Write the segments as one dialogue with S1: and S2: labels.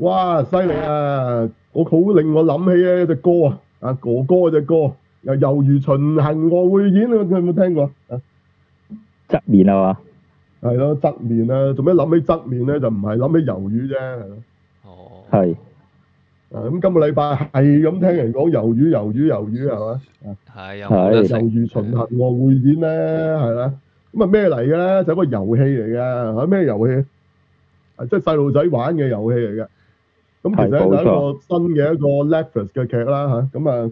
S1: 哇！犀利啊！我好令我諗起咧只歌啊，啊哥哥嗰只歌，又猶如巡行我會演，你有冇聽過啊？
S2: 側面係嘛？
S1: 係咯，側面啊，做咩諗起側面咧？就唔係諗起魷魚啫，係咯。
S3: 哦，
S2: 係
S1: 啊，咁今個禮拜係咁聽人講魷魚、魷魚、魷魚係嘛？
S3: 係又冇得
S2: 係
S3: 食
S1: 猶如巡行我會演咧，係啦。咁啊咩嚟嘅咧？就係一個遊戲嚟嘅，係咩遊戲？啊，即係細路仔玩嘅遊戲嚟嘅。咁其實咧
S2: 係
S1: 就係
S2: 冇錯
S1: 一個新嘅一個 Netflix 嘅劇啦嚇。咁啊，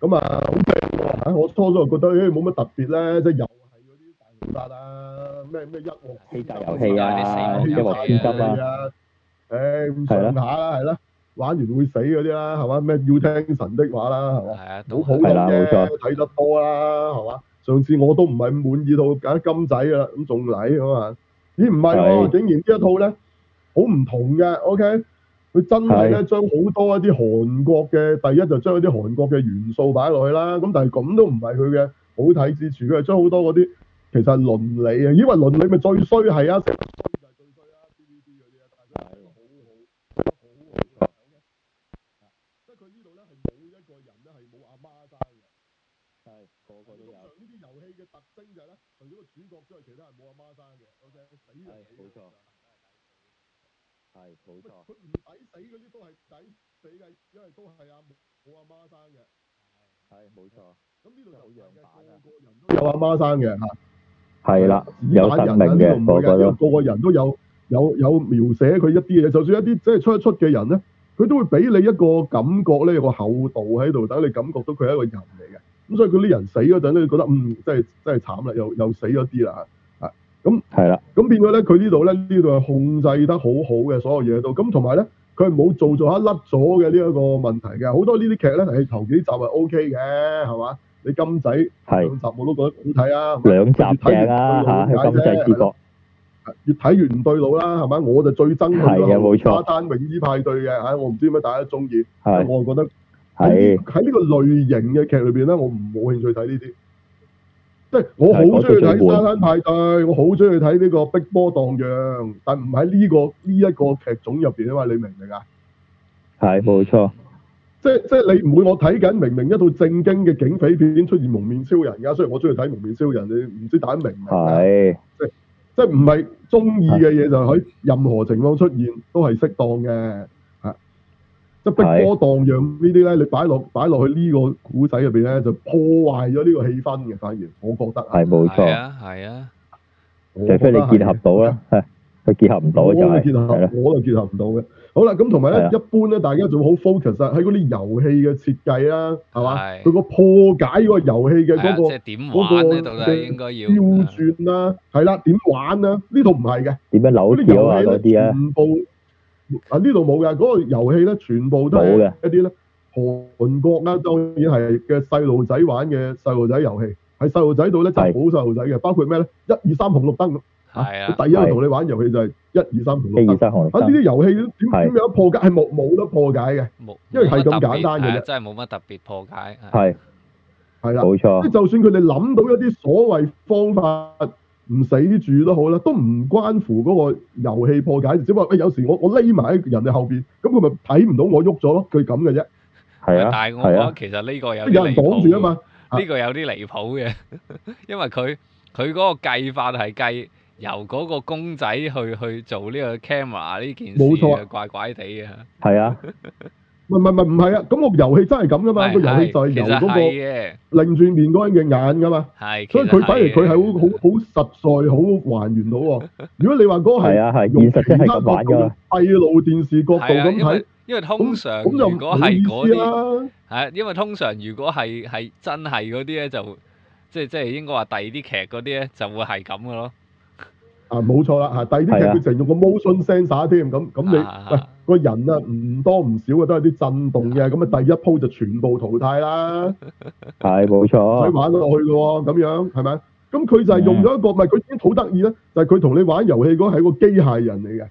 S1: 咁啊好正喎嚇！我初初就覺得誒冇乜特別咧，即係又係嗰啲大屠殺啊，咩咩一鑊
S2: 欺詐遊戲啊，
S3: 欺
S2: 一
S3: 詐遊
S2: 鑊
S3: 戲
S2: 千
S3: 啊
S2: 金啊，
S1: 啊！誒咁上下啦，係啦，玩完會死嗰啲啦，係嘛？咩要聽神的話啦，係嘛？
S3: 係啊，
S1: 好
S3: 都
S1: 好
S3: 係
S2: 係啦
S1: 啦，
S2: 冇錯
S1: 睇得多啦，係嘛？上次我都唔係咁滿意套揀金仔㗎啦，咁仲嚟咁啊？咦，唔係喎，
S2: 係
S1: 竟然呢一套咧好唔同嘅，OK？佢真係咧將好多一啲韓國嘅，第一就將一啲韓國嘅元素擺落去啦，咁但係咁都唔係佢嘅好睇之處，佢係將好多嗰啲其實係倫理啊，因為倫理咪最衰係啊，成日衰就係最衰啦，TVB 嗰啲啊，但係佢好好好好好。即係佢呢度咧係冇一個人咧係冇阿媽生嘅。
S2: 係個個都有，
S1: 呢啲遊戲嘅特徵就係咧，除咗個主角之外，其他人冇阿媽生嘅。OK，死人
S2: 係冇錯係冇
S1: 佢
S2: 錯，
S1: 佢唔抵死嗰啲都係抵死嘅，因為都係阿冇阿媽生嘅。
S2: 係冇錯，
S1: 咁呢度就唔係嘅，
S2: 好樣板啊
S1: 個個人都有阿媽生嘅嚇。
S2: 係啦，有
S1: 打
S2: 生
S1: 人啊
S2: 命
S1: 呢度唔
S2: 嘅
S1: 會
S2: 個個
S1: 嘅，因為
S2: 都
S1: 個個人都有有有描寫佢一啲嘢，就算一啲即係出一出嘅人咧，佢都會俾你一個感覺咧，有個厚度喺度，等你感覺到佢係一個人嚟嘅。咁所以佢啲人死嗰陣咧，覺得嗯，真係真係慘啦，又又死咗啲啦啊！
S2: 係啦，
S1: 咁變咗咧，佢呢度咧呢度係控制得好好嘅，所有嘢都咁同埋咧，佢係冇做做下甩咗嘅呢一個問題嘅。好多呢啲劇咧係頭幾集係 O K 嘅，係嘛？你金仔
S2: 係
S1: 兩集我都覺得好睇啊，係咪
S2: 兩集正啊嚇，
S1: 越睇越
S2: 咁細結局，
S1: 越睇越唔對路啦，係咪？我就最憎佢嗰個
S2: 係啊冇錯
S1: 沙灘泳衣派對嘅嚇，唉我唔知點解大家中意，
S2: 係
S1: 我覺得喺
S2: 係
S1: 呢喺呢個類型嘅劇裏邊咧，我唔冇興趣睇呢啲。即係我好
S2: 係嗰
S1: 中意
S2: 種
S1: 睇
S2: 最
S1: 沙
S2: 悶
S1: 灘派對，我好中意睇呢個碧波盪漾，但唔喺呢個呢一、個劇種入邊啊嘛，你明唔明啊？
S2: 係冇錯，
S1: 即即係你唔會我睇緊明明一套正經嘅警匪片出現蒙面超人㗎，雖然我中意睇蒙面超人，你唔知大家明唔明啊？
S2: 係
S1: 即係唔係中意嘅嘢就喺任何情況出現都係適當嘅，嚇！即係
S2: 係
S1: 逼波盪漾呢啲咧，你擺落擺落去呢個古仔入邊咧，就破壞咗呢個氣氛嘅。反而我覺得啊，
S2: 係冇
S3: 係
S2: 錯，
S3: 啊係啊，
S1: 我覺
S2: 除
S1: 得
S2: 非你
S1: 係
S2: 結合到啦，係佢結合唔到
S1: 我
S2: 就
S1: 就
S2: 係
S1: 結合
S2: 係啦，，
S1: 我就結合唔到嘅。好啦，咁同埋
S2: 係
S1: 咧
S2: 啊，
S1: 一般咧，大家仲好 focus 啊喺嗰啲遊戲嘅設計啦，係嘛？
S3: 係
S1: 佢個破解嗰個遊戲嘅
S3: 係
S1: 嗰
S3: 啊，
S1: 個
S3: 即係點玩呢度咧？應該要啊
S1: 刁轉啦，係啦，點玩啦？呢套唔係嘅。
S2: 點樣
S1: 嗰
S2: 扭
S1: 啲
S2: 橋啊
S1: 遊
S2: 嗰
S1: 戲
S2: 啲
S1: 咧，
S2: 啊，
S1: 全部啊呢度冇㗎，嗰、個遊戲咧全部都係
S2: 冇嘅
S1: 一啲咧韓國啦，當然係嘅細路仔玩嘅細路仔遊戲，喺細路仔度咧就係
S2: 係
S1: 好細路仔嘅，包括咩咧？一二三紅綠燈，
S3: 係啊
S1: 佢第一個同你玩遊戲就係一二三紅
S2: 一
S1: 綠
S2: 二
S1: 燈。
S2: 三紅綠
S1: 啊！呢
S2: 燈，
S1: 啲遊戲點
S2: 係
S1: 點樣破解係冇冇得破解嘅，
S3: 冇，
S1: 因為係咁
S3: 冇乜特別
S1: 簡單嘅
S3: 係啊
S1: 啫
S3: 真係冇乜特別破解。係
S2: 係啊
S1: 係啦。
S2: 冇
S1: 即
S2: 錯
S3: 啊
S1: 係，就算佢哋諗到一啲所謂方法唔死住都好啦，都唔關乎嗰個遊戲破解，只不過喂有時我我匿埋喺人哋後邊，咁佢咪睇唔到我喐咗咯，佢咁嘅啫。
S2: 係啊
S3: 但係我覺
S2: 係啊
S3: 得其實呢個有啲
S1: 有人擋住啊
S3: 離譜
S1: 嘛，啊
S3: 呢個有啲離譜嘅， 因為佢佢嗰個計法係計由嗰個公仔去去做呢個 camera 呢件事，
S1: 冇錯
S3: 啊，怪怪地嘅。
S2: 係啊
S1: 唔係唔係唔係啊，咁個遊戲真係咁噶嘛，個
S3: 係
S1: 遊戲就係
S3: 係
S1: 由
S3: 其實
S1: 嗰
S3: 係
S1: 個
S3: 嘅，
S1: 擰住面嗰個人嘅眼噶嘛，
S3: 係其
S1: 所以
S3: 實
S1: 佢反而
S3: 嘅
S1: 佢係好好好實在，好還原到喎。如果你話嗰個
S2: 係
S1: 係
S2: 啊係，
S1: 用
S2: 現
S1: 其
S2: 實真
S1: 他
S2: 係
S1: 角
S2: 咁玩㗎嘛
S1: 度、閉路電視角度
S3: 係啊，
S1: 咁
S3: 因
S1: 睇
S3: 為，因為通常
S1: 咁就
S3: 如果係
S1: 冇
S3: 嗰
S1: 意思啊
S3: 啲
S1: 啦。
S3: 係，因為通常如果係係真係嗰啲咧，就即係即係應該話第二啲劇嗰啲咧就會係咁嘅咯。
S1: 啊，冇錯啦，嚇！第二啲
S2: 係啊
S1: 劇佢成用個 motion sensor 添，咁咁
S3: 啊
S1: 你喂個人啊唔多唔少啊都有啲震動嘅，咁啊第一鋪就全部淘汰啦，唔
S2: 係冇
S1: 使
S2: 錯，
S1: 玩落去嘅喎，咁樣係咪？咁佢就係
S2: 嗯
S1: 用咗一個，唔係佢已經好得意咧，就係佢同你玩遊戲嗰個係一個機械人嚟嘅，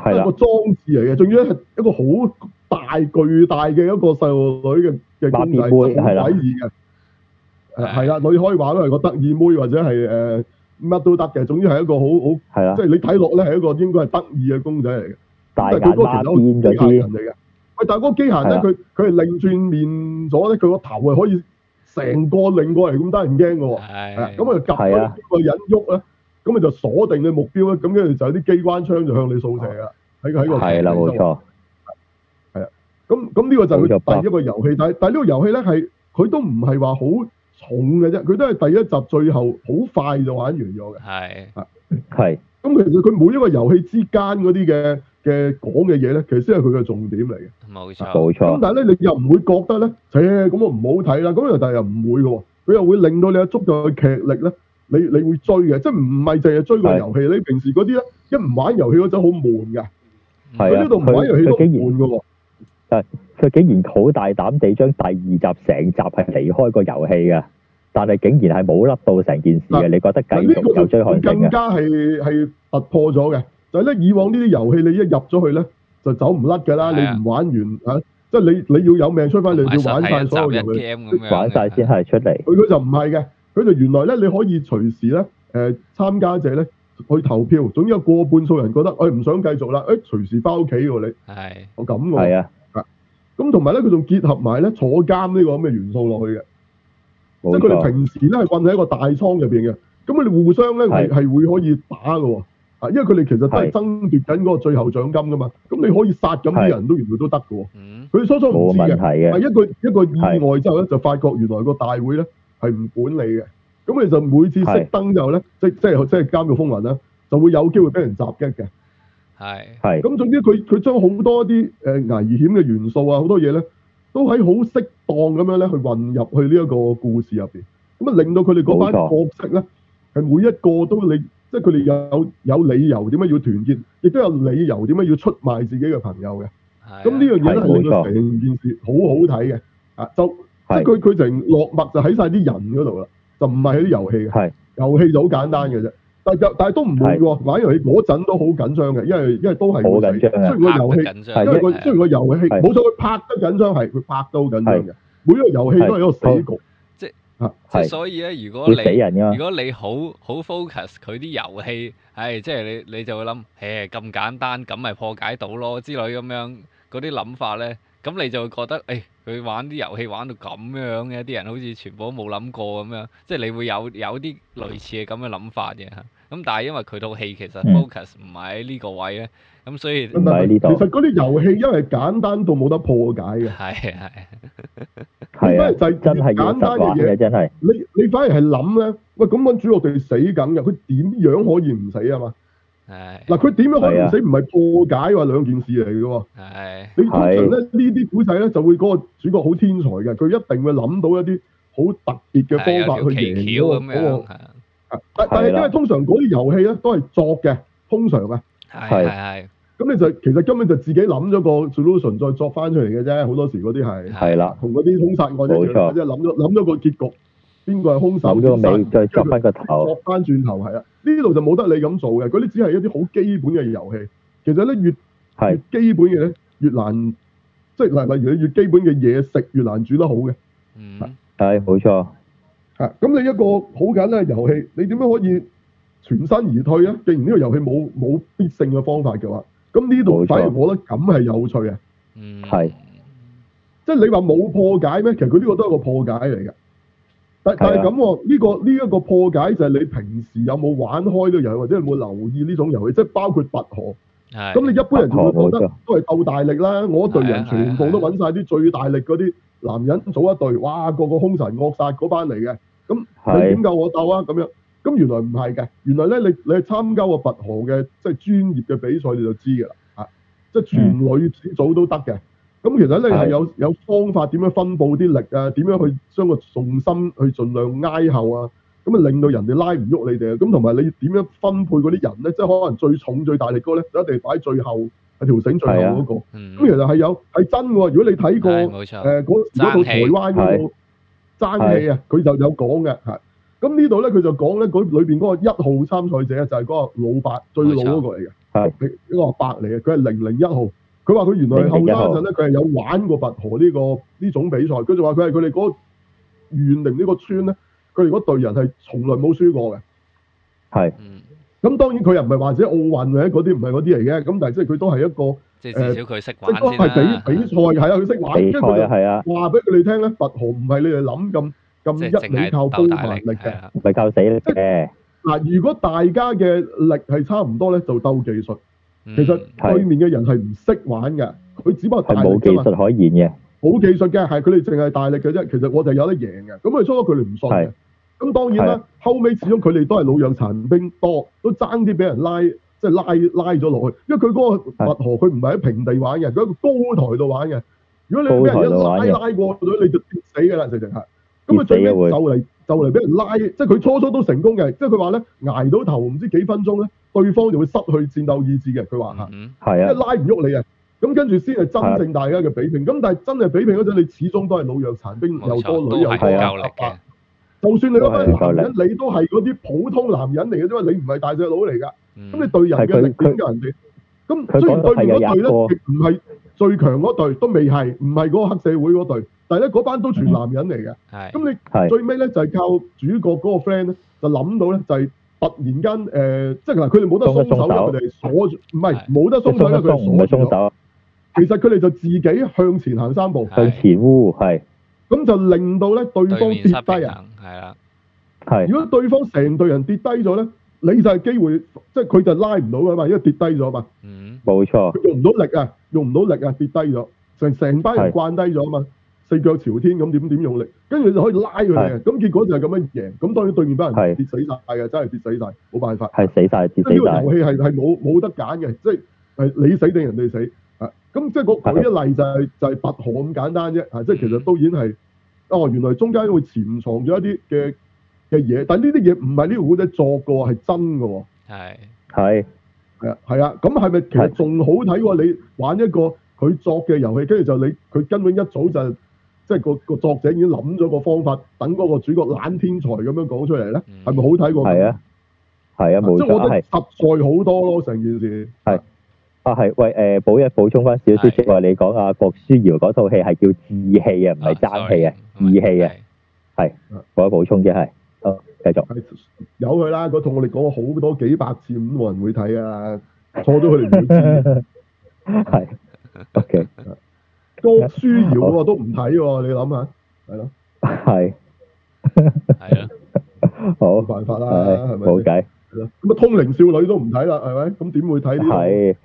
S3: 係
S2: 係
S1: 一
S2: 啦
S1: 個裝置嚟嘅，仲要係一個好大巨大嘅一個細路女嘅嘅公仔，
S2: 芭比妹
S1: 就好
S2: 係啦
S1: 詭異嘅。誒係啦，你可以話都係個得意妹或者係誒乜都得嘅，總之係一個好好
S2: 係啦
S1: 即。係你睇落咧係一個應該係得意嘅公仔嚟嘅。
S2: 大
S1: 但
S2: 眼
S1: 係佢嗰
S2: 巴
S1: 條友
S2: 癲
S1: 係
S2: 嗰
S1: 機械人
S2: 啲，
S1: 嚟嘅。喂，但係嗰個機械咧，
S2: 係啊
S1: 佢佢係擰轉面咗咧，佢個頭係可以成個擰過嚟咁得人驚嘅喎。係啊咁
S3: 係
S1: 佢就夾咗
S2: 係啊
S1: 邊個人喐咧，咁咪就鎖定你目標咧，咁跟住就有啲機關槍就向你掃射啦。喺個喺個
S2: 係啦，冇錯，
S1: 咁咁呢個就
S2: 冇錯
S1: 係佢第一個遊戲，但係但係呢個遊戲咧係佢都唔係話好重嘅啫，佢都係第一集最後好快就玩完咗嘅。
S3: 係
S2: 係
S1: 咁其實佢每一個遊戲之間嗰啲嘅嘅講嘅嘢咧，其實先係佢嘅重點嚟嘅。
S3: 冇錯，
S1: 咁
S2: 冇錯，
S1: 但係咧，你又唔會覺得咧，切咁我唔好睇啦。咁又但係又唔會嘅喎，佢又會令到你嘅足夠嘅劇力咧，你你會追嘅，即係唔係淨係追個
S2: 係
S1: 遊戲？你平時嗰啲咧，一唔玩遊戲嗰陣好悶㗎。佢
S2: 係
S3: 嗯
S2: 啊
S1: 呢度唔玩遊戲都
S2: 佢佢竟然
S1: 悶㗎喎。
S2: 佢竟然好大膽地將第二集成集係離開個遊戲嘅，但係竟然係冇甩到成件事嘅，
S1: 嗱
S2: 你覺得
S1: 嗱
S2: 繼續有
S1: 呢
S2: 追
S1: 個
S2: 看
S1: 就
S2: 性
S1: 更
S2: 嘅？
S1: 加係係突破咗嘅，就係咧以往呢啲遊戲你一入咗去咧就走唔甩㗎啦，
S3: 係啊
S1: 你唔玩完啊，即係你你要有命出啊翻，你
S3: 同埋
S1: 要玩
S3: 實
S1: 晒所有
S3: 係一啊
S1: 遊戲
S3: 集一。game 咁樣嘅，
S2: 玩晒
S1: 啊
S2: 先係出嚟，
S1: 佢佢就唔係嘅，佢就原來咧你可以隨時咧誒、呃、參加者咧去投票，總有過半數人覺得誒唔、想繼續啦，誒、哎隨時翻屋企喎你，
S3: 係
S1: 我咁
S2: 係
S1: 喎。
S2: 啊，
S1: 咁同埋咧佢仲結合埋咧坐監呢個咁嘅元素落去嘅，即
S2: 冇
S1: 係佢哋
S2: 錯，
S1: 平時咧係困喺一個大倉入邊嘅，咁佢哋互相咧係
S2: 係
S1: 係會可以打嘅喎。啊，因為佢哋其實都係
S2: 係
S1: 爭奪緊嗰個最後獎金噶嘛，咁你可以殺咁啲
S2: 係
S1: 人都原來都得嘅喎。
S3: 嗯
S1: 佢哋初初唔
S2: 冇
S1: 知
S2: 問
S1: 嘅
S2: 題，嘅，
S1: 係一個啊一個意外之後咧，就發覺原來個大會咧係唔管理嘅。咁你就每次熄燈之後咧，即即係即係監獄風雲啦，就會有機會俾人襲擊嘅。
S3: 係
S2: 係
S1: 咁總之佢佢將好多啲誒危險嘅元素啊，好多嘢咧，都喺好適當咁樣咧去混入去呢一個故事入邊。咁啊，令到佢哋嗰班
S2: 冇錯
S1: 角色咧係每一個都你即係佢哋有有理由點解要團結，亦都有理由點解要出賣自己嘅朋友嘅。
S3: 係啊
S1: 咁呢樣嘢咧係令到
S2: 啊係冇錯
S1: 成件事好好睇嘅，啊就即係
S2: 係
S1: 佢佢成落墨就喺晒啲人嗰度啦，就唔係喺啲遊戲嘅，
S2: 係
S1: 遊戲就好簡單嘅啫。但係但係都唔悶喎，玩遊戲嗰陣都好緊張嘅，因為因為都係會
S2: 好緊張啊
S1: 死雖然個遊
S3: 拍
S1: 戲，
S3: 得緊張
S2: 係
S1: 因為
S2: 因
S1: 個雖然個遊戲
S2: 係
S1: 冇錯，佢拍得緊張係，佢拍都好緊張嘅。每一個遊戲都係一個死局，
S3: 即係
S2: 係
S3: 所以咧，如果
S2: 會死
S3: 你
S2: 人噶
S3: 如
S2: 嘛，
S3: 果你好好 focus 佢啲遊戲，係即係你你就會諗，誒咁簡單，咁咪破解到咯之類咁樣嗰啲諗法咧，咁你就會覺得，誒佢玩啲遊戲玩到咁樣嘅，啲人好似全部都冇諗過咁樣，即係你會有有啲類似嘅咁嘅諗法嘅。咁但係因為佢套戲其實
S2: 嗯
S3: focus 唔喺呢個位咧，咁所以
S2: 唔喺呢度
S1: 其實嗰啲遊戲因為簡單到冇得破解嘅，
S3: 係係
S2: 係啊，
S1: 真係
S2: 真係要
S1: 簡單
S2: 實
S1: 嘅
S2: 玩
S1: 嘢
S2: 嘅，真係
S1: 你你反而係諗咧，喂咁揾主角哋死緊嘅，佢點樣可以唔死啊嘛？
S3: 係
S1: 嗱，佢點樣可以唔
S2: 係啊
S1: 死唔係破解話兩件事嚟嘅喎？
S3: 係
S1: 你通常咧
S2: 係
S1: 呢啲古仔咧就會嗰個主角好天才嘅，佢一定會諗到一啲好特別嘅
S3: 係有啊
S1: 方法
S3: 條
S1: 去
S3: 奇
S1: 贏
S3: 橋
S1: 嗰
S3: 咁
S1: 個嗰
S3: 樣
S1: 個。，但但係
S2: 係啦
S1: 因為通常嗰啲遊戲咧都係作嘅，通常啊，
S3: 係係係
S1: 咁你就其實根本就自己諗咗個 solution 再作翻出嚟嘅啫，好多時嗰啲係
S3: 係
S2: 係啦，
S1: 同嗰啲兇殺案一
S2: 冇
S1: 樣，
S2: 錯
S1: 即係諗咗諗咗個結局，邊個係兇手，
S2: 扭咗個尾
S1: 邊
S2: 再
S1: 殺
S2: 作翻個頭，
S1: 作翻轉頭係啦，呢度就冇得你咁做嘅，嗰啲只係一啲好基本嘅遊戲。其實咧越越
S2: 係
S1: 基本嘅咧越難，即係例例如你越基本嘅嘢食越難煮得好嘅。
S3: 嗯
S2: 係冇錯，
S1: 嚇，咁你一個好簡單嘅遊戲，你點樣可以全身而退啊咧？既然呢個遊戲冇冇必勝嘅方法嘅話，咁呢度
S2: 冇錯
S1: 反而我覺得咁係有趣啊嘅。
S3: 嗯
S2: 係
S1: 即係你話冇破解咩？其實佢呢個都係一個破解嚟嘅。但但係
S2: 係啊
S1: 咁喎，呢、個呢一、個破解就係你平時有冇玩開呢個遊戲，或者有冇留意呢種遊戲，即係包括拔河。
S3: 係
S1: 咁你一般人就會覺得
S2: 冇錯
S1: 都係鬥大力啦，我一隊人
S3: 係啊
S1: 全部都揾晒啲最大力嗰啲男人組一隊，哇個個兇神惡煞嗰班嚟嘅，咁你
S2: 係
S1: 點夠我鬥啊咁樣？咁原來唔係嘅，原來咧你你係參加個拔河嘅即係專業嘅比賽你就知㗎啦，啊，即係全女子組都得嘅。咁其實咧係
S2: 係
S1: 有有方法點樣分佈啲力啊，點樣去將個重心去盡量挨後啊，咁啊令到人哋拉唔喐你哋啊，咁同埋你點樣分配嗰啲人咧，即係可能最重最大力嗰咧，就一定擺最後係條繩最後嗰、個。
S3: 嗯
S1: 咁、其實係有係真嘅喎，如果你睇過
S3: 係
S1: 誒
S3: 冇錯。
S1: 呃嗰嗰套
S3: 爭氣
S1: 台灣嗰度爭氣啊，佢就有講嘅嚇。咁呢度咧佢就講咧嗰裏邊嗰個一號參賽者就係嗰個老伯最老嗰個嚟嘅，
S2: 係
S1: 一個阿伯嚟嘅，佢係零零一號。佢話佢原來後生嗰陣咧，佢係有玩過拔河呢、個呢種比賽。佢就話佢係佢哋嗰個縣定呢個村咧，佢哋嗰隊人係從來冇輸過嘅。
S2: 係
S3: 嗯
S1: 咁當然佢又唔係話者奧運嘅嗰啲唔係嗰啲嚟嘅，咁但係即係佢都係一個
S3: 即係至少佢識
S1: 即係
S3: 玩
S1: 都
S3: 先啦
S1: 係。比比賽係啊，佢識玩，
S2: 比
S1: 跟住
S2: 賽
S1: 佢
S2: 啊，
S1: 就
S2: 係啊，
S1: 話俾佢哋聽咧，拔河唔係你哋諗咁
S3: 即係
S1: 咁
S3: 淨
S1: 一味
S3: 係
S1: 靠
S3: 鬥
S1: 高
S3: 大
S1: 能
S3: 力啊
S1: 力
S3: 係
S1: 嘅。
S3: 啦，
S2: 唔係夠死力嘅，
S1: 嗱，如果大家嘅力係差唔多咧，就鬥技術。
S3: 嗯
S1: 其實
S2: 係
S1: 對面嘅人係唔識玩嘅，佢只不過
S2: 係
S1: 大力
S2: 冇技
S1: 啫嘛，
S2: 術可言嘅，
S1: 冇技術嘅係佢哋淨係大力嘅啫。其實我哋有得贏嘅，咁佢初初佢哋唔信
S2: 係
S1: 嘅。咁當然啦，後尾始終佢哋都係老弱殘兵多，都爭啲俾人拉，即係拉拉咗落去。因為佢嗰個拔河佢唔係喺平地玩嘅，佢喺個高台度玩嘅。如果你俾人一
S2: 高台度
S1: 拉
S2: 玩嘅
S1: 拉過咗，你就跌死㗎啦，直情係。咁啊，
S2: 跌
S1: 最
S2: 死嘅
S1: 尾
S2: 會
S1: 就嚟就嚟俾人拉，即係佢初初都成功嘅，即係佢話咧捱到頭唔知幾分鐘咧，對方就會失去戰鬥意志嘅。佢話嚇。
S3: 嗯
S2: 係
S1: 即係
S2: 啊，
S1: 拉唔喐你啊！咁跟住先係真正大家嘅比拼。咁但係真係比拼嗰陣，你始終都係老弱殘兵，
S3: 冇
S1: 又
S3: 錯，
S1: 多
S3: 都
S1: 女又
S3: 係
S1: 多
S2: 係啊
S3: 夠力嘅，
S1: 就算你嗰班
S2: 都係夠
S1: 男人，你都係嗰啲普通男人嚟嘅啫嘛，你唔係大隻佬嚟㗎。
S3: 嗯
S1: 咁你對人嘅力
S2: 係佢
S1: 點有人哋？
S2: 佢
S1: 咁雖然對面嗰隊咧，
S2: 講
S1: 亦唔係最強嗰隊，都未係，唔係嗰個黑社會嗰隊，但係咧嗰班都全男人嚟嘅。
S3: 係
S1: 咁你
S2: 係
S1: 最尾咧就係靠主角嗰個 friend 咧，就諗到咧就係突然間誒、呃即係嗱，佢哋冇得鬆手啦，
S2: 鬆
S1: 佢
S2: 一鬆手
S1: 哋鎖住，唔係
S3: 係
S1: 冇得
S2: 即係
S1: 鬆手
S2: 鬆
S1: 啦，
S2: 一
S1: 佢
S2: 鬆唔
S1: 哋鎖
S2: 係
S1: 住咗。
S2: 鬆手，
S1: 其實佢哋就自己向前行三步，
S2: 向前污係
S1: 咁就令到咧對
S3: 對
S1: 方跌
S3: 面失
S1: 低
S3: 平
S1: 啊！
S3: 衡係啦，
S2: 係
S1: 如果對方成隊人跌低咗咧，你就係機會，即係佢就拉唔到噶嘛，因為跌低咗嘛，
S3: 嗯
S2: 冇錯，
S1: 佢用唔到力啊，用唔到力啊，跌低咗，成成班人
S2: 係
S1: 慣低咗啊嘛，四腳朝天咁點點用力，跟住你就可以拉佢哋啊，咁結果就係咁樣贏，咁當然對面班人
S2: 係
S1: 跌死晒啊，真係跌死晒，冇辦法。
S2: 係死晒，
S1: 即係呢
S2: 跌死
S1: 個
S2: 晒，
S1: 遊戲係係冇冇得揀嘅，即係係你死定人哋死啊！咁即係我舉一例就係、就係、拔河咁簡單啫啊！即係其實都已經係哦，原來中間會潛藏咗一啲嘅嘅嘢，但係呢啲嘢唔係呢個古仔作過，係真嘅喎。
S3: 係
S2: 係
S1: 係啊，係啊，咁係咪其實
S2: 係
S1: 仲好睇過你玩一個佢作嘅遊戲，跟住就你佢根本一早就即係個個作者已經諗咗個方法，等嗰個主角懶天才咁樣講出嚟咧
S3: 嗯，
S1: 係咪好睇過咁？
S2: 係啊，係啊，冇
S1: 即係我
S2: 錯
S1: 覺得
S2: 係。
S1: 實在好多咯，成件事。
S2: 啊，係，喂，誒、補一補充翻少少
S3: 係
S2: 即係你講啊，郭書瑤嗰套戲係叫志氣啊，唔係
S3: 啊
S2: 爭氣啊，
S3: sorry，
S2: 義氣啊
S3: 係，
S2: 我補充啫係，好，繼續，
S1: 係由佢啦，嗰套我哋講咗好多幾百次，咁冇人會睇 啊！錯咗佢哋唔會知。啊
S2: 係，OK，
S1: 郭書瑤喎都唔睇喎，你諗下，係咯，
S2: 係，
S3: 係咯，
S2: 好
S1: 冇，辦法啦，係
S2: 係，
S1: 啊咪
S2: 冇
S1: 先？
S2: 計，
S1: 係咯咁啊，通靈少女都唔睇啦，係咪？咁點會睇呢
S2: 係，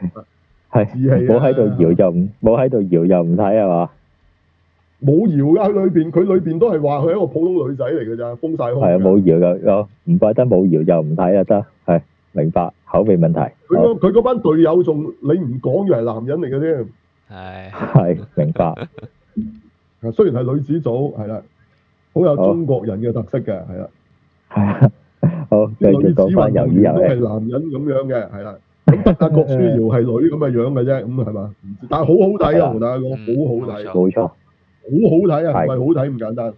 S2: 係，
S1: 啲志氣啊
S2: 冇喺度搖就唔，冇喺度搖又唔睇係嘛，
S1: 度？冇搖㗎，佢裏邊佢裏邊都係話佢係一個普通女仔嚟㗎咋，封晒胸㗎。
S2: 係啊，冇搖又，哦唔怪得冇搖又唔睇啊，得，係，明白，口味問題，
S1: 佢
S2: 好
S1: 嗰佢嗰班隊友仲你唔講以為係男人嚟嘅添
S3: 係
S2: 係，明白，
S1: 啊，雖然係女子組係啦，好有
S2: 好
S1: 中國人嘅特色嘅係啦，
S2: 係啊， 好，繼
S1: 啲女
S2: 續
S1: 子
S2: 講翻
S1: 運
S2: 魷
S1: 動員都
S2: 魚遊
S1: 係
S2: 戲，
S1: 男人咁樣嘅係啦。咁得阿郭書瑤係女咁嘅樣嘅啫，咁係嘛？唔知但係好好睇
S2: 係
S1: 啊，
S2: 啊
S1: 同大家講，
S3: 嗯
S1: 好好睇，啊
S3: 冇
S1: 好
S3: 錯
S2: 冇錯，
S1: 好睇啊，
S2: 係
S1: 唔係好睇唔簡單。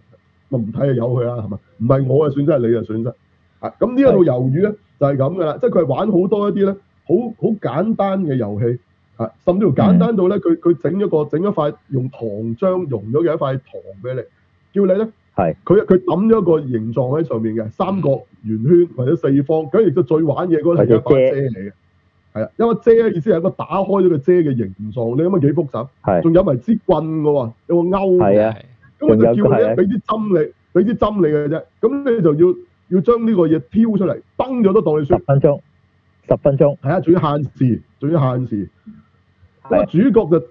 S1: 咪唔睇就由佢啦，係嘛？唔係我嘅損失，係你嘅損失。啊，咁呢一套魷魚咧就係咁噶啦，即係佢係玩好多一啲咧好好簡單嘅遊戲，啊，甚
S2: 嗯
S1: 至乎簡單到咧佢佢整一個整一塊用糖漿溶咗嘅一塊糖俾你，叫你咧。
S2: 係
S1: 佢佢抌咗個形狀喺上面嘅三角圓圈或者四方，咁亦都最玩嘢嗰個係一把遮嚟嘅，係啊，因為遮意思係一個打開咗個遮嘅形狀，你諗下幾複雜，
S2: 係，
S1: 仲有埋支棍嘅喎，有個勾嘅，
S2: 係啊，
S1: 咁我就
S2: 仲有
S1: 叫
S2: 個係
S1: 你
S2: 啊
S1: 俾啲針你，俾啲針你嘅啫，咁你就要要將呢個嘢挑出嚟，崩咗都當你
S2: 十
S1: 輸，
S2: 分鐘，十分鐘。
S1: 係啊，仲要限時，仲要限時，咁啊
S2: 係
S1: 主角就。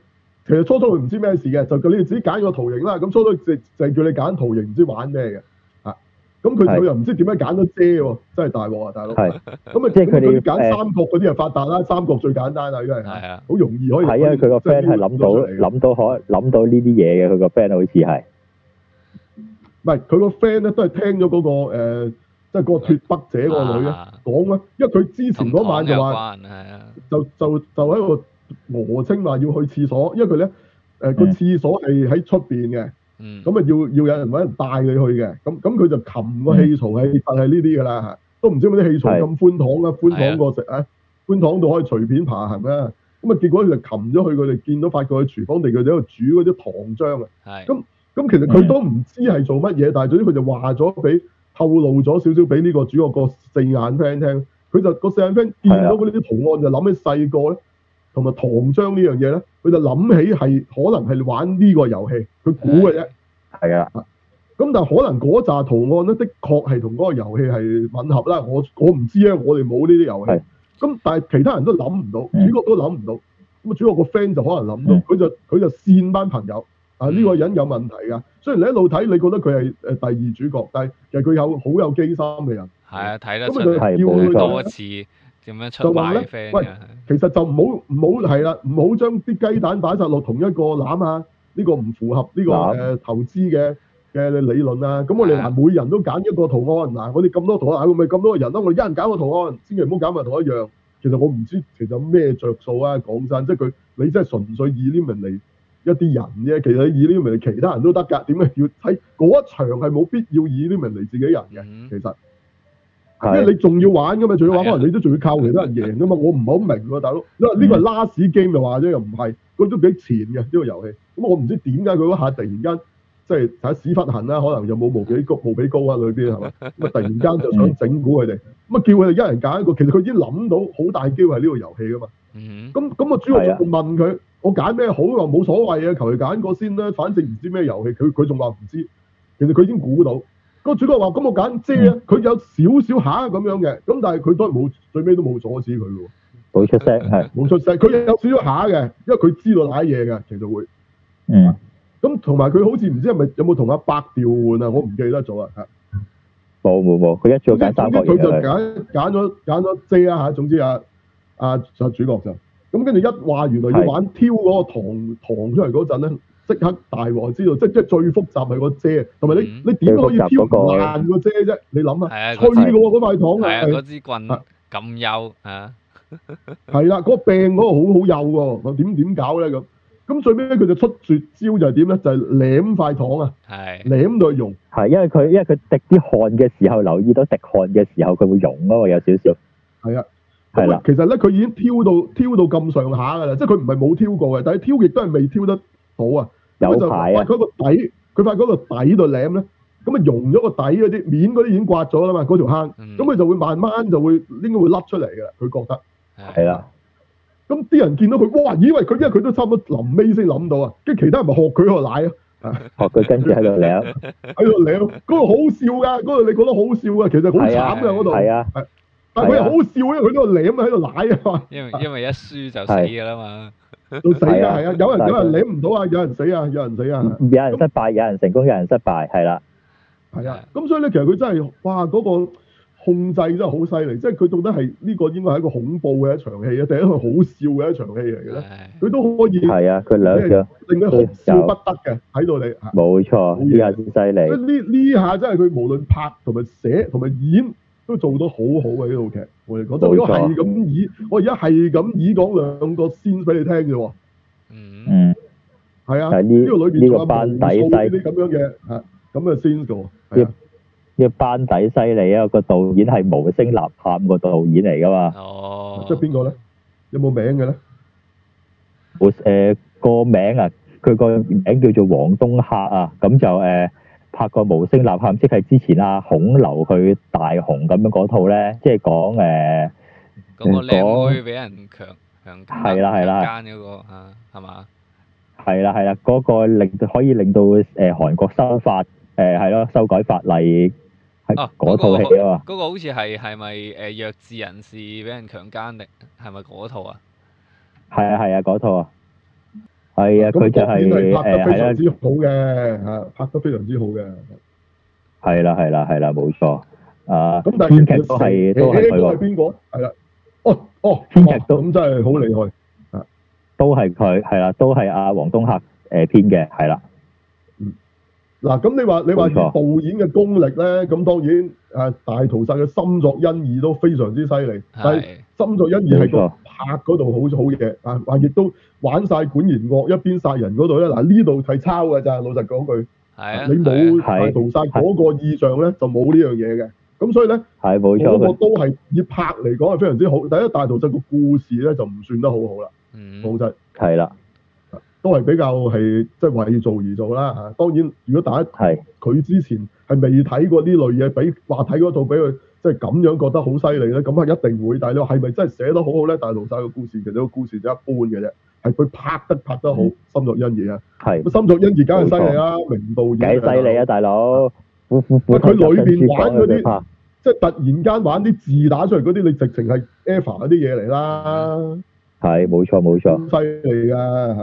S1: 其實初初佢唔知咩事嘅，就叫你自己揀個圖形啦。咁初初就就叫你揀圖形，唔知玩咩嘅。啊，咁佢
S2: 係
S1: 佢又唔知點樣揀咗遮喎，真係大鑊啊，大佬！咁啊，
S2: 係即
S1: 咁
S2: 係
S1: 佢
S2: 佢哋
S1: 哋揀三角嗰啲就發達啦，三角最簡單啦，因為
S3: 係
S1: 係
S3: 啊，
S1: 好容易可以。
S2: 係因為佢個 friend 係諗到
S1: 真係要出嚟嘅
S2: 諗到可諗到呢啲嘢嘅，佢個 friend 好似係
S1: 唔係佢個 friend 咧，都係聽咗嗰個呃即係嗰個脫北者嗰個女咧
S3: 啊
S1: 講咧，因為佢之前嗰晚就話。
S3: 話係啊，
S1: 就就就喺度俄稱話要去廁所，因為佢咧誒個
S2: 嗯
S1: 廁所係喺出邊嘅，
S3: 嗯，
S1: 咁啊要要有人揾人帶佢去嘅，咁咁佢就擒個氣槽係實係呢啲㗎啦嚇，都唔知點解啲氣槽
S2: 係
S1: 咁寬敞啊，寬敞過食啊，寬敞到可以隨便爬行啦，咁啊結果佢就擒咗去，佢哋見到發覺佢廚房地佢哋喺度煮嗰啲糖漿啊，
S3: 係
S1: 咁咁其實佢都唔知係做乜嘢，但係總之佢就話咗俾透露咗少少俾呢個主角個四眼 friend 聽，佢就個四眼 friend 見到嗰啲圖案就諗起細個咧，同埋糖漿呢樣嘢咧，佢就諗起係可能係玩呢個遊戲，佢估嘅啫。
S2: 係啊，
S1: 咁但係可能嗰扎圖案咧，的確係同嗰個遊戲係吻合啦。我我唔知啊，我哋冇呢啲遊
S2: 係
S1: 戲。咁但係其他人都諗唔到，
S2: 嗯
S1: 主角都諗唔到。咁啊，主角個 friend 就可能諗到
S2: 嗯，
S1: 佢就佢就扇班朋友啊
S3: 嗯
S1: 呢個人有問題㗎。雖然你一路睇，你覺得佢係誒第二主角，但係其實佢有好有機心嘅人。
S3: 係啊，睇得
S1: 咁
S3: 出
S1: 佢就
S3: 係
S2: 係
S1: 叫
S2: 冇
S1: 佢
S2: 錯
S1: 做
S3: 多
S1: 咧
S3: 次點樣出
S1: 就話
S3: 賣
S1: 咧
S3: friend
S1: 喂
S3: 嘅，
S1: 其實就唔好唔好係啦，唔好將啲雞蛋擺晒落同一個籃啊！呢、個唔符合呢、個誒、
S2: 籃
S1: 呃投資嘅嘅理論啊！咁我哋
S3: 係啊
S1: 嗱，每人都揀一個圖案嗱，我哋咁多圖案，我咪咁多個人咯，我哋一人揀個圖案，千祈唔好揀埋同一樣。其實我唔知其實有咩着數啊！講真，即係佢你真係純粹以 limit 嚟一啲人啫，其實以 limit 嚟其他人都得㗎，點解要睇嗰一場係冇必要以 limit 嚟自己人嘅？
S3: 嗯
S1: 其實。啊因為
S2: 係
S1: 你仲要玩噶嘛，仲要玩，
S3: 係啊嗯
S1: 可能你都仲要靠其他人贏噶嘛。我唔係好明喎，大佬。因為呢個係 last game 就話啫，又唔係，佢都幾前嘅呢個遊戲。咁我唔知點解佢嗰下突然間即係睇屎忽痕啦，可能又冇無比高無比高啊裏邊係咪？咁啊突然間就想整蠱佢哋，咁啊叫佢哋一人揀一個。其實佢已經諗到好大機會係呢個遊戲噶嘛。
S3: 嗯哼，
S1: 咁咁啊，主角仲問佢：我揀咩好？又冇所謂啊，求其揀個先啦，反正唔知咩遊戲。佢佢仲話唔知，其實佢已經估到。個主角話：咁我揀遮啊，佢有少少下咁樣嘅，咁但係佢都係冇最尾都冇阻止佢嘅喎，
S2: 冇 出聲係，
S1: 冇出聲。佢有少少下嘅，因為佢知道揦嘢嘅，其實會。
S2: 嗯
S1: 咁同埋佢好似唔知係咪有冇同阿伯調換啊？我唔記得咗啊。嚇
S2: 冇冇冇，佢一早
S1: 總之
S2: 揀三
S1: 總之
S2: 角
S1: 佢就
S2: 嘢佢，
S1: 揀揀咗揀咗遮啊嚇，總之啊啊就主角就咁跟住一話原來要玩挑嗰個糖糖出嚟嗰陣咧，即刻大鑊知道，即即最複雜係個遮，同埋你
S3: 嗯
S1: 你點可以
S2: 最複雜
S1: 挑
S2: 嗰個
S1: 爛個遮啫？你諗
S3: 係啊
S1: 下，脆
S3: 嗰
S1: 嘅
S2: 支
S1: 喎嗰
S3: 係啊，
S1: 塊糖係
S3: 嗰支棍
S1: 啊
S3: 咁幼啊，
S1: 係啦，嗰個柄嗰個好好幼喎，咁點點搞咧咁？咁最尾佢就出絕招就係點咧？就係舐塊糖啊，
S3: 係
S1: 舐到佢溶。
S2: 係因為佢因為佢滴啲汗嘅時候，留意到滴汗嘅時候佢會溶啊嘛，有少少
S1: 係啊，
S2: 係
S1: 咁
S2: 啦
S1: 啊，。其實咧佢已經挑到挑到咁上下㗎啦，即係佢唔係冇挑過嘅，但係挑亦都係未挑得到啊。
S2: 有
S1: 咁就
S2: 排
S1: 發
S2: 啊，
S1: 佢個底，佢發嗰個底度舐咧，咁啊溶咗個底嗰啲面嗰啲已經刮咗啦嘛，嗰條坑，
S3: 嗯
S1: 咁佢就會慢慢就會應該會甩出嚟㗎啦，佢覺得。
S2: 係啊啦，
S1: 咁啲人見到佢，哇！以為佢因為佢都差唔多臨尾先諗到啊，跟住其他人咪學佢喺度舐啊，
S2: 學哦佢跟住喺度 啊舐，
S1: 喺度舐咯，嗰度好笑㗎，嗰度你覺得好笑㗎，其實好
S2: 係
S1: 慘
S2: 啊
S1: 㗎嗰
S2: 係
S1: 度，
S2: 啊，
S1: 但係佢
S2: 係
S1: 又
S2: 啊
S1: 好笑，因為佢喺度舐啊，喺度舐啊嘛。
S3: 因為因為一輸就死㗎啦嘛，
S1: 到死
S2: 係
S1: 啊，
S2: 啊
S1: 係啊，有人
S2: 大
S1: 有人
S2: 概
S1: 領唔到啊，有人死啊，有人死啊，
S2: 有人失敗，有人成功，有人失敗，係啦，嗯
S1: 係啊，咁所以咧，其實佢真係哇嗰、個控制真係好犀利，即係佢到底係呢、個應該係一個恐怖嘅一場戲啊，定係一個好笑嘅一場戲嚟嘅咧？
S3: 係
S1: 佢都可以
S2: 係啊，佢兩腳
S1: 令佢好笑不得嘅，睇到你嚇。
S2: 冇錯，呢下先犀
S1: 所以
S2: 利，
S1: 呢呢下真係佢無論拍同埋寫同埋演都做得好好嘅呢套劇，我哋講真，
S2: 冇錯
S1: 我係咁以，我而家係咁以講兩個先俾你聽嘅喎，
S3: 嗯
S2: 嗯，
S1: 係啊，
S2: 係
S1: 呢個裏邊仲
S2: 呢呢
S1: 有
S2: 個
S1: 無
S2: 班
S1: 數
S2: 底
S1: 呢
S2: 犀
S1: 啲咁樣嘅嚇咁嘅 scenes 嘅喎，係啊
S2: 呢。呢個班底犀利啊！個導演係無聲吶喊個導演嚟噶嘛，
S3: 哦，
S1: 啊即係邊個咧？有冇名嘅咧？
S2: 我誒個名啊，佢個名叫做黃東赫啊，咁就誒、呃拍過無聲吶喊，即係之前啊孔劉去大雄咁樣嗰套咧，即係講呃誒
S3: 嗰個靚妹俾人強強奸，
S2: 係啦係啦
S3: 強奸嗰個啊係嘛？
S2: 係啦係啦，嗰、個令可以令到誒、呃、韓國修法誒係咯修改法例係
S3: 哦
S2: 嗰套戲啊嘛。
S3: 嗰個好似係係咪誒弱智人士俾人強奸定係咪嗰套啊？
S2: 係啊係啊，嗰套啊，係啊，
S1: 咁
S2: 佢就
S1: 當然
S2: 係誒
S1: 拍得非
S2: 係
S1: 常
S2: 啦，
S1: 之好嘅，嚇拍得非常之好嘅。
S2: 係啦係啦係啦，冇錯啊，
S1: 咁但係
S2: 編劇都係都係佢
S1: 個係
S2: 喎，
S1: 邊個？係啦，哦哦，
S2: 編劇都
S1: 哦咁真係好厲害。
S2: 都係佢係啦，都係阿黃東赫誒編嘅，係啦，
S1: 嗱，咁你話你話以
S2: 冇錯
S1: 導演嘅功力咧，咁當然誒大屠殺嘅深作欣二都非常之犀利，但係
S3: 係
S1: 深作欣二喺
S2: 冇
S1: 個
S2: 錯
S1: 拍嗰度好好嘢啊，話亦都玩晒管弦樂一邊殺人嗰度咧，嗱呢度係抄㗎咋，老實講句。
S3: 係啊，
S1: 你
S3: 係
S1: 冇
S3: 啊
S1: 大屠殺嗰個意象咧，就冇呢樣嘢嘅。咁所以咧，
S2: 係冇錯
S1: 嗰個
S2: 佢
S1: 都係以拍嚟講係非常之好。第一大屠殺個故事咧就唔算得好好啦，
S3: 嗯
S1: 講真，
S2: 係啦
S1: 都係比較係即係為做而做啦啊嚇。當然，如果大家
S2: 係
S1: 佢之前係未睇過呢類嘢，俾話睇嗰套俾佢即係咁樣覺得好犀利咧，咁啊一定會。但係你話係咪真係寫得好好咧？但係老細個故事其實個故事就一般嘅啫，係佢拍得拍得好，
S2: 嗯
S1: 深作欣二啊，
S2: 係
S1: 咁深作欣二梗係犀利啊啦，名導
S2: 幾
S1: 演
S2: 犀利啊，大佬！虎虎虎
S1: 喂佢裏邊
S2: 頭先
S1: 玩嗰啲
S2: 講啊
S1: 即係突然間玩啲字打出嚟嗰啲，你直情係 EVA 嗰啲嘢嚟
S2: 嗯
S1: 啦，
S2: 係冇錯冇錯，
S1: 犀利㗎嚇！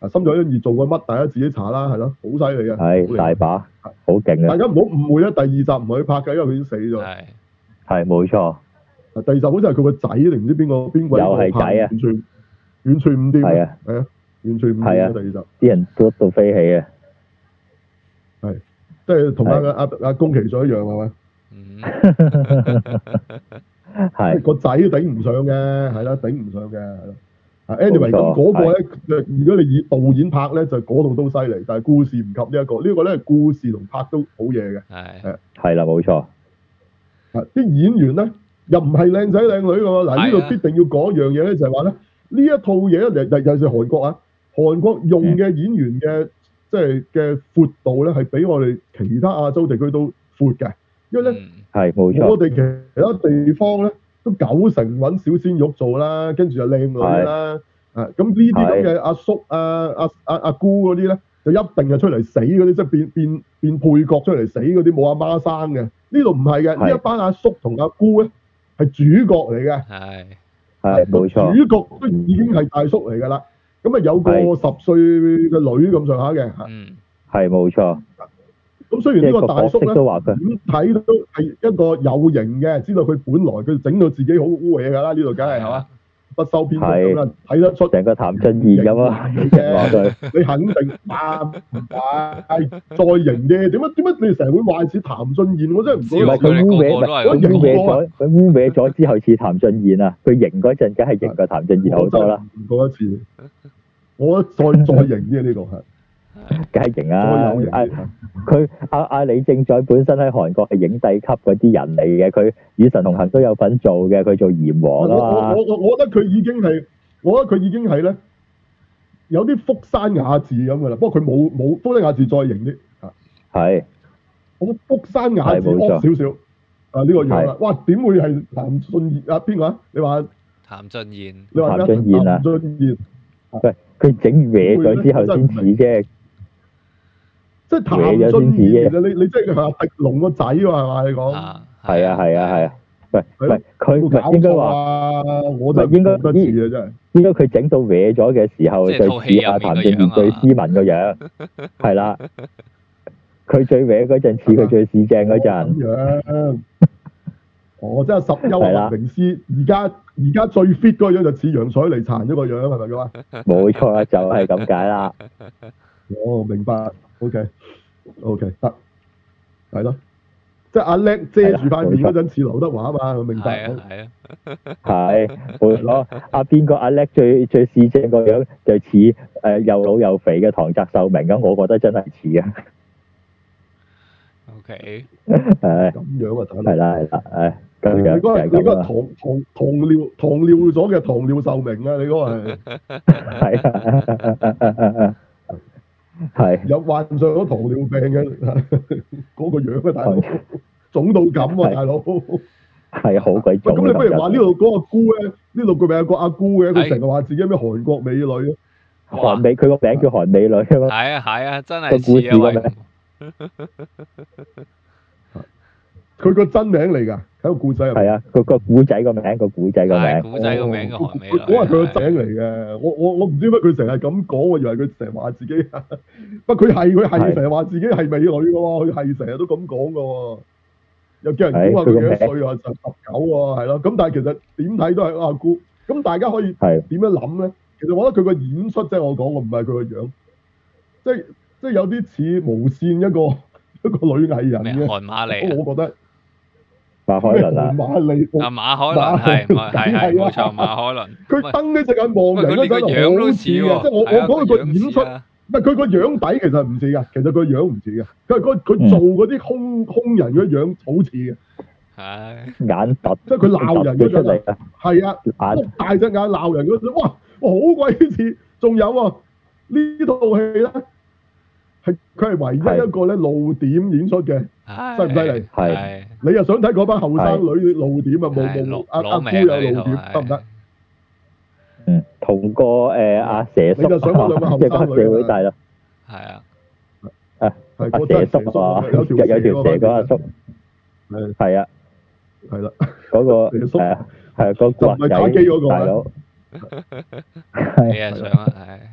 S1: 啊，深作欣二做過乜？大家自己查啦，係咯，好犀利嘅，
S2: 係啊
S1: 好
S2: 大
S1: 厲
S2: 把，好勁
S1: 害大
S2: 啊！
S1: 家唔好誤會啊！第二集唔係佢拍嘅，因為佢已經死咗。
S3: 係
S2: 係冇錯，
S1: 啊第二集好似係佢個仔定唔知邊個邊個
S2: 又係
S1: 拍
S2: 仔啊
S1: 完全完全唔掂
S2: 係啊，
S1: 係啊，完全唔掂
S2: 係
S1: 啊！
S2: 啊
S1: 第二集
S2: 啲人都到飛起啊！
S1: 即係同阿阿阿宮崎駿一樣啊係咪？
S3: 嗯，
S1: 即係
S2: 係
S1: 個仔都頂唔上嘅，係啦，頂唔上嘅，係啦。啊，anyway，
S2: 冇錯
S1: 咁嗰個咧，如果你以導演拍咧，就嗰度都犀利，但係故事唔及呢、一個，呢、個咧故事同拍都好嘢嘅。
S3: 係
S2: 係啦，冇錯，
S1: 啊，啲演員咧又唔係靚仔靚女嘅喎，嗱呢
S3: 係啊
S1: 度必定要講一樣嘢咧，就係話咧呢一套嘢咧，尤尤其是韓國啊，韓國用嘅
S3: 嗯
S1: 演員嘅即係嘅闊度咧，係比我哋其他亞洲地區都闊嘅，因為咧。
S3: 嗯
S2: 係冇錯
S1: 我，哋其他地方咧都九成揾小鮮肉做啦，跟住就靚女啦，啊咁呢啲咁嘅阿叔啊、阿阿阿姑嗰啲咧，就一定係出嚟死嗰啲，即係變變變配角出嚟死嗰啲，冇阿媽生嘅。呢度唔係嘅，
S2: 係
S1: 呢一班阿叔同阿姑咧係主角嚟嘅，
S3: 係
S2: 係冇錯，
S1: 主角都已經係大叔嚟㗎啦。咁啊有個
S2: 係
S1: 十歲嘅女咁上下嘅，啊
S3: 嗯
S2: 係冇錯，
S1: 咁雖
S2: 即
S1: 然呢
S2: 係
S1: 個
S2: 個
S1: 大
S2: 角
S1: 叔咧
S2: 色。都話佢
S1: 點睇都係一個有型嘅，知道佢本來佢整到自己好污嘢㗎啦，呢度梗係係嘛，不修邊幅咁啦，睇得出
S2: 成個譚俊彥咁啊，
S1: 型
S2: 人話佢
S1: 你肯定 啊唔係再型啲，點解點解你成日會話似譚俊彥？我真係唔
S2: 唔
S1: 覺
S2: 係
S1: 得
S3: 知道
S2: 佢污
S3: 個個都係
S1: 咁
S2: 衊，佢污衊咗，佢污衊咗之後似譚俊彥啊！佢型嗰陣梗係型過譚俊彥好多啦，
S1: 我真係唔覺得似。我 覺得再再型啲呢個係，
S2: 梗係型
S1: 再
S2: 啊
S1: 有！型
S2: 啊
S1: 啲。
S2: 佢阿阿李正宰本身喺韓國係影帝級嗰啲人嚟嘅，佢《與神同行》都有份做嘅，佢做炎
S1: 我
S2: 王啊
S1: 我
S2: 嘛，
S1: 我我覺得佢已經係，我覺得佢已經係咧有啲福山雅治咁㗎啦，不過佢冇冇福山雅治再型啲啊。
S2: 係
S1: 好福山雅
S2: 係
S1: 治
S2: 冇
S1: off
S2: 錯
S1: 少少啊呢個樣啦，哇點會係譚俊彥啊邊個啊？你話
S3: 譚俊彥
S1: 你話咩
S2: 譚俊彥啊
S1: 譚俊彥
S2: 佢整歪咗之後先似啫，
S1: 即係譚俊彥，其實你你即係話狄龍個仔喎係嘛？你講
S3: 啊
S2: 係啊係啊係啊，唔係
S1: 係
S2: 唔係佢唔
S1: 冇搞
S2: 係應該
S1: 錯
S2: 話
S1: 啊！我就
S2: 唔係應該
S1: 覺得似啊真係
S2: 應該佢整到歪咗嘅時候，
S3: 即係
S2: 就
S3: 套戲
S2: 似阿
S3: 入
S2: 譚
S3: 面個
S2: 俊
S3: 樣
S2: 彥
S3: 啊
S2: 最斯文個樣，係啦，佢最歪嗰陣似佢最市正嗰
S1: 咁，
S2: 陣
S1: 樣。哦，即係十優
S2: 係啦
S1: 啊！明師，而家而家最 fit 嗰個樣就似楊采妮殘咗個樣，係咪咁啊？
S2: 冇錯啦，就係咁解啦，
S1: 哦，明白。OK，OK，得，係咯。即係阿叻遮住塊面嗰陣似劉德華啊嘛，我明白。
S3: 係啊係啊，
S2: 係冇錯。阿邊個阿叻最最市正個樣就似誒、呃又老又肥嘅唐澤壽明啊咁，我覺得真係似啊，
S3: O K，
S2: 誒
S1: 咁樣啊，大佬
S2: 係。啦係啦，誒咁
S1: 你
S2: 樣
S1: 嗰
S2: 就
S1: 個
S2: 係
S1: 你嗰
S2: 咁啊
S1: 個
S2: 啦，
S1: 糖糖糖尿糖尿咗嘅糖尿壽命啊！你嗰 個係
S2: 係啊，係
S1: 有患上咗糖尿病嘅 嗰個樣啊，大佬
S2: 係
S1: 腫到咁啊，
S2: 係
S1: 大佬！喂，
S2: 係好鬼啊重
S1: 咁你不如話呢
S2: 咁樣，
S1: 度嗰個姑咧，呢度佢咪有個阿姑嘅，佢
S3: 係
S1: 成日話自己咩韓國美女啊
S2: 韓美佢個名叫韓美女啊嘛，
S3: 係啊係啊，真
S2: 個
S3: 係
S2: 故
S3: 似
S2: 事
S3: 啊
S2: 個
S3: 喂
S2: 名，
S1: 佢個真名嚟㗎，喺個故仔入面。
S2: 係啊，個個古仔個名個古仔個
S3: 係
S2: 名，
S3: 古仔個名個韓美女，啊
S1: 我哦係佢個井嚟嘅，我我我唔知乜佢成日咁講，我以為佢成日話自己，不過佢係佢係
S2: 係
S1: 成日話自己係美女嘅喎，佢係成日都咁講嘅喎，又叫人估下
S2: 係佢
S1: 佢
S2: 個
S1: 幾多歲啊，就十九喎，係咯，咁但係其實點睇都係阿姑，咁大家可以
S2: 係
S1: 點樣諗咧？其實我覺得佢個演出即係我講，我唔係佢個樣，即係即係有啲似無線一個 一個女藝人
S3: 咩啊
S1: 嘅，
S3: 韓馬利
S1: 我覺得
S2: 馬海
S1: 咩
S2: 倫 啊，
S1: 馬利奧
S3: 啊，啊馬海倫 係係係冇錯馬海倫，
S1: 佢瞪呢隻眼望啊人嗰
S3: 喂
S1: 陣
S3: 佢個樣
S1: 好
S3: 都
S1: 似
S3: 似
S1: 嘅，
S3: 喎，
S1: 即係我我
S3: 係啊
S1: 講佢個演出
S3: 樣，似啊
S1: 唔係佢個樣底其實唔似嘅，其實佢個樣唔似嘅，佢佢佢
S2: 嗯
S1: 做嗰啲空空人嗰樣好似嘅，
S3: 係
S2: 眼突
S1: 即係佢鬧人嗰
S2: 突咗出
S1: 陣啊，
S2: 嚟啊，
S1: 係啊，
S2: 眼
S1: 碌大隻眼鬧人嗰陣，哇哇好鬼似，仲有啊呢套戲咧係佢係唯一一個咧露點演出嘅，
S3: 唉
S1: 犀唔犀利？
S2: 係
S3: 係
S1: 你又想睇嗰班後生女露點啊？
S3: 係
S1: 冇
S3: 攞
S1: 冇阿阿
S3: 攞
S1: 姑
S3: 命啊
S1: 有
S3: 呢
S1: 露
S3: 套
S1: 點得唔得？
S2: 嗯，同個誒阿蛇叔
S1: 嗯你就想嗰兩個 後生女啊
S2: 一個社會大啦，
S3: 係啊，
S1: 係
S2: 阿
S1: 嗰
S2: 蛇
S1: 真
S2: 叔啊，
S1: 有條
S2: 有有條蛇嗰個阿
S1: 叔
S2: 叔，
S1: 係
S2: 係啊，
S1: 係啦，
S2: 嗰個
S1: 蛇叔
S2: 係啊係啊嗰個
S1: 就唔係打機嗰個啊
S2: 大佬，
S3: 你啊想啊，唉，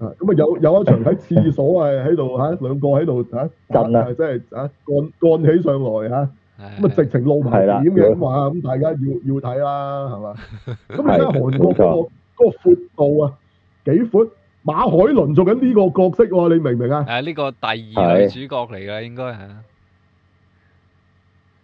S1: 啊咁啊有有一場喺廁所啊喺度嚇兩個喺度嚇
S2: 嗯震啊嗯
S1: 即係嚇幹幹起上來嚇。
S3: 唉
S1: 咁啊，直情露埋
S2: 係啦
S1: 點嘅咁話，咁大家要要睇啦， 係嘛？咁你睇下
S2: 係
S1: 韓國嗰、
S2: 冇
S1: 個嗰個闊度啊，幾闊？馬海倫做緊呢個角色喎，你明唔明啊？
S3: 誒呢個第二
S2: 係
S3: 女主角嚟㗎，應該係啊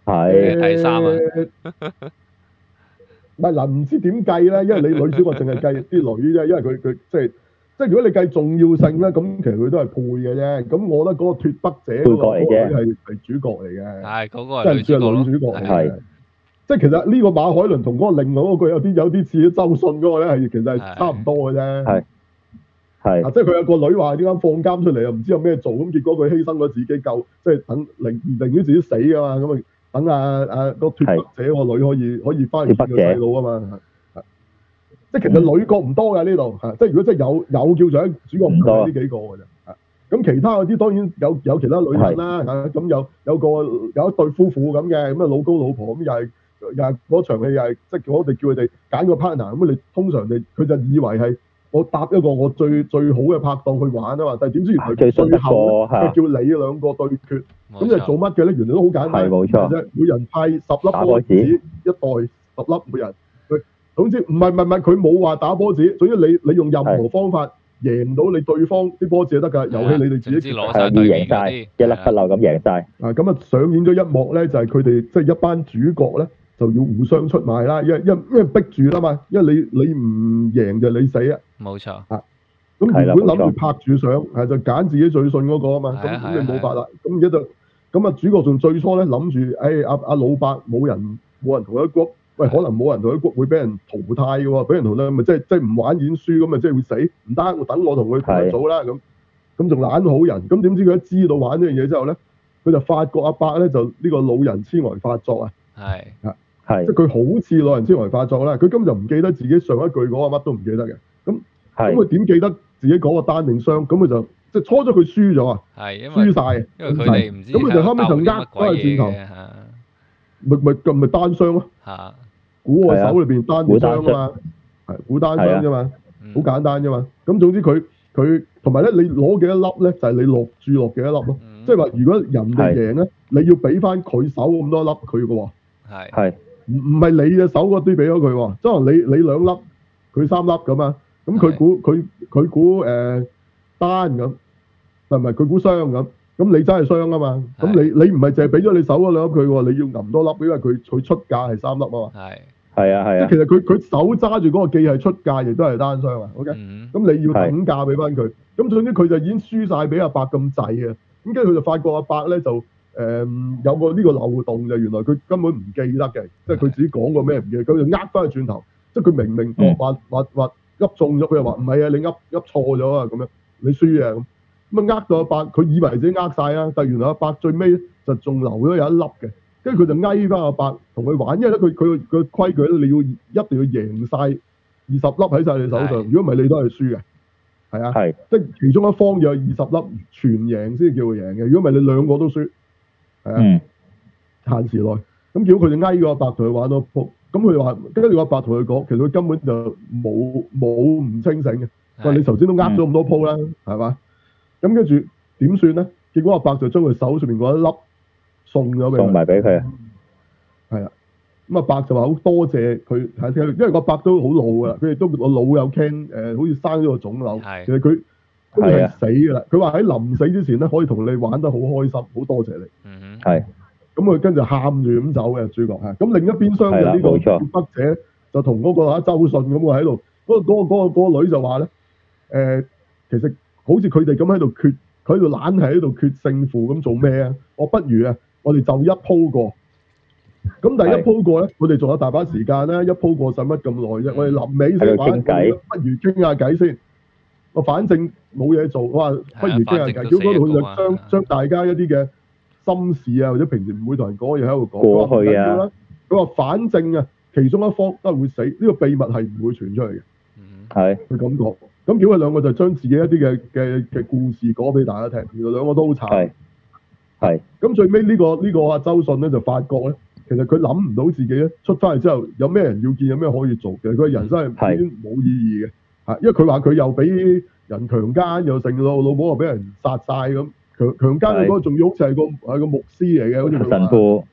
S2: 係
S3: 第三啊
S1: 誒 唔係嗱，唔知點計咧，因為你女主角淨係計啲女啫，因為佢佢即係即係如果你計重要性咧，咁其實佢都係配嘅啫。咁我覺得嗰個脱北者嗰個
S2: 配角嚟啫
S1: 嗰個女係係主角嚟嘅。
S3: 係嗰個
S1: 即係
S3: 係啊女
S1: 女
S3: 主角咯，
S1: 主角嚟
S3: 係
S2: 係
S1: 嘅。即係其實呢個馬海倫同嗰個另外嗰個有啲有啲似周迅嗰個咧，係其實係差唔多嘅啫。
S2: 係係
S1: 啊，即係佢有個女話點解放監出嚟又唔知有咩做，咁結果佢犧牲咗自己救，即係等寧寧願自己死噶嘛，咁啊等啊啊個脱北者個女可以可以翻去見個細佬啊嘛。即係其實女角唔多嘅呢度，嚇即係如果真係有有叫做主角唔
S2: 唔多
S1: 係
S2: 啊
S1: 呢幾個嘅啫。嚇咁其他嗰啲當然有有其他女人啦，嚇咁有有個有一對夫婦咁嘅，咁啊老公老婆咁又係又係嗰場戲又係即係我哋叫佢哋揀個 partner，咁你通常你佢就以為係我搭一個我最最好嘅拍檔去玩啊嘛，但係點知原來
S2: 最信得
S1: 最後
S2: 過啊
S1: 佢
S2: 嚇，
S1: 叫你兩個對決。
S3: 冇
S1: 咁就做
S3: 錯，
S1: 乜嘅咧？原來都好簡單，
S2: 係冇錯
S1: 其實每人派十粒
S2: 打
S1: 波
S2: 波
S1: 子，
S2: 子
S1: 一袋十粒每人。佢總之唔係唔係唔係，佢冇話打波子，總之你你用任何
S2: 係
S1: 方法贏到你對方啲波子就得㗎。
S3: 係啊
S1: 遊戲你哋自
S3: 總
S1: 己
S3: 之
S1: 決定
S3: 攞
S2: 係啊要贏晒，一粒不漏咁贏晒，
S1: 啊，咁啊上演咗一幕咧，就係佢哋即係一班主角咧，就要互相出賣啦，因為因為因為逼住啦嘛，因為你你唔贏就你死啊。
S3: 冇錯，
S1: 咁
S2: 係啦
S1: 原本諗住
S2: 冇錯
S1: 拍住上，係就揀自己最信嗰個啊嘛，咁
S3: 係啊
S1: 咁你
S3: 係啊
S1: 冇法啦。咁而家就咁啊，主角仲最初咧諗住，誒阿阿老伯冇人冇人同佢一 group，喂，
S3: 係
S1: 可能冇人同佢一 group 會俾人淘汰嘅喎，俾人淘汰咪即係即係唔玩演輸咁咪即係會死，唔得，我等我同佢同佢
S2: 係
S1: 組啦
S3: 嗯
S1: 咁，咁仲懶好人，咁點知佢一知道玩呢樣嘢之後咧，佢就發覺阿伯咧就呢個老人痴呆發作啊！
S3: 係
S1: 即係
S2: 係
S1: 佢好似老人痴呆發作啦，佢根本就唔記得自己上一句嗰個乜都唔記得嘅。咁
S2: 係
S1: 佢點記得自己講個單定雙？咁佢就即係初咗佢輸咗啊，
S3: 係因為
S1: 輸晒，
S3: 因為佢哋唔知
S1: 咁佢就後尾就呃
S3: 鬼
S1: 翻去轉
S3: 嘢
S1: 頭
S3: 嘅嚇
S1: 咪咪咁咪單雙咯，
S3: 嚇，
S1: 啊估我手裏邊單定雙啊嘛，係啊估單雙啫嘛，
S3: 嗯
S1: 好簡單啫嘛。咁總之佢佢同埋咧，你攞幾多粒咧，就係你落注落幾多粒咯。
S3: 嗯
S1: 即係話，如果人哋贏咧，你要俾翻佢手咁多粒佢嘅喎，
S3: 係
S2: 係
S1: 唔唔係你嘅手嗰堆俾咗佢喎，即係可能你你兩粒，佢三粒咁啊。咁佢
S3: 係
S1: 估佢佢估誒單咁，唔係唔係佢估雙咁。咁你真係雙啊嘛！咁你
S3: 係
S1: 你唔係淨係俾咗你手嗰兩粒佢喎，你要揞多粒，因為佢佢出價係三粒啊嘛。
S3: 係
S2: 係啊
S1: 即
S2: 係
S1: 係
S2: 啊
S1: 其，實佢佢手揸住嗰個記係出價，亦都係單雙啊。OK，
S3: 嗯
S1: 咁你要等價俾翻佢。咁總之佢就已經輸晒俾阿伯咁滯啊。咁跟住佢就發覺阿伯咧就誒、有個呢個漏洞就原來佢根本唔記得嘅，即係佢自己講過咩唔記得，咁就呃翻去轉頭。即係佢明明
S2: 嗯
S1: 話話話噏中咗，佢又話唔係啊，你噏噏錯咗啊，咁樣你輸啊咁。咁啊呃到阿伯，佢以為自己呃晒啦，但係原來阿伯最尾就仲留咗有一粒嘅，跟住佢就翳翻阿伯同佢玩，因為咧佢佢佢規矩咧，你要一定要贏晒二十粒喺晒你手上
S3: 係，
S1: 如果唔係你都係輸嘅，係啊，
S2: 係
S1: 即係其中一方有二十粒全贏先叫佢贏嘅，如果唔係你兩個都輸，係啊。
S2: 嗯
S1: 限時內。咁結果佢就翳咗阿伯同佢玩咯，咁佢話跟住阿伯同佢講，其實佢根本就冇冇唔清醒嘅。
S3: 係
S1: 喂，你頭先都呃咗咁多鋪啦，係嘛？咁跟住點算咧？結果阿伯就將佢手上面嗰一粒送咗俾
S2: 送
S1: 佢。
S2: 埋俾佢啊，
S1: 咁阿伯就話好多謝佢，係因為個阿伯都好老㗎啦，佢哋都個腦有 can 誒、好似生咗個腫瘤，
S3: 係
S1: 其實佢佢
S2: 係
S1: 係
S2: 啊
S1: 死㗎啦。佢話喺臨死之前咧，可以同你玩得好開心，好多謝你。
S3: 嗯哼
S2: 係
S1: 咁佢跟住喊住咁走嘅主角嚇。咁另一邊廂
S2: 係啦
S1: 嘅呢個
S2: 冇錯
S1: 脫北者就同嗰個嚇周迅咁喎喺度，嗰、個嗰、個嗰、個女就話咧，誒、其實好似佢哋咁喺度決，佢喺度懶係喺度決勝負咁做咩啊？我不如啊，我哋就一鋪過。咁但係一
S2: 係
S1: 鋪過咧，我哋仲有大把
S2: 嗯
S1: 時間啦，一鋪過使乜咁耐啫？我哋臨尾先玩，哎
S2: 喺度傾偈
S1: 不如傾下偈先。我反正冇嘢做，哇，不如傾下偈。
S3: 啊反正都
S1: 咁嗰度佢
S3: 寫
S1: 就
S3: 稿啊
S1: 將將大家一啲嘅心事啊，或者平時唔會同人講嘅嘢喺度講。
S2: 過去
S1: 佢話
S2: 啊
S1: 唔緊要啦，佢話反正啊，其中一方都係會死，呢、個秘密係唔會傳出嚟嘅。
S3: 嗯，
S2: 係
S1: 佢咁講，咁結果兩個就將自己一啲嘅嘅嘅故事講俾大家聽，原來兩個都好慘
S2: 係。係
S1: 咁最尾呢、個呢、個阿周信咧就發覺咧，其實佢諗唔到自己咧出翻嚟之後有咩人要見，有咩可以做嘅，佢人生係
S2: 係
S1: 已經冇意義嘅嚇，因為佢話佢又俾人強姦，又成老老母又俾人殺晒咁，強強姦佢嗰個仲要好似係個係個牧師嚟嘅，好似佢話
S2: 神父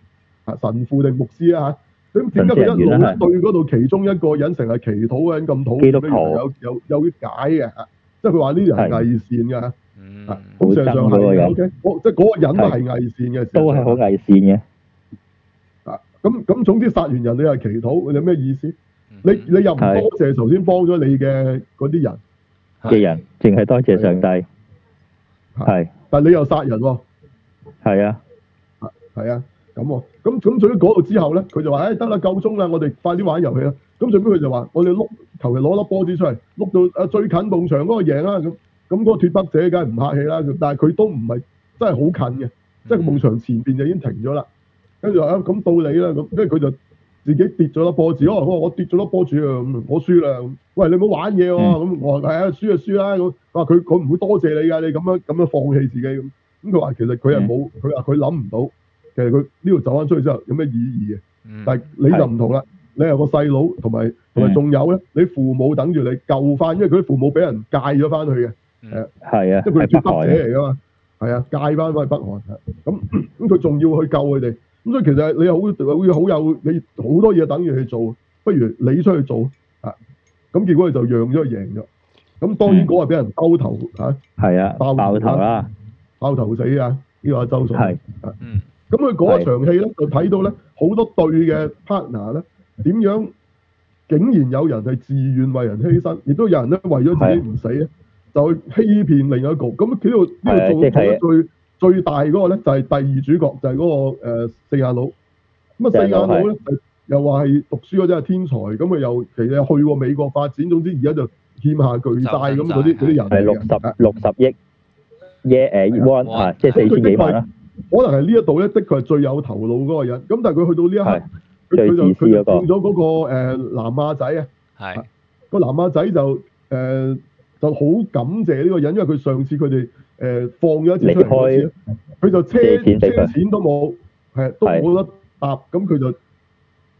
S1: 啊神父定牧師啊嚇。咁點解佢一
S2: 神職人員啦係
S1: 路對嗰度其中一個人成日祈禱嘅人咁討厭
S2: 基督徒
S1: 咧？原來有有有啲解嘅嚇，即係佢話呢啲人係偽善嘅嚇，
S3: 嗯，
S1: 啊
S2: 好
S1: 咁上上
S2: 憎嗰個
S1: 係
S2: 人
S1: OK，我即係嗰個人都係偽善嘅，
S2: 都係好偽善嘅，
S1: 啊，咁咁總之殺完人你係祈禱，你有咩意思？
S3: 嗯
S1: 你你又唔
S2: 係
S1: 多謝頭先幫咗你嘅嗰啲人，
S2: 嘅人，淨係多
S1: 啊
S2: 謝上帝。係
S1: 但你又殺人喎，
S2: 係啊，
S1: 係啊，咁喎，咁咁最尾嗰度之後咧，佢就話：，唉、得啦，夠鐘啦，我哋快啲玩遊戲啦。咁最尾佢就話：，我哋碌求其攞粒波子出嚟，碌到啊最近埲牆嗰個贏啦。咁咁嗰個脱北者梗係唔客氣啦，咁但係佢都唔係真係好近嘅，即係夢場前邊就已經停咗啦。跟住話啊，咁到你啦，咁跟住佢就自己跌咗粒波子，哦，我話我跌咗粒波子啊，咁我輸啦，咁喂你唔好玩嘢喎，咁我話係啊，輸就輸啦，咁佢話佢佢唔會多謝你㗎，你咁樣咁樣放棄自己咁，咁佢話其實佢係冇，佢話佢諗唔到，其實佢呢度走翻出去之後有咩意義嘅，
S3: 嗯，
S1: 但係你就唔同啦，你係個細佬，同埋同埋
S2: 嗯
S1: 仲有咧，你父母等住你救翻，因為佢啲父母俾人戒咗翻去嘅。
S2: 係啊，
S1: 即係佢
S2: 係
S1: 係脱
S2: 北韓
S1: 北
S2: 嘅
S1: 者嚟噶嘛，係啊，戒翻翻去北韓，係咁咁佢仲要去救佢哋，咁所以其實你好會好有你好多嘢等住去做，不如你出去做啊，咁結果佢就讓咗佢贏咗，咁當然
S2: 嗯
S1: 嗰個俾人兜頭啊，
S2: 係啊，
S1: 爆
S2: 爆頭啦，
S1: 爆頭死啊，呢個阿周總。
S2: 係
S3: 嗯，
S1: 咁佢嗰一場戲咧，就睇到咧好多對嘅 partner 咧點樣，竟然有人係自願為人犧牲，亦都有人咧為咗自己唔死咧，就去欺騙另一個。咁呢度呢
S2: 係
S1: 度做
S2: 即係
S1: 做得最最大嗰個咧，就係第二主角，就係嗰個誒四眼佬。咁啊四眼佬咧就又話係讀書嗰陣係天才，咁佢又其實去過美國發展，總之而家就欠下巨債咁嗰啲嗰啲人嚟嘅
S2: 係六
S1: 啊
S2: 十六十億耶誒 one 啊，即係四千幾萬啦，
S1: 可能係呢一度咧，的確係最有頭腦嗰個人。咁但係佢去到呢一
S2: 係
S1: 刻，佢佢就
S2: 最自私
S1: 佢就
S2: 嗰個
S1: 變咗嗰個誒南亞仔啊，
S3: 係，
S1: 個南亞仔就誒、呃就好感謝呢個人，因為佢上次佢哋誒放咗一次出嚟嗰次咧，佢就車
S2: 借錢俾佢
S1: 車錢都冇，係都
S2: 係
S1: 冇得搭，咁佢就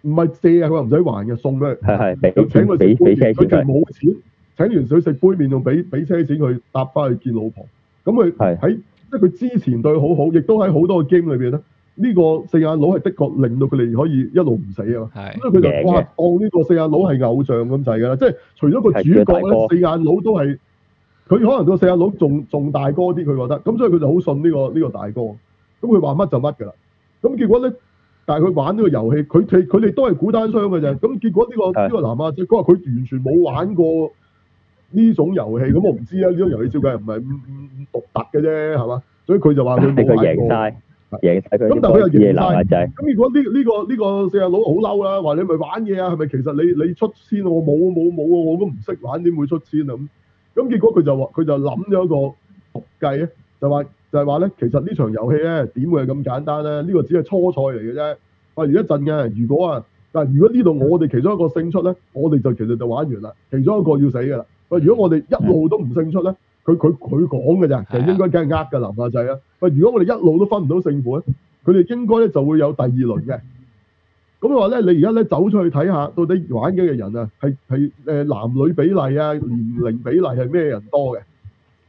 S1: 唔係借啊，佢話唔使還嘅，送俾佢。
S2: 係係俾
S1: 咁請佢
S2: 錢俾
S1: 食杯
S2: 俾
S1: 麵，
S2: 車
S1: 佢就
S2: 錢佢，
S1: 冇錢。請完水食杯麵，仲俾俾車錢佢搭翻去見老婆。咁佢
S2: 係
S1: 喺即係佢之前對佢好好，亦都喺好多個 game 裏邊咧，呢、個四眼佬係的確令到佢哋可以一路唔死啊嘛。
S3: 係，
S1: 咁所以佢
S2: 贏嘅
S1: 就哇當呢個四眼佬係偶像咁滯㗎啦，即係除咗個主
S2: 係佢大
S1: 角咧，
S2: 哥
S1: 四眼佬都係佢可能個四眼佬仲仲大哥啲，佢覺得咁，所以佢就好信呢、個呢、個大哥。咁佢話乜就乜㗎啦。咁結果咧，但係佢玩呢個遊戲，佢佢佢哋都係估單雙嘅啫。咁結果呢、個
S2: 嗯係
S1: 呢個男亞仔，佢話佢完全冇玩過呢種遊戲，咁我唔知啊。呢種遊戲照計唔係唔唔獨特嘅啫，係嘛？所以佢就話佢
S2: 俾
S1: 冇
S2: 佢
S1: 玩
S2: 贏
S1: 過。
S2: 晒，贏晒佢
S1: 咁
S2: 啲
S1: 但係佢又
S2: 波子嘅
S1: 贏晒
S2: 男仔，
S1: 咁如果呢、呢個呢、個四眼佬好嬲啦，話你咪玩嘢啊，係咪其實你你出先啊我冇冇冇啊，我都唔識玩，點會出先啊咁？咁結果佢就話佢就諗咗一個毒計咧，就話就係話咧，其實呢場遊戲咧點會係咁簡單咧？呢、個只係初賽嚟嘅啫。話而家陣嘅，如果啊嗱，如果呢度我哋其中一個勝出咧，我哋就其實就玩完啦，其中一個要死㗎啦。喂，如果我哋一路都唔勝出咧，佢佢佢講㗎咋，其實應該梗係呃㗎林亞仔啊。喂，如果我哋一路都分唔到勝負咧，佢哋應該咧就會有第二輪嘅。咁話咧，你而家咧走出去睇下，到底玩緊嘅人啊，係係誒男女比例啊、年齡比例係咩人多嘅？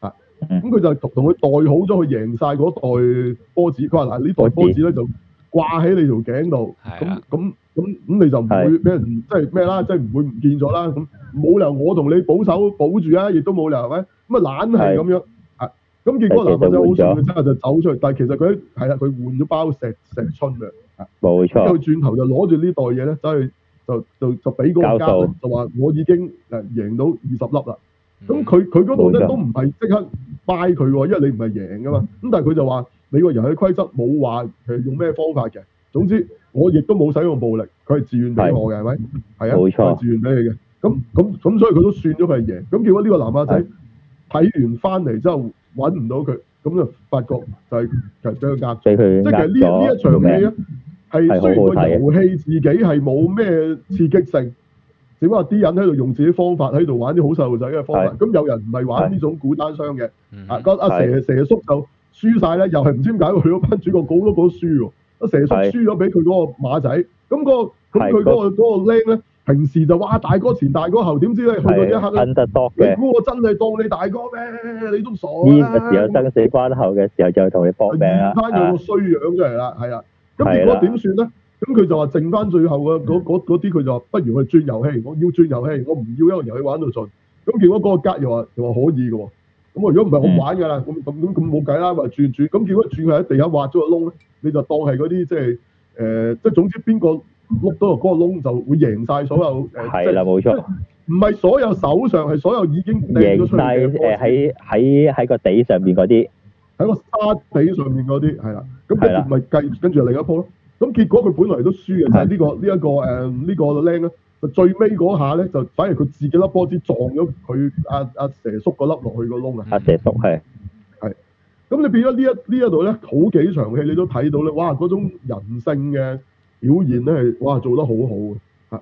S1: 啊，
S2: 嗯
S1: 咁佢就同同佢代好咗，佢贏晒嗰袋波子。佢話嗱，呢袋波子咧就掛喺你條頸度，
S3: 係
S1: 咁
S3: 啊
S1: 咁咁咁你就唔會
S2: 係
S1: 俾人即係咩啦，即係唔會唔見咗啦。咁冇理由我同你保守保住啊，亦都冇理由係咪？咁啊懶係咁樣啊，咁結果男仔好笑，佢真係就走出去，但係其實佢係啦，佢換咗包石石春啊嘅。
S2: 冇
S1: 之後
S2: 錯，
S1: 轉頭就攞住呢袋嘢咧，走去就就就俾嗰個家
S2: 交
S1: 咧
S2: 數，
S1: 就話我已經誒贏到二十粒啦。咁
S3: 嗯
S1: 佢佢嗰度咧
S2: 冇錯
S1: 都唔係即刻 buy 佢喎，因為你唔係贏噶嘛。
S2: 嗯
S1: 咁但係佢就話你個遊戲規則冇話誒用咩方法嘅，總之我亦都冇使用暴力，佢係自願俾我嘅，係咪？係啊，
S2: 嗯冇錯
S1: 佢係自願俾你嘅。咁咁咁，所以佢都算咗佢係贏。咁結果呢個男亞仔睇完翻嚟之後揾唔到佢，咁就發覺就係其實俾佢呃咗。
S2: 俾佢
S1: 即係其實呢
S2: 呃
S1: 呢一場
S2: 咗條
S1: 戲
S2: 命。
S1: 咧，係雖然個遊戲自己係冇咩刺激性，只不過啲人喺度用自己方法喺度玩啲好細路仔嘅方法。咁有人唔係玩呢種古單雙嘅，
S3: 嗯
S1: 啊個阿蛇蛇叔就輸晒咧，又係唔知點解佢嗰班主角好多個都輸喎。阿蛇叔
S2: 係
S1: 輸咗俾佢嗰個馬仔，咁、個咁
S2: 係
S1: 佢嗰
S2: 嗰
S1: 個嗰個僆咧，平時就哇大哥前大哥後，點知咧去到呢一刻
S2: 係
S1: 咧，
S2: underdog
S1: 你
S2: 嘅，
S1: 估我真係當你大哥咩？你都傻
S2: 呢
S1: 啦！
S2: 個時候生死關頭嘅時候就同你搏命啦
S1: 現，翻有個衰樣出嚟啦，係啊。咁
S2: 啊係
S1: 結
S2: 啦
S1: 果點算咧？咁佢就話剩翻最後嘅嗰嗰嗰啲，佢就話不如去轉遊戲，我要轉遊戲，我唔要一個遊戲玩到盡。咁結果嗰個格又話又話可以嘅喎。咁我如果唔係我唔玩㗎啦，
S2: 嗯
S1: 咁咁咁咁冇計啦，咪轉轉。咁結果轉佢喺地下挖咗個窿咧，你就當係嗰啲即係誒，即係總之邊個碌到落嗰個窿就會贏晒所有呃
S2: 啊
S1: 誒，即
S2: 係
S1: 係
S2: 啦冇錯，
S1: 唔係所有手上係所有已經掟
S2: 贏
S1: 咗出
S2: 晒
S1: 嚟嘅波
S2: 誒喺喺喺個地上面嗰啲，
S1: 喺個沙地上面嗰啲係啦，咁
S2: 係
S1: 跟
S2: 啦
S1: 住咪計，跟住另一鋪咯。咁結果佢本來都輸嘅，就係
S2: 係
S1: 呢個呢一個誒呢個僆咧，就最尾嗰下咧就反而佢自己粒波子撞咗佢阿阿蛇叔個粒落去個
S3: 嗯
S1: 窿啊！
S2: 阿蛇叔係
S1: 咁你變咗呢一呢一度咧，好幾場戲你都睇到咧，哇！嗰種人性嘅表現咧係哇做得好好嘅。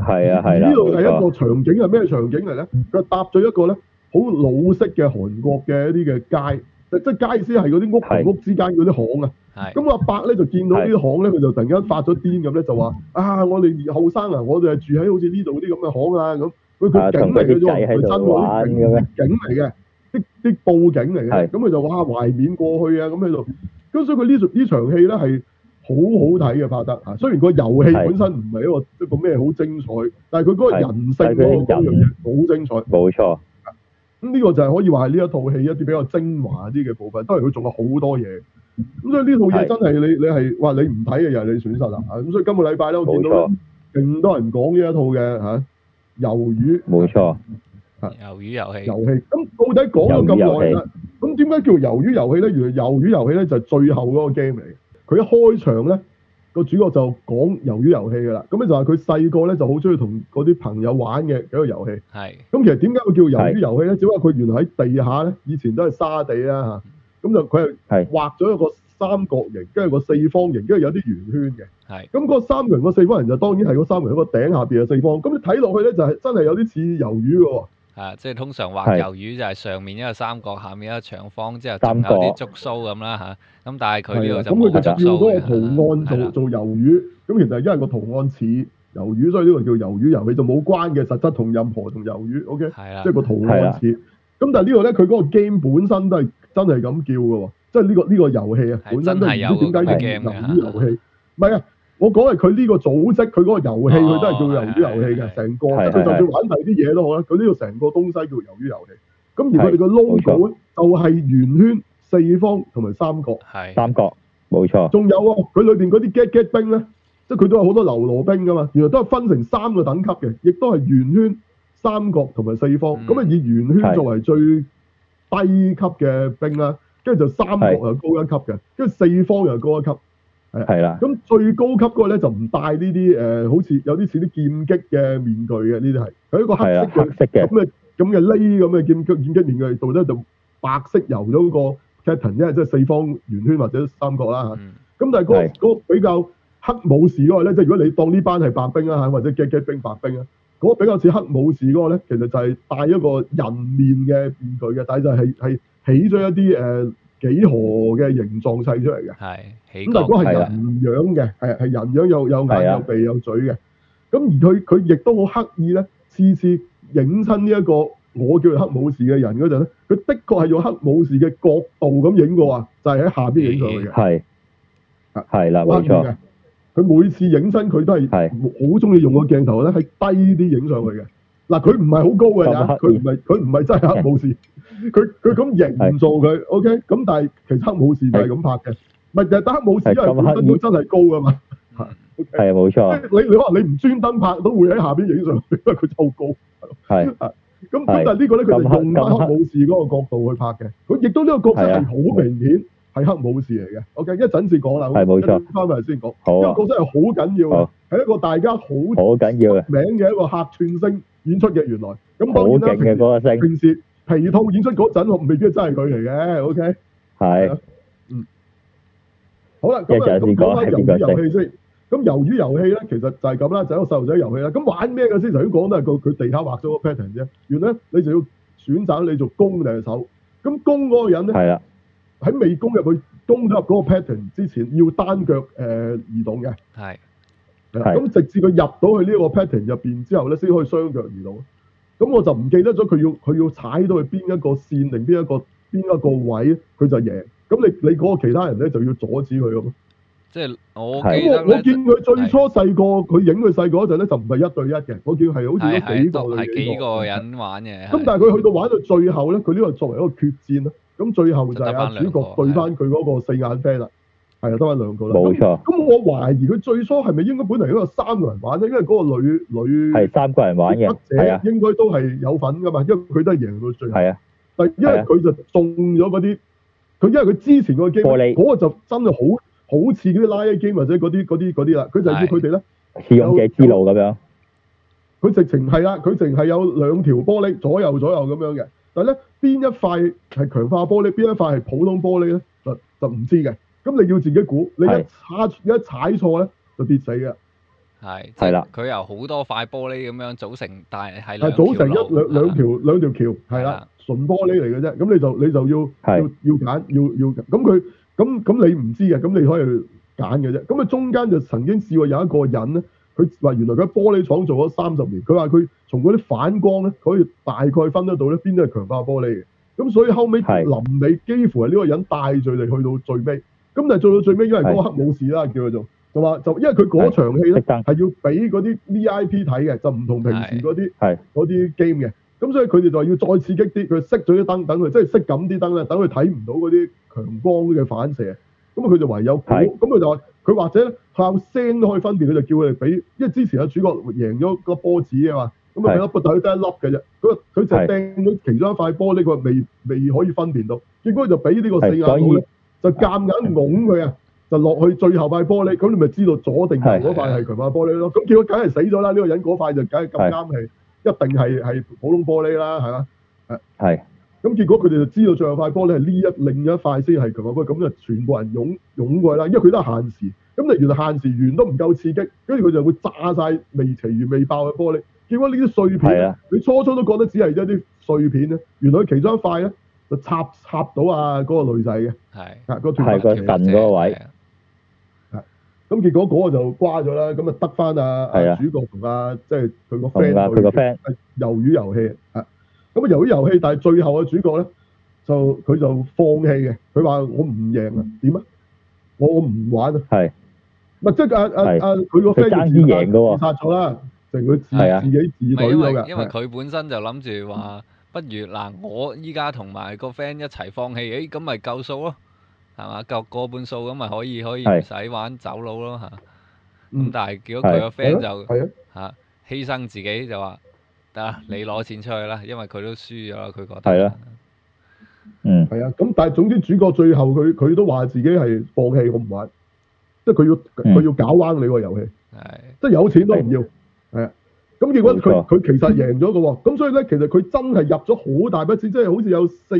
S2: 係啊係啦，
S1: 呢度係
S2: 冇
S1: 一
S2: 錯
S1: 個場景係咩場景嚟咧？佢搭咗一個咧好老式嘅韓國嘅一啲嘅街，即即街先係嗰啲屋同
S2: 係
S1: 屋之間嗰啲巷啊。
S3: 係
S1: 咁阿伯咧就見到呢啲行咧，佢就突然間發咗癲咁咧，就話：啊，我哋後生啊，我哋係住喺好似呢度啲咁嘅行啊咁。佢
S2: 啊
S1: 佢景
S2: 同
S1: 嚟
S2: 嗰
S1: 嘅
S2: 啲
S1: 啫
S2: 仔
S1: 喎，
S2: 喺
S1: 佢真
S2: 度
S1: 喎，
S2: 玩
S1: 啲
S2: 咁
S1: 景
S2: 樣，
S1: 景嚟嘅，啲啲布景嚟嘅。
S2: 係
S1: 咁佢就哇懷緬過去啊，咁喺度。咁所以佢呢場呢場戲咧係好好睇嘅拍得啊。雖然個遊戲
S2: 係
S1: 本身唔係一個一個咩好精彩，但係佢嗰個
S2: 係
S1: 人性
S2: 但係佢
S1: 嗰個嗰樣
S2: 人
S1: 嘢好精彩。
S2: 冇錯，
S1: 咁呢個就係可以話係呢一套戲一啲比較精華啲嘅部分，當然佢仲有好多嘢。咁所以呢套嘢
S2: 係
S1: 真係你你係哇你唔睇嘅又係你損失啦嚇咁所以今個禮拜咧，我見
S2: 冇
S1: 到咧
S2: 錯，
S1: 勁多人講呢一套嘅嚇魷魚
S2: 冇錯。
S3: 魷魚遊戲，
S1: 遊戲。咁到底講咗咁耐啦，咁點解叫魷魚遊戲咧？原來魷魚遊戲咧就係最後嗰個 game 嚟嘅。佢一開場咧，個主角就講魷魚遊戲㗎啦。咁咧就話佢細個咧就好中意同嗰啲朋友玩嘅一個遊戲。
S3: 係
S1: 咁其實點解會叫魷魚遊戲咧？只不過佢原來喺地下咧，以前都係沙地啦嚇，咁就佢係
S2: 係
S1: 畫咗一個三角形，跟住個四方形，跟住有啲圓圈嘅。
S3: 係
S1: 咁嗰三角形、個四方形就當然係嗰三角形個頂下邊嘅四方。咁你睇落去咧，就係真係有啲似魷魚嘅喎。
S3: 啊，即係通常畫
S2: 係
S3: 魷魚就係上面一個三角，下面一個長方，之後仲
S2: 三
S3: 有
S2: 角
S3: 啲觸鬚咁啦吓，咁但係佢呢
S1: 係
S3: 度
S1: 啊
S3: 就
S1: 咁佢
S3: 冇
S1: 就
S3: 觸
S1: 照嗰個
S3: 鬚嘅，
S1: 圖案
S3: 係
S1: 做
S3: 啦
S1: 做魷魚。咁其實係因為個圖案似魷魚，所以呢個叫魷魚遊戲就冇關嘅，實質同任何同魷魚。OK。
S3: 係啦
S1: 即係，個圖案
S2: 啊
S1: 似。咁但係呢度咧，佢嗰個 game 本身都係真係咁叫嘅喎，即係呢個呢個遊戲啊，
S3: 係
S1: 本身都唔知點解叫
S3: 真係有
S1: 魷
S3: 個咁嘅
S1: 魚
S3: game 嘅
S1: 遊戲。唔係啊，我講係佢呢個組織，佢嗰個遊戲
S3: 哦
S1: 佢都係叫魷魚遊戲
S3: 係係
S1: 嘅，成個
S2: 係
S1: 即係佢就
S2: 係
S1: 算玩第啲嘢都好啦，佢呢度成個東西叫魷魚遊戲。咁而佢哋個
S2: 冇
S1: logo
S2: 錯
S1: 咧就係圓圈、四方同埋三角。
S3: 係
S2: 三角，冇錯，
S1: 仲有啊，佢裏邊嗰啲 get get 兵咧，即係佢都有好多流羅兵噶嘛，原來都係分成三個等級嘅，亦都係圓圈、三角同埋四方。
S3: 嗯
S1: 咁啊、以圓圈
S2: 係
S1: 作為最低級嘅兵啦，跟住就三角
S2: 係
S1: 又高一級嘅，跟住四方又高一級。
S2: 係啦，
S1: 咁最高級嗰個咧就唔戴呢啲呃誒，好似有啲似啲劍擊嘅面具嘅呢啲係，佢一個黑
S2: 係啦，啊
S1: 色嘅
S2: 黑色
S1: 咁
S2: 嘅，
S1: 嘅咁嘅 lay 咁嘅劍擊劍擊面具度咧就白色油咗個 captain，一係即係四方圓圈或者三角啦嚇。
S3: 嗯
S1: 咁但係嗰、個
S2: 係
S1: 嗰個比較黑武士嗰個咧，即係如果你當呢班係白兵啦嚇，或者 get get 兵白兵啊，嗰、個比較似黑武士嗰個咧，其實就係戴一個人面嘅面具嘅，但係就係係起咗一啲誒、呃、幾何嘅形狀砌出嚟嘅。
S3: 係起
S1: 咁但係嗰個係
S2: 係
S3: 角
S2: 啦
S1: 人樣嘅，係係人樣有有
S2: 係
S1: 眼
S2: 啊
S1: 有鼻有嘴嘅。咁而佢佢亦都好刻意咧，次次影親呢一個我叫佢黑武士嘅人嗰陣咧，佢的確係用黑武士嘅角度咁影過啊，就係、喺下邊影上去嘅。
S2: 係，係啦，
S1: 刻
S2: 冇
S1: 意啊
S2: 錯，
S1: 嘅。佢每次影身佢都係
S2: 係
S1: 好中意用個鏡頭咧，係低啲影上去嘅。嗱，佢唔係好高嘅
S2: 咁
S1: 咋，
S2: 刻
S1: 佢
S2: 意
S1: 唔係佢唔係真係黑武士，佢佢咁形做佢，OK。咁但係其實黑武士就係咁拍嘅，咪就係得黑武士，因為
S2: 係咁
S1: 本身
S2: 哦刻
S1: 都
S2: 意
S1: 真係高噶嘛。
S3: 嗯
S2: 係冇
S1: 即
S2: 錯，
S1: 係你你可能你唔專登拍都會喺下邊影上去，因為佢就好高。
S2: 係
S1: 咁咁
S2: 係
S1: 但係呢個咧，佢
S2: 咁黑
S1: 就用翻
S2: 咁黑
S1: 黑武士嗰個角度去拍嘅。佢亦都呢個角色係
S2: 係啊
S1: 好明顯係黑武士嚟嘅。OK，一陣先講啦，
S2: 係冇錯
S1: 一陣翻嚟先講。
S2: 好
S1: 呢
S2: 啊
S1: 個，角色係好緊要嘅
S2: 好，
S1: 係一個大家好出
S2: 好緊要嘅，
S1: 名嘅一個客串星演出嘅原來。咁
S2: 好
S1: 當
S2: 勁嘅
S1: 然啦，
S2: 嗰個星，
S1: 平時皮套演出嗰陣，我未必真係佢嚟嘅。OK，
S2: 係
S1: 好啦，咁啊，
S2: 一陣先
S1: 咁
S2: 講
S1: 講翻
S2: 係
S1: 魷
S2: 邊個
S1: 魚遊戲先。咁魷魚遊戲咧，其實就係咁啦，就係一個細路仔遊戲啦。咁玩咩嘅先？頭先講都係個佢地下畫咗個 pattern 啫。原來呢你就要選擇你做攻定係守。咁攻嗰個人咧。
S2: 係啦，
S1: 喺未攻入去攻入嗰個 pattern 之前，要單腳誒、呃移動嘅，
S3: 係
S1: 係啦
S2: 係
S1: 咁直至佢入到去呢個 pattern 入邊之後咧，先可以雙腳移動。咁我就唔記得咗佢要佢要踩到去邊一個線定邊一個邊一個位，佢就贏。咁你你嗰個其他人咧就要阻止佢咁。
S3: 即係我
S2: 係
S3: 記
S1: 咁
S3: 得
S1: 我我
S3: 咧，
S1: 見佢最初細個，佢影佢細個嗰陣咧就唔係一對一嘅，我見係好似都
S3: 係
S1: 幾
S3: 係
S1: 個
S3: 都係
S1: 對
S3: 幾個。人玩嘅，
S1: 咁
S3: 係
S1: 但係佢去到玩到最後咧，佢呢個作為一個決戰啦。咁最後就係阿主
S3: 就得返兩個
S1: 角對翻佢嗰個四眼 friend 啦，係啊，得翻兩個啦。
S2: 冇錯，
S1: 咁我懷疑佢最初係咪應該本嚟應該有三個人玩咧？因為嗰個女女
S2: 係三個人玩嘅
S1: 筆，
S2: 係啊，
S1: 者應該都係有份噶嘛，因為佢都係贏到最後。
S2: 係啊，
S1: 但因為
S2: 係啊
S1: 佢就中咗嗰啲，佢因為佢之前個 game 啊
S2: 玻璃
S1: 嗰個就真係好好似嗰啲拉 A game 或者嗰啲嗰啲嗰啲啦，佢就要
S3: 係
S1: 佢哋咧，
S2: 試勇者之路咁樣，
S1: 佢直情係啦，佢直情係有兩條玻璃左右左右咁樣嘅，但係咧邊一塊係強化玻璃，邊一塊係普通玻璃咧，就就唔知嘅。咁你要自己估，你一
S2: 係
S1: 踩一踩錯咧就跌死嘅。
S3: 係即
S2: 係啦
S3: 佢由好多塊玻璃咁樣組成，但係
S1: 係
S3: 係兩
S1: 組成一
S3: 條路
S1: 兩兩條兩條橋，係
S3: 係
S1: 啦
S3: 啦，
S1: 純玻璃嚟嘅啫。咁你就你就要
S2: 係
S1: 要要揀，要要咁佢咁咁你唔知嘅，咁你可以揀嘅啫。咁啊中間就曾經試過有一個人咧，佢話原來佢喺玻璃廠做咗三十年，佢話佢從嗰啲反光咧，可以大概分得到咧邊啲係強化玻璃嘅。咁所以後尾
S2: 係
S1: 臨尾幾乎係呢個人帶罪你去到最尾。咁但係做到最尾，因為嗰個黑武士啦，叫佢做就話就因為佢嗰
S2: 係
S1: 場戲咧。
S2: 熄燈，
S1: 係要俾嗰啲 V.I.P 睇嘅，就唔同平時嗰啲
S2: 係
S1: 嗰啲 game 嘅。咁所以佢哋就話要再刺激啲，佢熄咗啲燈，等佢即係熄緊啲燈咧，等佢睇唔到嗰啲強光嘅反射。咁啊佢就唯有估，
S2: 係
S1: 咁佢就話佢或者靠聲都可以分辨，佢就叫佢哋俾，因為之前有主角贏咗個波子啊嘛，咁啊
S2: 係
S1: 俾一波，但佢得一粒嘅啫，佢話佢就
S2: 係
S1: 掟咗其中一塊玻璃，佢話未未可以分辨到，結果就俾呢個四眼佬
S2: 係所
S1: 咧
S2: 以
S1: 就夾硬拱佢啊！就落去最後塊玻璃，咁你咪知道左定右
S2: 係
S1: 嗰塊係強化玻璃咯。咁結果梗係死咗啦，呢、個人嗰塊就梗係咁啱係一定係係普通玻璃啦，係嘛？
S2: 係
S1: 咁結果佢哋就知道最後塊玻璃係呢一另一塊先係強化玻璃，咁就全部人湧湧過去啦，因為佢都係限時。咁你原來限時完都唔夠刺激，跟住佢就會炸晒未齊完未爆嘅玻璃。結果呢啲碎片
S2: 係
S1: 呢
S2: 啊，
S1: 你初初都覺得只係一啲碎片咧，原來其中一塊咧就插插到啊嗰個女仔嘅，
S3: 係
S1: 啊嗰段
S2: 係個腎嗰個位
S3: 係啊
S1: 咁結果嗰個就瓜咗啦，咁啊得翻啊
S2: 係
S1: 啊
S2: 啊
S1: 主角同啊即係佢個
S2: 同
S1: friend
S2: 啊佢個 friend
S1: 係魷魚遊戲啊，咁啊魷魚遊戲，但係最後嘅主角咧就佢就放棄嘅，佢話我唔贏啊，點啊？我我唔玩啊，
S2: 嗯係
S1: 咪即係啊啊
S2: 係
S1: 啊佢個 friend
S2: 佢
S1: 就
S2: 爭啲
S1: 自殺
S2: 贏㗎喎
S1: 自殺咗啦，成佢自
S2: 係啊
S1: 自己自
S3: 唔係
S1: 隊
S3: 因
S1: 咗
S3: 為
S1: 㗎，
S3: 因為
S1: 係
S3: 佢本身就諗住
S1: 嗯
S3: 話，不如嗱，我依家同埋個 friend 一齊放棄，誒咁咪夠數咯，係嘛？夠過半數咁咪可以可以唔使玩走佬咯嚇。咁
S1: 嗯
S3: 但係結果佢個
S1: 係
S3: friend
S1: 啊
S3: 就
S1: 係啊，
S3: 嚇犧牲自己就話得啦，你攞錢出去啦，因為佢都輸咗啦，佢覺得
S2: 嗯係啊嗯，
S1: 係啊，咁但係總之主角最後佢佢都話自己係放棄，我唔玩，即係佢要
S2: 嗯
S1: 佢要搞彎你個遊戲。
S3: 係
S1: 即係有錢都唔要，係啊。咁結果佢
S2: 冇錯
S1: 佢其實贏咗嘅喎，咁所以咧其實佢真係入咗好大筆錢，即係好似有四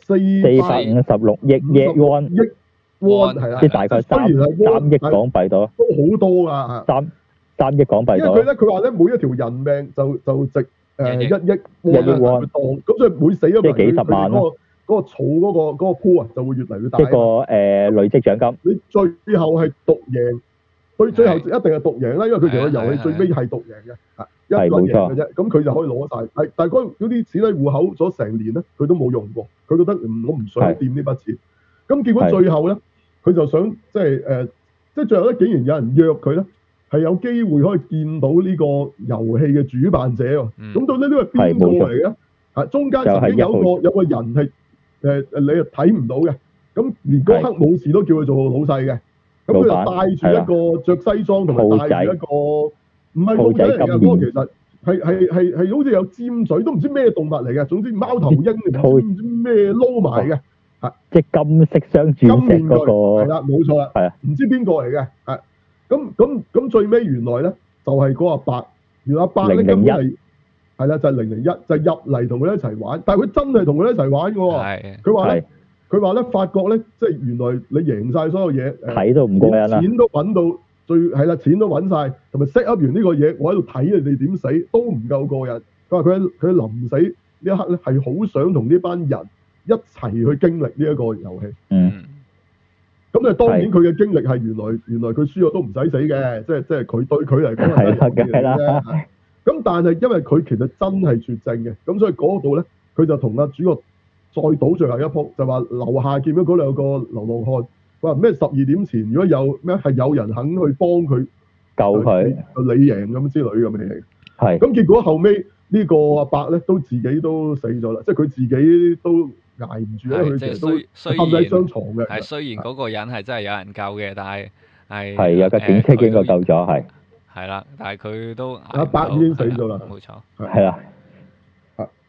S1: 四
S2: 四
S1: 百
S2: 百五十六億 yen won，
S1: 億 won 係啦
S2: 即，係大概三
S1: 雖然係 won，
S2: 三億
S1: 但係
S2: 港幣到，
S1: 都好多㗎啊
S2: 三三億港幣
S1: 因為佢
S2: 到，
S1: 咧佢話咧每一條人命就就值誒一
S3: 一億
S1: 億
S2: 一億
S1: won 啊
S2: won
S1: 當咁所以每死一個人
S2: 即係幾十
S1: 佢哋
S2: 萬
S1: 嗰個嗰個儲嗰個嗰個 pool 啊就會越嚟越大
S2: 一。個誒累積獎金，
S1: 你最後係獨贏，最最後
S3: 係
S1: 一定係獨贏啦，因為佢哋個遊
S3: 係啊係
S1: 戲
S3: 啊
S1: 最尾係獨贏嘅，啊一輪
S2: 係冇
S1: 贏嘅
S2: 錯
S1: 啫，咁佢就可以攞晒。係，但係嗰嗰啲錢喺戶口咗成年咧，佢都冇用過，佢覺得嗯我唔想
S2: 係
S1: 掂呢筆錢。咁結果
S2: 係
S1: 最後咧，佢就想即係誒，即係最後咧，竟然有人約佢咧，係有機會可以見到呢個遊戲嘅主辦者喎。
S3: 嗯
S1: 咁到底呢個係邊
S2: 係
S1: 個
S2: 冇錯
S1: 嚟嘅？啊，中間
S2: 就係
S1: 曾經有
S2: 一
S1: 個有個人係誒誒，你係睇唔到嘅。咁連嗰刻冇事都叫佢做老細嘅，咁佢
S2: 老闆啊
S1: 就戴住一個着西裝同埋戴住一個唔係兔仔嚟嘅，嗰個
S2: 兔
S1: 其
S2: 仔
S1: 實係係係係好似有尖嘴，都唔知咩動物嚟嘅，總之貓頭鷹定
S2: 兔
S1: 唔知咩撈埋嘅，
S2: 即係金色雙鑽石嗰
S1: 係
S2: 個
S1: 啦，冇錯啦
S2: 係啊，
S1: 唔知邊個嚟嘅，係咁咁咁最尾原來咧就係嗰阿伯，原來阿伯咧
S2: 001
S1: 根本係係啦，就係零零一，就係入嚟同佢哋一齊玩，但係佢真係同佢哋一齊玩嘅喎。
S3: 係
S1: 佢話
S2: 係
S1: 咧，佢話咧，發覺咧，即係原來你贏晒所有嘢，誒
S2: 睇到唔過癮啦，
S1: 錢都揾到最係啦，錢都揾晒，同埋 set up 完呢個嘢，我喺度睇你哋點死都唔夠過癮。佢話佢喺佢臨死呢一刻咧，係好想同呢班人一齊去經歷呢一個遊戲。
S2: 嗯，
S3: 嗯
S1: 咁啊，當然佢嘅經歷係原來原來佢輸咗都唔使死嘅，即係即係佢對佢嚟講係真係
S2: 係啦
S1: 咁嘅啫。咁但係因為佢其實真係絕症嘅，咁所以嗰度咧，佢就同阿主角再賭最後一鋪，就話樓下見到嗰兩個流浪漢，話咩十二點前如果有咩係有人肯去幫佢，
S2: 救
S1: 你
S2: 佢
S1: 就你贏咁之類咁嘅嘢。
S2: 係
S1: 咁結果後尾呢個阿伯咧都自己都死咗啦，即係佢自己都捱唔住咧，
S3: 係
S1: 佢
S3: 即係
S1: 其實
S3: 雖雖
S1: 都瞓喺張
S3: 然
S1: 床嘅。
S3: 係雖然嗰個人係真係有人救嘅，但係係
S2: 係有架警車經過救啊咗，係
S3: 誒佢都係啦，但係佢都捱唔
S1: 阿伯
S3: 到
S1: 已經死咗啦
S3: 係冇錯，
S2: 係啦，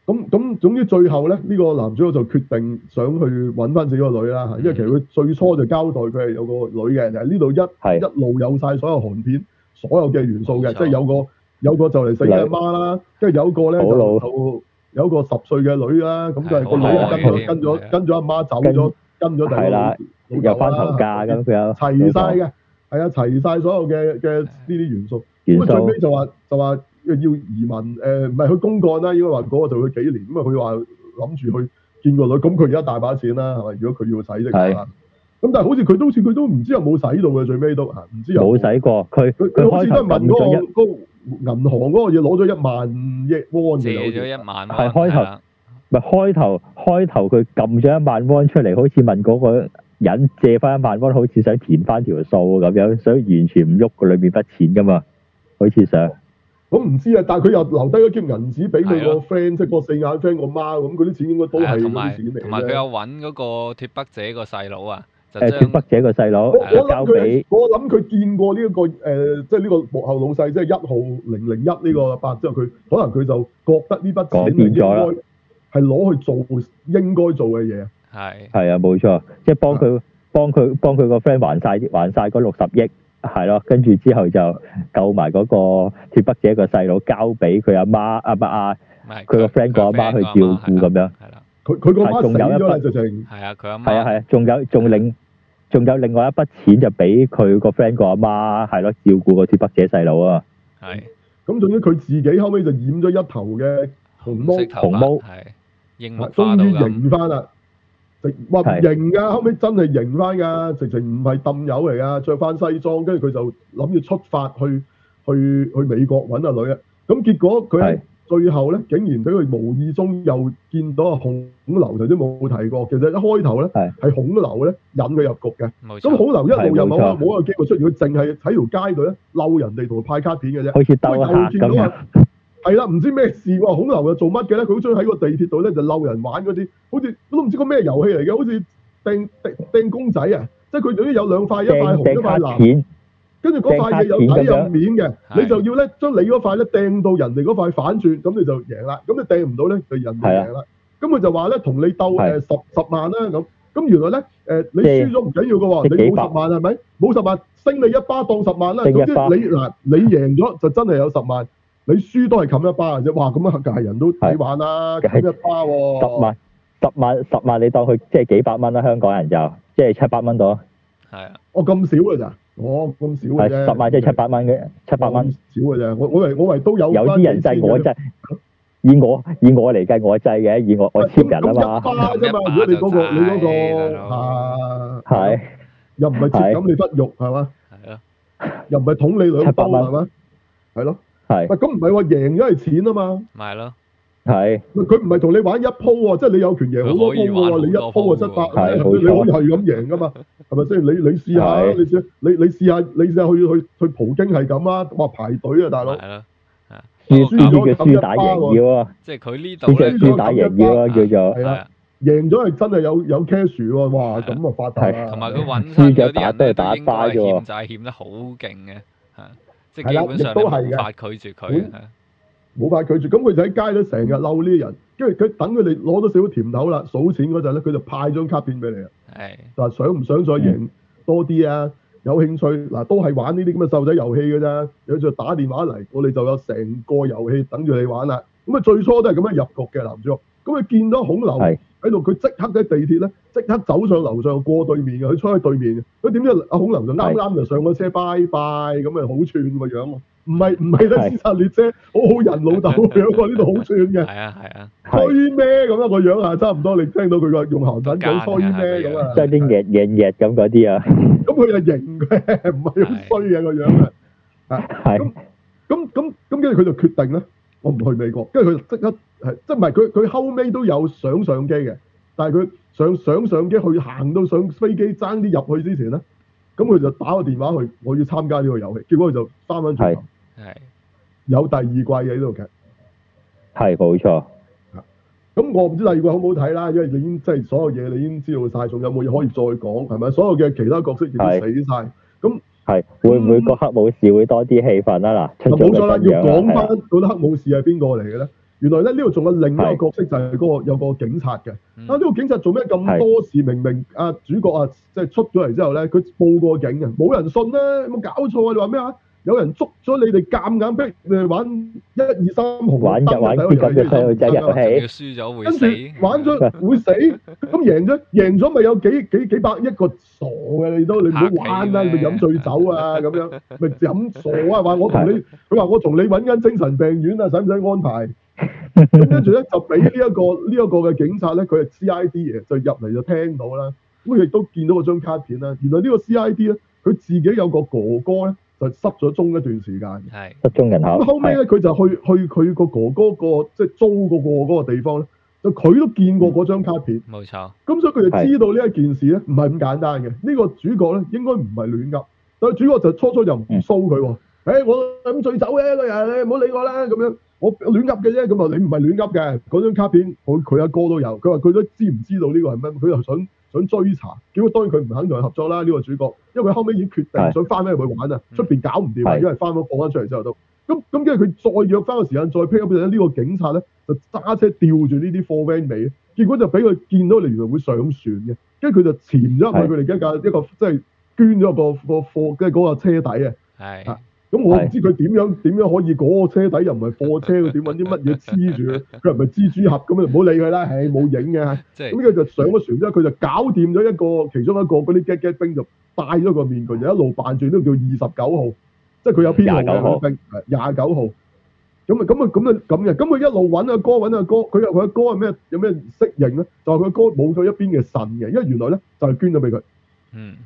S1: 咁咁總之最後咧，呢、個男主角就決定想去揾翻自己個女啦，因為其實佢最初就交代佢係有個女嘅，但係呢度一
S2: 係
S1: 一路有晒所有韓片所有嘅元素嘅，
S3: 冇錯
S1: 即係有個有個就嚟死嘅阿媽啦，跟住有個咧
S2: 好
S1: 就
S2: 老
S1: 就有個十歲嘅女啦，咁就係個女係跟咗跟
S3: 係
S1: 咗
S3: 係
S1: 跟咗阿媽走
S2: 跟
S1: 咗，跟咗第二個
S2: 係啦
S1: 老
S2: 又翻頭
S1: 嫁
S2: 嫁 咁，佢有
S1: 齊晒嘅，係啊，齊晒所有嘅嘅呢啲元素。
S2: 元
S1: 咁啊最
S2: 素
S1: 尾就話就話要移民誒，唔係去公幹啦，應該話嗰個就去幾年。咁啊，佢話諗住去見個女，咁佢而家大把錢啦，係咪？如果佢要使的話，咁但係好似佢都好似佢都唔知有冇使到嘅，最尾都啊唔知有
S2: 冇使過，佢
S1: 佢
S2: 佢
S1: 佢好似
S2: 開
S1: 都
S2: 頭
S1: 係問
S2: 撳咗一
S1: 嗰個嗰個銀行嗰個嘢攞咗一萬億 won
S3: 借
S1: 嘅，好
S3: 咗
S1: 似
S3: 一萬蚊，
S2: 係開頭
S3: 係啦
S2: 唔係開頭開頭佢撳咗一萬 w 出嚟，好似問嗰個人借翻一萬 w 好似想填翻條數咁樣，所以完全唔喐佢裏面筆錢噶嘛，好似想
S1: 咁唔知啊，但係佢又留低咗啲銀紙俾佢
S3: 係
S1: 個
S3: 咯
S1: friend，即係個四眼 friend 個媽咁，嗰啲錢應該都
S3: 係啊
S1: 係嗰
S3: 同
S1: 啲
S3: 埋
S1: 錢嚟
S3: 同埋
S1: 嘅
S3: 佢
S1: 啫。
S3: 有揾嗰個脫北者個細佬啊，就
S2: 誒
S3: 將
S2: 脱北者個細佬
S1: 我我
S2: 就呃交
S1: 諗佢
S2: 俾，
S1: 我諗佢見過呢、一個誒、呃即係呢個幕後老細，即係一號零零一呢個阿伯之後，佢可能佢就覺得呢筆錢
S2: 改變
S1: 係
S2: 咗啦
S1: 應該係攞去做應該做嘅嘢。
S3: 係
S2: 係啊冇錯，即係幫
S1: 啊
S2: 佢幫佢幫佢個 friend 還晒還晒嗰六十億。係咯，跟住之後就救埋嗰個脱北者個細佬，交俾佢阿媽啊阿爸阿
S3: 唔係
S2: 佢個 friend 個阿媽去照顧咁樣。
S3: 係啦，
S1: 佢佢個媽
S2: 啊
S1: 死
S2: 仲有一筆
S1: 咗啦，直情
S3: 係啊，佢
S2: 係啊
S3: 阿媽
S2: 係啊，仲有仲另仲有另外一筆錢就俾佢個 friend 個阿媽係咯，照顧個脱北者細佬啊，
S3: 係
S1: 咁，總之佢自己後尾就染咗一頭嘅紅毛
S3: 紅，色頭
S2: 紅毛
S3: 髮係
S2: 嗯
S3: 櫻木花
S1: 啊終
S3: 到
S1: 於
S3: 咁，
S1: 型翻啦。直哇
S2: 係
S1: 型㗎，後尾真係型翻㗎，直情唔係抌友嚟㗎，着翻西裝，跟住佢就諗住出發去去去美國揾阿女啊。咁結果佢喺
S2: 係
S1: 最後咧，竟然俾佢無意中又見到阿孔劉，頭先冇提過。其實一開頭咧
S2: 係
S1: 係孔劉咧引佢入局嘅，咁
S3: 冇錯，
S1: 孔劉一路又冇
S2: 係冇錯
S1: 冇一個機會出現，佢淨係喺條街度咧嬲人哋同佢派卡片嘅啫。
S2: 好似兜客
S1: 喂又見
S2: 咁
S1: 到
S2: 樣，
S1: 啊係啦，唔知咩事喎？孔劉又做乜嘅咧？佢好中意喺個地鐵度咧就嬲人玩嗰啲，好似我都唔知個咩遊戲嚟嘅，好似掟掟掟公仔啊！即係佢總之有兩塊，一塊
S2: 掟
S1: 紅一
S2: 掟卡
S1: 塊藍，
S2: 片，
S1: 跟住嗰塊嘢有
S2: 掟卡
S1: 底
S2: 片咁樣
S1: 有面嘅，
S3: 係
S1: 你就要咧將你嗰塊咧掟到人哋嗰塊反轉，咁你就贏啦。咁你掟唔到咧，就人
S2: 啊
S1: 哋贏啦。咁佢就話咧同你鬥誒
S2: 係
S1: 十十萬啦咁。咁原來咧誒、你
S2: 即係
S1: 輸咗唔緊要嘅喎，
S2: 即係
S1: 你
S2: 幾
S1: 冇
S2: 百
S1: 十萬係咪？冇十萬，升你一巴當十萬啦。
S2: 升
S1: 總
S2: 一
S1: 之你
S2: 巴
S1: 嗱你贏咗就真係有十萬，你輸都係冚一巴嘅啫。哇！咁啊，係人都
S2: 係
S1: 抵玩啦，冚一巴喎。
S2: 十萬十萬十萬，你當佢即係幾百蚊啦，香港人就即係七百蚊到，
S3: 係啊，
S1: 我咁少嘅咋？我咁少嘅
S2: 係
S1: 啫。
S2: 十萬即係七百蚊嘅七百蚊
S1: 咁，少嘅啫。我我為我為都有
S2: 有
S1: 返
S2: 啲人制
S1: 幾千
S2: 我
S1: 嘅啫
S2: 制，以我以我嚟計我制嘅，以我
S1: Ờ,
S2: 我簽人啊
S1: 咁
S2: 嘛，
S1: 一巴啫嘛，如果你嗰個你嗰
S3: 係
S1: 個
S3: 大
S1: 啊，
S2: 係
S1: 又唔係切咁你忽肉係嘛？
S3: 係咯，
S1: 又唔係捅你兩刀
S2: 700蚊
S1: 係嘛？係咯，
S2: 係
S1: 喂，咁唔係話贏咗係錢啊嘛，
S3: 咪係咯，
S2: 係
S1: 喂佢唔係同你玩一鋪喎，即係你有權贏好多鋪
S3: 佢可以
S1: 喎，
S3: 玩好多
S1: 你一鋪啊七
S3: 鋪
S1: 百，
S2: 喎
S1: 你
S2: 係
S1: 可
S2: 冇錯
S1: 以係咁贏噶嘛，係咪先？你你試下，
S2: 係
S1: 你試你你試下，你試下去去去葡京係咁啊，哇排隊啊大佬
S3: 咪，係咯，啊
S2: 輸
S1: 輸
S2: 輸
S1: 咗
S2: 嘅輸打贏要啊，
S3: 即係佢呢度
S2: 輸
S3: 咧
S2: 嘅輸打贏要啊，叫做
S1: 係
S3: 係
S1: 啦，
S3: 啊，
S1: 贏咗係真係有有 cash 喎，哇咁啊發達啦，
S3: 同埋佢揾親嗰啲人咧都應該係
S2: 輸咗打都係打
S3: 欠債欠得好勁嘅，嚇，即係基本
S1: 係啦亦
S3: 上
S1: 都係嘅
S3: 你無法拒絕佢嘅，
S1: 冇法拒絕，咁佢就喺街度成日嬲呢啲人，跟住佢等佢哋攞到少少甜頭啦，數錢嗰陣咧，佢就派張卡片俾你啊，
S3: 係
S1: 就話想唔想再贏多啲啊？有興趣嗱，都係玩呢啲咁嘅細路仔遊戲嘅咋，有就打電話嚟，我哋就有成個遊戲等住你玩啦。咁啊最初都係咁樣入局嘅男主角。咁佢見到孔劉
S2: 係
S1: 喺度，佢即刻喺地鐵咧，即刻走上樓上過對面嘅，佢出去對面嘅。佢點知阿孔劉就啱啱就上咗車，拜拜咁啊，好串個樣喎。唔係唔係得
S2: 係
S1: 屍殺列車，好好人老豆咁樣喎，呢度好串嘅。
S3: 係啊係啊，
S2: 係
S1: 吹咩咁樣個樣啊？差唔多你聽到佢個用韓文講吹咩咁啊？
S2: 即係啲日日日咁嗰啲啊，
S1: 咁佢就型嘅，唔係好衰嘅個樣啊！
S2: 係
S1: 咁咁咁，跟住佢就決定咧，我唔去美國。跟住佢就即刻係即係唔係佢佢後尾都有上相機嘅，但係佢上上相機去行到上飛機爭啲入去之前咧，咁佢就打個電話去，我要參加呢個遊戲。結果佢就三分鐘頭
S3: 係嗯
S1: 啊有第二季嘅呢套劇。
S2: 係冇錯，
S1: 咁我唔知第二季好唔好睇啦，因為你已經即係所有嘢你已經知道晒，仲有冇嘢可以再講係咪？所有嘅其他角色已
S2: 係
S1: 經死晒，
S2: 係會唔會個黑武士會多啲氣氛啊？嗱，出
S1: 就
S2: 咗
S1: 嗯冇咗
S2: 個
S1: 啦。
S2: 新
S1: 要
S2: 樣啊
S1: 講
S2: 啦
S1: 翻，嗰啲黑武士係邊個嚟嘅咧？原來咧呢度仲有另一個
S2: 係
S1: 角色就係嗰、個有個警察嘅。
S3: 嗯
S1: 啊呢、個警察做咩咁
S2: 係
S1: 多事？明明啊主角啊即係出咗嚟之後咧，佢報過警嘅，冇人信啦，有冇搞錯啊？你話咩啊？有人捉咗你哋夾硬逼你哋玩一二三紅
S2: 玩
S1: 綠燈啊
S2: 玩
S1: 睇
S2: 結合嘅細路仔
S1: 睇
S2: 遊
S3: 仲
S2: 戲
S3: 要輸咗會
S1: 跟
S3: 死
S1: 住，玩咗會死，咁贏咗贏咗咪有幾幾幾百億個傻嘅你都你唔好玩啦，
S3: 拍戲
S1: 你咪
S3: 咩
S1: 飲醉酒啊咁樣，咪飲傻啊話我同你，佢話我同你揾緊精神病院啊，使唔使安排？咁跟住咧就俾呢一個呢一個嘅警察咧，佢係 C.I.D 嘅，就入嚟就聽到啦，咁佢亦都見到嗰張卡片啦。原來呢個 C.I.D 咧，佢自己有個哥哥咧，就失咗蹤一段時間。
S3: 嗯係
S2: 失蹤人口
S1: 咁後尾
S2: 係
S1: 咧，佢就去去佢個哥哥個即係租個哥哥個地方咧，就佢都見過嗰張卡片，
S3: 冇錯，
S1: 咁所以佢就知道呢一件事咧唔係咁簡單嘅。
S2: 嗯
S1: 呢、個主角咧應該唔係亂噏，但係主角就初初就
S2: 嗯
S1: 唔騷佢喎。誒、我飲醉酒嘅個人，你唔好理我啦咁樣，我亂噏嘅啫。咁啊，你唔係亂噏嘅，嗰張卡片佢佢阿哥都有。佢話佢都知唔知道呢個係咩，佢又想想追查。結果當然佢唔肯同佢合作啦。呢、個主角，因為佢後尾已經決定
S2: 係嗯
S1: 想翻返去玩啊，出邊搞唔掂啊，
S2: 係
S1: 因為翻咗放翻出嚟之後都。咁咁跟住佢再約翻個時間再 pick up 佢呢個警察咧就揸車吊住呢啲貨 van 尾，結果就俾佢見到你原來會上船嘅，跟住佢就潛咗入去佢哋一架一個即係捐咗個個貨嘅嗰個車底啊！
S3: 係
S1: 咁我唔
S2: 係
S1: 知佢點樣點樣可以嗰個車底又唔係貨車，佢點揾啲乜嘢黐住佢？佢又唔係蜘蛛俠咁啊！唔好理佢啦，唉冇影嘅。
S3: 即
S1: 咁
S3: 係
S1: 佢就上咗船之後，佢就搞掂咗一個其中一個嗰啲 get get 兵，就戴咗個面具，就一路扮住呢個叫二十九號，即係佢有編號
S2: 29號
S1: 嘅兵，係廿九號。咁啊咁啊咁啊咁嘅，咁佢一路揾阿哥揾阿哥，佢又佢阿哥係咩有咩適應咧？就係佢阿哥冇咗一邊嘅腎嘅，因為原來咧就係捐咗俾佢。
S3: 嗯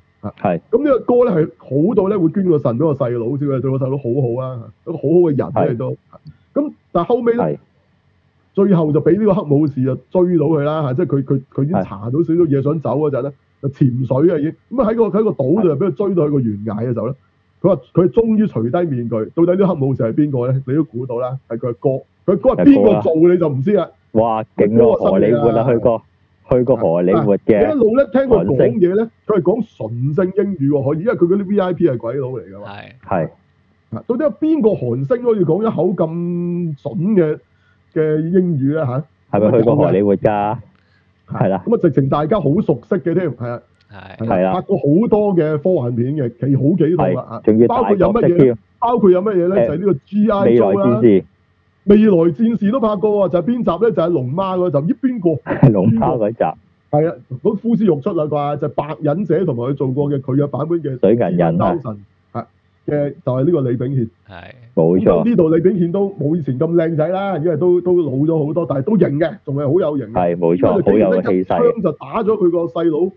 S2: 係
S1: 咁呢個哥咧係好到咧會捐個腎俾個細佬，照佢對個細佬好好啊，一個好好嘅人
S2: 係
S1: 嚟都。咁但係後尾咧，
S2: 係
S1: 最後就俾呢個黑武士就追到佢啦嚇，即係佢佢佢已經
S2: 係
S1: 查到少少嘢想走嗰陣咧，就潛水啊已經咁啊喺個喺個島度就俾佢追到去個懸崖嘅時候咧，佢話佢終於除低面具，到底呢個黑武士係邊個咧？你都估到啦，係佢阿哥，佢
S2: 啊
S1: 阿哥係邊個做你就唔知啊啦。
S2: 哇勁咯荷里活啊去過去過荷里活
S1: 你一
S2: 嘅
S1: 路咧聽佢講
S2: 韓星
S1: 嘢咧，佢係講純正英語喎，可以，因為佢嗰啲 V I P 係鬼佬嚟㗎嘛。
S3: 係
S2: 係
S1: 啊到底有邊個韓星可以講一口咁準嘅嘅英語咧嚇？
S2: 係咪去過
S1: 啊
S2: 荷里活㗎？係啦，
S1: 咁啊直情大家好熟悉嘅添，係啊，
S3: 係
S2: 係啦
S1: 拍過好多嘅科幻片嘅，其好幾套啦
S2: 係
S1: 啊，
S2: 仲要
S1: 包
S2: 大
S1: 括有乜
S2: 角色
S1: 嘢
S2: 添，
S1: 包括有乜嘢咧？
S2: 誒
S1: 就係呢個 G.I.
S2: 未來
S1: Joe 啦
S2: 戰， 士
S1: 啊未來戰士都拍過喎，就係邊集咧？就係龍媽嗰集，咦邊個？
S2: 龍貓嗰集
S1: 係啊，嗰呼之欲出啦啩，就係白忍者同埋佢做過嘅佢嘅版本嘅
S2: 水銀人啊
S1: 刀，神啊嘅就係呢個李炳憲。
S3: 係
S2: 冇
S1: 咁
S2: 錯
S1: 呢度李炳憲都冇以前咁靚仔啦，因為都都老咗好多，但係都型嘅，仲係好有型嘅。
S2: 係冇錯，
S1: 因為佢
S2: 好有氣勢嘅，
S1: 一槍就打咗佢個細佬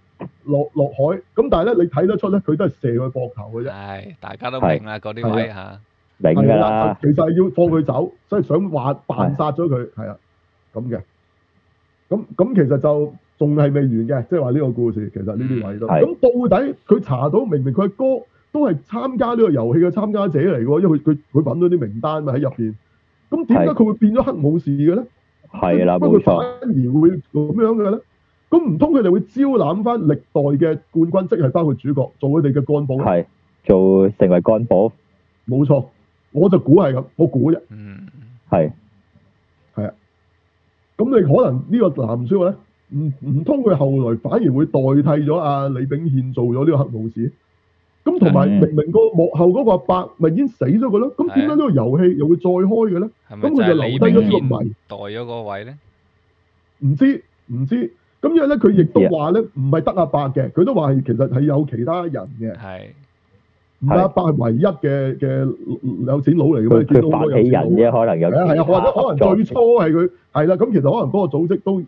S1: 落落海，咁但係咧你睇得出咧，佢都係射佢膊頭嘅啫。
S3: 係，大家都明啦嗰啲
S1: 啊
S3: 位嚇，
S2: 明㗎啦，
S1: 就其實係要放佢走，所以想話扮殺咗佢，係啊，咁嘅。咁咁其實就仲係未完嘅，即係話呢個故事其實呢啲位都。
S2: 嗯係
S1: 咁到底佢查到明明佢阿哥都係參加呢個遊戲嘅參加者嚟嘅喎，因為佢佢佢揾到啲名單嘛喺入邊。咁點解佢會變咗黑武士嘅咧？嗯
S2: 係啦，
S1: 不
S2: 冇
S1: 過
S2: 錯
S1: 反。而會咁樣嘅咧？咁唔通佢哋會招攬翻歷代嘅冠軍，即係包括主角做佢哋嘅幹部？
S2: 係做成為幹部，
S1: 冇錯，我就估係咁，我估啫。
S3: 嗯
S2: 係
S1: 咁你可能呢個男主角咧，唔唔通佢後來反而會代替咗阿李炳憲做咗呢個黑武士？咁同埋
S2: 嗯
S1: 明明個幕後嗰個阿伯咪已經死咗佢咯，咁點解呢個遊戲又會再開嘅咧？
S3: 係咪
S1: 咁佢
S3: 就係
S1: 就留
S3: 李
S1: 低咗
S3: 炳
S1: 呢個
S3: 憲
S1: 謎。
S3: 代咗個位咧？
S1: 唔知唔知。咁因為咧，佢亦都話咧，唔係得阿伯嘅，佢都話係其實係有其他人嘅，
S3: 係
S1: 唔係阿伯係唯一嘅嘅有錢佬嚟嘅嘛，
S2: 佢
S1: 你見到
S2: 佢
S1: 好
S2: 發
S1: 多有
S2: 起
S1: 錢佬
S2: 人啫，可能有
S1: 係啊
S2: 其
S1: 係啊，或
S2: 他
S1: 者可
S2: 合
S1: 能
S2: 作
S1: 最初係佢係啦，咁其實可能嗰個組織都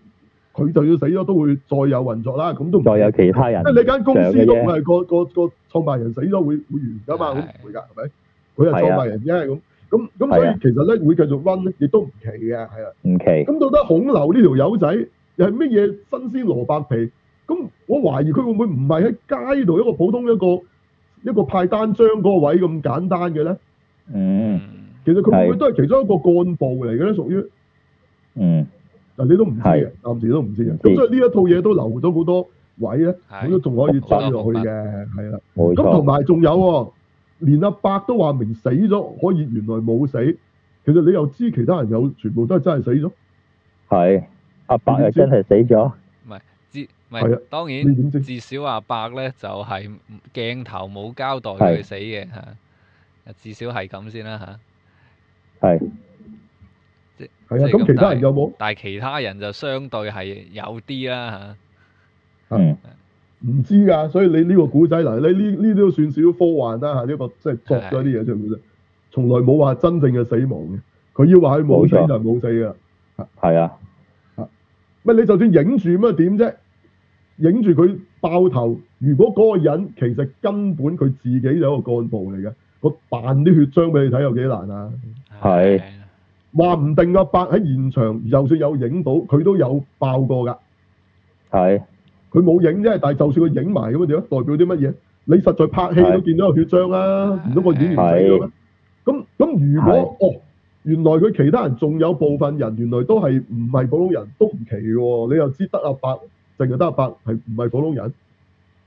S1: 佢就要死咗，都會再有運作啦，咁都唔
S2: 再有其他人
S1: 即係你間公司都唔
S2: 上
S1: 係個個個創辦人死咗會會完㗎嘛，咁
S3: 係
S1: 唔會㗎係咪？佢係創辦人啫，咁咁咁所
S2: 係
S1: 以
S2: 啊
S1: 其實咧會繼續 run 咧，亦都唔奇嘅，係啦。
S2: 唔奇，
S1: 咁到底孔劉呢條友仔又係乜嘢新鮮蘿蔔皮？咁我懷疑佢會唔會唔係喺街度一個普通一個一個派單張嗰個位咁簡單嘅咧？
S2: 嗯
S3: 嗯
S1: 其實佢會唔會
S2: 係
S1: 都係其中一個幹部嚟嘅咧？屬於
S2: 嗯，
S1: 嗱，你都唔知嘅
S2: 係，
S1: 暫時都唔知嘅。
S2: 唔知
S1: 咁所以呢一套嘢都留咗好多位咧，
S3: 係
S1: 咁都仲可以追落去
S3: 好多伏筆
S1: 嘅，係啦。
S2: 冇
S1: 咁同
S2: 錯，
S1: 埋仲有喎，連阿伯都話明死咗，可以原來冇死。其實你又知其他人有全部都係真係死咗，
S2: 係阿伯又真係死咗，
S3: 至唔
S1: 係
S3: 係
S1: 啊
S3: 當
S1: 你
S3: 然，
S1: 點知？
S3: 至少阿伯咧就係鏡頭冇交代佢死嘅嚇，至少係咁先啦嚇。
S2: 係
S1: 係啊，
S3: 即係咁
S1: 咁其他人有冇？
S3: 但係其他人就相對係有啲啦
S1: 啊
S2: 嗯
S1: 唔知㗎，所以你呢個古仔嗱，你呢呢都算少少科幻啦嚇，呢個即係作咗啲嘢出嚟嘅啫，從來冇話真正嘅死亡嘅，佢要話佢冇死
S2: 冇錯
S1: 就係冇死㗎。
S2: 係啊，
S1: 乜你就算影住咁啊點啫？影住佢爆頭，如果嗰個人其實根本佢自己就一個幹部嚟嘅，我扮啲血漿俾你睇有幾難啊！
S3: 嚇。
S2: 係
S1: 話唔定阿伯喺現場，就算有影到，佢都有爆過㗎。
S2: 係
S1: 佢冇影啫，但係就算佢影埋咁樣點樣啊代表啲乜嘢？你實在拍戲都見到有血漿啦，唔通個演員死咗咩？咁咁如果哦，原來佢其他人仲有部分人原來都係唔係普通人都唔奇喎，你又知得阿伯淨係得阿伯係唔係普通人，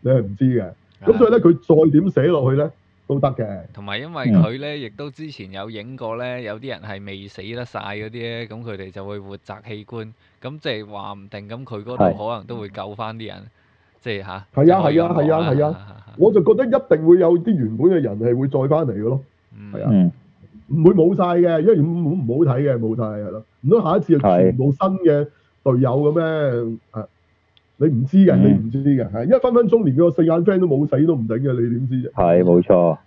S1: 你係唔知嘅。咁所以咧，佢再點寫落去咧都得嘅。
S3: 同埋因為
S2: 嗯
S3: 佢咧，亦都之前有影過咧，有啲人係未死得晒嗰啲咧，咁佢哋就會活摘器官，咁即係話唔定，咁佢嗰
S2: 係
S3: 度可能都會救翻啲人，即係吓，
S1: 係啊
S3: 就可以
S1: 係啊
S3: 咁講啦
S1: 係啊係啊，
S3: 嚇
S1: 我就覺得一定會有啲原本嘅人係會再翻嚟嘅咯。
S3: 嗯
S1: 係啊
S2: 嗯
S1: 唔會冇晒嘅，因為唔唔好睇嘅，冇晒係咯。唔通下一次就全部新嘅隊友嘅咩？啊，你唔知嘅，
S2: 嗯
S1: 你唔知嘅，係因為分分鐘連個四眼 friend 都冇死都唔頂嘅，你點知啫？
S2: 係冇錯，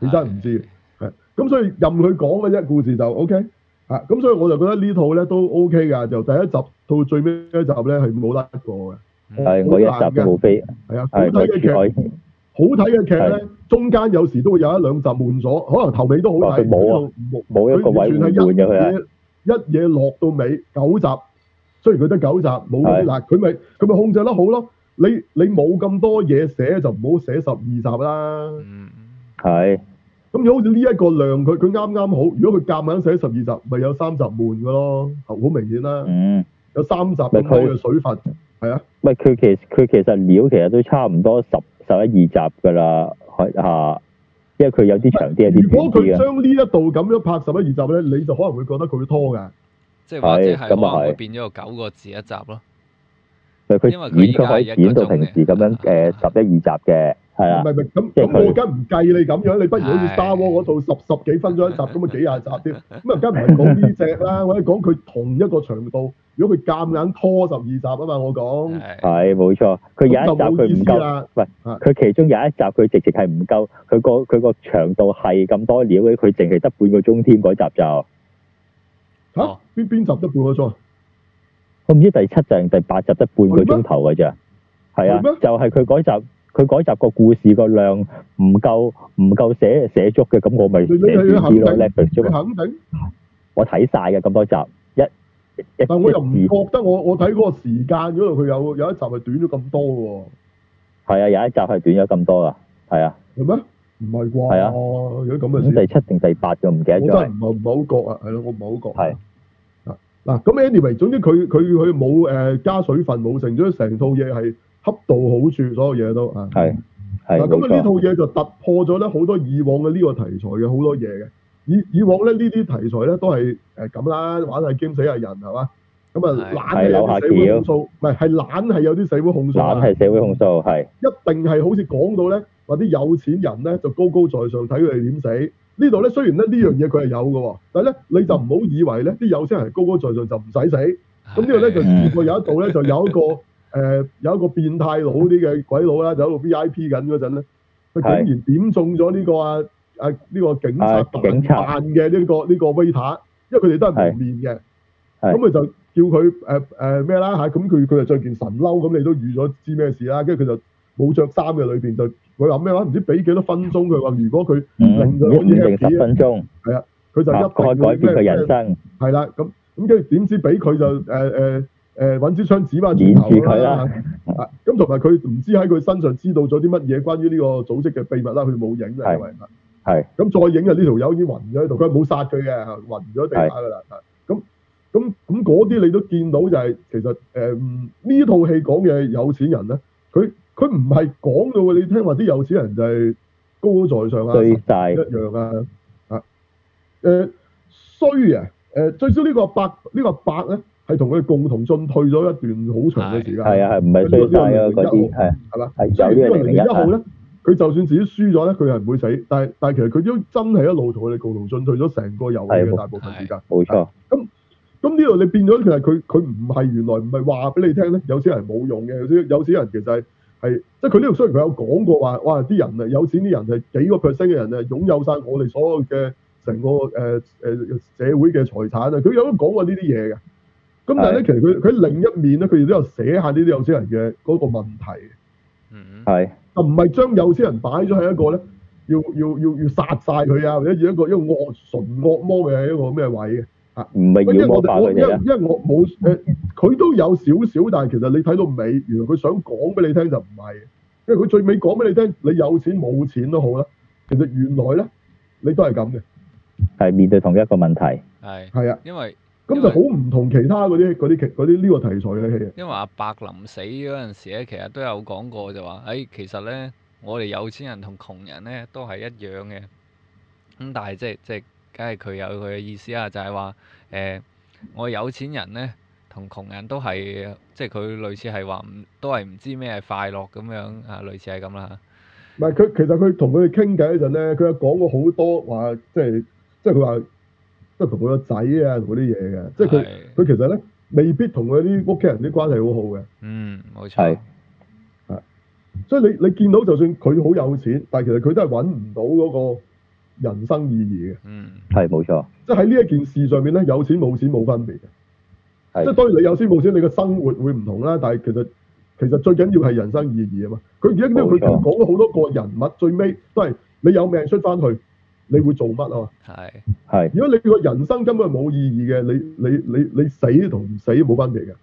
S1: 你真係唔知嘅。係咁，所以任佢講嘅啫，故事就 OK。啊，咁所以我就覺得呢套咧都 OK 㗎，就第一集到最尾一集咧係冇甩過嘅。
S3: 嗯
S2: 係我一集都冇飛，
S1: 係啊，好
S2: 係
S1: 睇
S2: 我
S1: 嘅劇，好
S2: 絕愛。
S1: 睇嘅劇咧
S2: 係，
S1: 中間有時都會有一兩集悶咗，可能頭尾都好
S2: 哇
S1: 睇，
S2: 佢冇
S1: 啊，冇
S2: 冇一個位換換咗佢啊！
S1: 一嘢落到尾九集，雖然佢得九集冇嗰啲
S2: 係
S1: 嗱，佢咪佢咪控制得好咯。你你冇咁多嘢寫就唔好寫十二集啦。
S3: 嗯
S2: 係
S1: 咁如果好似呢一個量，佢佢啱啱好。如果佢夾硬寫十二集，咪有三集悶嘅咯，好明顯啦。
S2: 嗯，
S1: 有三集咁多
S2: 咪佢
S1: 嘅水分，
S2: 唔係佢其佢其實料其實都差唔多十十一二集㗎啦，係嚇，因為佢有啲長啲，有
S1: 如
S2: 啲
S1: 果
S2: 短
S1: 佢
S2: 啲啊嘅，
S1: 將呢一度咁樣拍十一二集咧，你就可能會覺得佢會拖㗎。
S3: 即係或者
S2: 係
S3: 係可
S2: 咁啊
S3: 能會
S2: 係
S3: 變咗個九個字一集咯，
S2: 咪
S3: 因為
S2: 佢
S3: 佢
S2: 演
S3: 依家
S2: 佢可以
S3: 係一個
S2: 演到
S3: 鐘
S2: 平
S3: 嘅啊
S2: 時咁樣誒十一二集嘅，係
S1: 唔
S2: 啦，
S1: 係唔係咁
S2: 啊即係
S1: 咁，
S2: 佢
S1: 我梗唔計你咁樣，你不如好似
S3: 係
S1: Star War 嗰套十十幾分鐘一集咁啊幾廿集 添，咁啊梗唔係講呢只啦，我哋講佢同一個長度，如果佢夾硬拖十二集啊嘛，我講
S3: 係
S2: 係冇錯。佢有
S1: 咁
S2: 一
S1: 就
S2: 集佢
S1: 冇意
S2: 唔
S1: 思
S2: 夠，
S1: 啦。
S2: 佢其中有一集佢直直係唔夠，佢個佢個長度係咁多料嘅，佢淨係得半個鐘添嗰集就。
S1: 嚇
S3: 哦
S1: 邊邊集得半個鐘？啊
S2: 我唔知第七集定第八集得半個鐘頭㗎咋，係啊，
S1: 係咩
S2: 就係佢嗰集佢嗰集個故事個量唔夠唔夠寫寫足嘅，咁我咪
S1: 你
S2: 寫
S1: 你你
S2: 少啲咯
S1: 肯定
S2: ，Netflix
S1: 你
S2: 啫嘛
S1: 肯定？
S2: 我睇晒嘅咁多集，一一
S1: 但我又唔
S2: 一字
S1: 覺得我我睇嗰個時間嗰度佢有有一集係短咗咁多
S2: 係啊，有一集係短咗咁多啊，係啊，
S1: 喎，係咩？唔係
S2: 係啊
S1: 啩？如果咁嘅
S2: 咁
S1: 事。
S2: 第七定第八就唔記得
S1: 我
S2: 咗
S1: 真係
S2: 啦，
S1: 唔係唔係好覺啊，係咯，我唔係好覺。
S2: 係
S1: 啊。嗱，咁 anyway，總之佢佢佢冇誒加水分冇成，總之成套嘢係恰到好處，所有嘢都啊。
S2: 係係
S1: 嗱，咁
S2: 冇
S1: 啊呢套
S2: 錯，
S1: 嘢就突破咗咧好多以往嘅呢個題材嘅好呃多嘢嘅。以以往咧呢啲題材咧都係誒咁啦，玩下 game 死下人係嘛，咁
S3: 係
S1: 啊，懶係有啲社會控訴，唔係係懶係有啲社會控訴啊
S2: 懶係社會控訴，係
S1: 一定係好似講到咧，話啲有錢人咧就高高在上睇佢哋點死。呢度咧雖然咧呢樣嘢佢係有嘅喎，但係咧你就唔好以為咧啲有錢人高高在上就唔使死。咁呢度咧就
S3: 嗯
S1: 試過有一度咧就有一個誒、 呃有一個變態佬啲嘅鬼佬啦，就喺度 V I P 緊嗰陣咧，佢
S2: 係
S1: 竟然點中咗呢、個啊啊呢、個警察
S2: 啊警察
S1: 扮嘅呢個呢、個 waiter，因為佢哋都係蒙面嘅，
S2: 係
S1: 咁佢就叫佢誒誒咩啦嚇，咁佢佢就着件神褸，咁你都預咗知咩事啦，跟住佢就冇着衫嘅裏邊就佢話咩話，唔知俾幾多分鐘，佢話如果佢令
S2: 嗯
S1: 佢好似
S2: 五定
S1: happy
S2: 十分鐘，
S1: 佢就一
S2: 啊
S1: 定
S2: 改改變
S1: 會
S2: 佢
S1: 咩
S2: 人生，
S1: 係啦，咁咁跟住點知俾佢就呃誒誒誒揾支槍指翻轉
S2: 攆住
S1: 頭
S2: 佢啦
S1: 啦，啊咁同埋佢唔知喺佢身上知道咗啲乜嘢關於呢個組織嘅秘密啦，佢冇影啊，
S2: 係
S1: 因為
S2: 係
S1: 咁再影啊呢條友已經暈咗喺度，佢係冇殺佢嘅，啊暈咗地下㗎啦，啊咁咁咁嗰啲你都見到就係、其實誒嗯呢套戲講嘅有錢人咧，佢佢唔係講到嘅你聽話啲有錢人就係高高在上啊。
S2: 最大
S1: 一樣啊！啊，誒衰啊！誒最少呢個伯呢個伯咧，係同佢哋共同進退咗一段好長嘅時間。
S2: 係啊係唔係最大啊嗰啲係
S1: 係嘛？
S2: 係
S1: 雖然呢
S2: 有呢個
S1: 個
S2: 零
S1: 零
S2: 零一
S1: 零一號
S2: 啊，
S1: 咧，佢就算自己輸咗咧，佢係唔會死，但係但係其實佢都真係一路同佢哋共同進退咗成個遊戲
S2: 係
S1: 嘅
S2: 冇
S1: 大部分時間。
S2: 冇錯，
S1: 咁呢度你變咗，其實佢佢唔係原來唔係話俾你聽咧，有錢人冇用嘅，有啲有錢人其實係係即係佢呢度雖然佢有講過話，哇啲人啊有錢啲人係幾個 percent 嘅人啊擁有晒我哋所有嘅成個誒誒、社會嘅財產啊，佢有講過呢啲嘢嘅。咁但係咧，
S2: 係
S1: 其實佢佢喺另一面咧，佢亦都有寫下呢啲有錢人嘅嗰個問題，
S3: 嗯
S2: 係
S1: 就唔係將有錢人擺咗喺一個咧要要要要殺晒佢啊，或者要一個一個惡純惡魔嘅一個咩位嘅。
S2: 唔係
S1: 因為
S2: 妖魔
S1: 我哋
S2: 化
S1: 我
S2: 佢
S1: 因為
S2: 哋啊，
S1: 因為我冇誒，佢、都有少少，但係其實你睇到尾，原來佢想講俾你聽就唔係，因為佢最尾講俾你聽，你有錢冇錢都好啦，其實原來咧你都係咁嘅，
S2: 係面對同一個問題，
S3: 係，
S1: 係啊，
S3: 因為
S1: 咁就好唔同其他嗰啲嗰啲劇嗰啲呢個題材嘅戲啊，
S3: 因為阿伯臨死嗰陣時咧，其實都有講過就話，誒、其實咧，我哋有錢人同窮人咧都係一樣嘅。咁但係即係即係，梗係佢有佢嘅意思啦，就係話誒，我有錢人咧同窮人都係，即係佢類似係話唔都係唔知咩係快樂咁樣啊，類似係咁啦。
S1: 唔係佢其實佢同佢哋傾偈嗰陣咧，佢有講過好多話，即係即係佢話即係同佢個仔啊同嗰啲嘢嘅，即係佢
S3: 係
S1: 佢其實咧未必同佢啲屋企人啲關係好好嘅。
S3: 嗯，冇錯
S2: 係。
S1: 所以你你見到就算佢好有錢，但係其實佢都係揾唔到嗰個人生意義嘅，
S3: 嗯，
S2: 係冇錯，
S1: 即係喺呢一件事上面咧，有錢冇錢冇分別嘅。即係
S2: 係
S1: 當然你有錢冇錢，你嘅生活會唔同啦，但係其實其實最緊要係人生意義啊嘛。佢而家呢度佢
S2: 冇錯
S1: 講咗好多個人物，最尾都係你有命出翻去，你會做乜啊嘛？
S3: 係
S2: 係
S1: 如果你個人生根本係冇意義嘅，你你你你死同唔死冇分別嘅。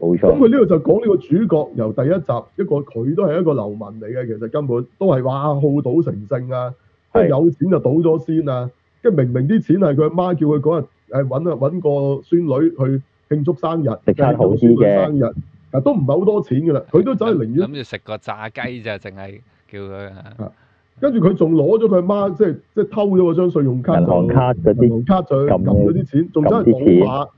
S2: 冇
S1: 咁佢
S2: 錯，
S1: 呢度就講呢個主角由第一集一個佢都係一個流民嚟嘅，其實根本都係話好賭成性啊，即係
S2: 係
S1: 有錢就賭咗先啊，跟住明明啲錢係佢阿媽叫佢嗰日誒揾啊揾個孫女去慶祝生日，
S2: 食餐好啲嘅嗯
S1: 慶祝孫女生日，啊都唔係好多錢㗎啦，佢都走去寧願
S3: 諗住食個炸雞咋，淨係叫佢啊
S1: 跟住佢仲攞咗佢阿媽即係即係偷咗嗰張信用卡就，
S2: 銀行卡嗰
S1: 銀
S2: 啲
S1: 行卡就去撳
S2: 撳
S1: 咗啲錢，仲走去
S2: 撳
S1: 賭
S2: 啲
S1: 馬。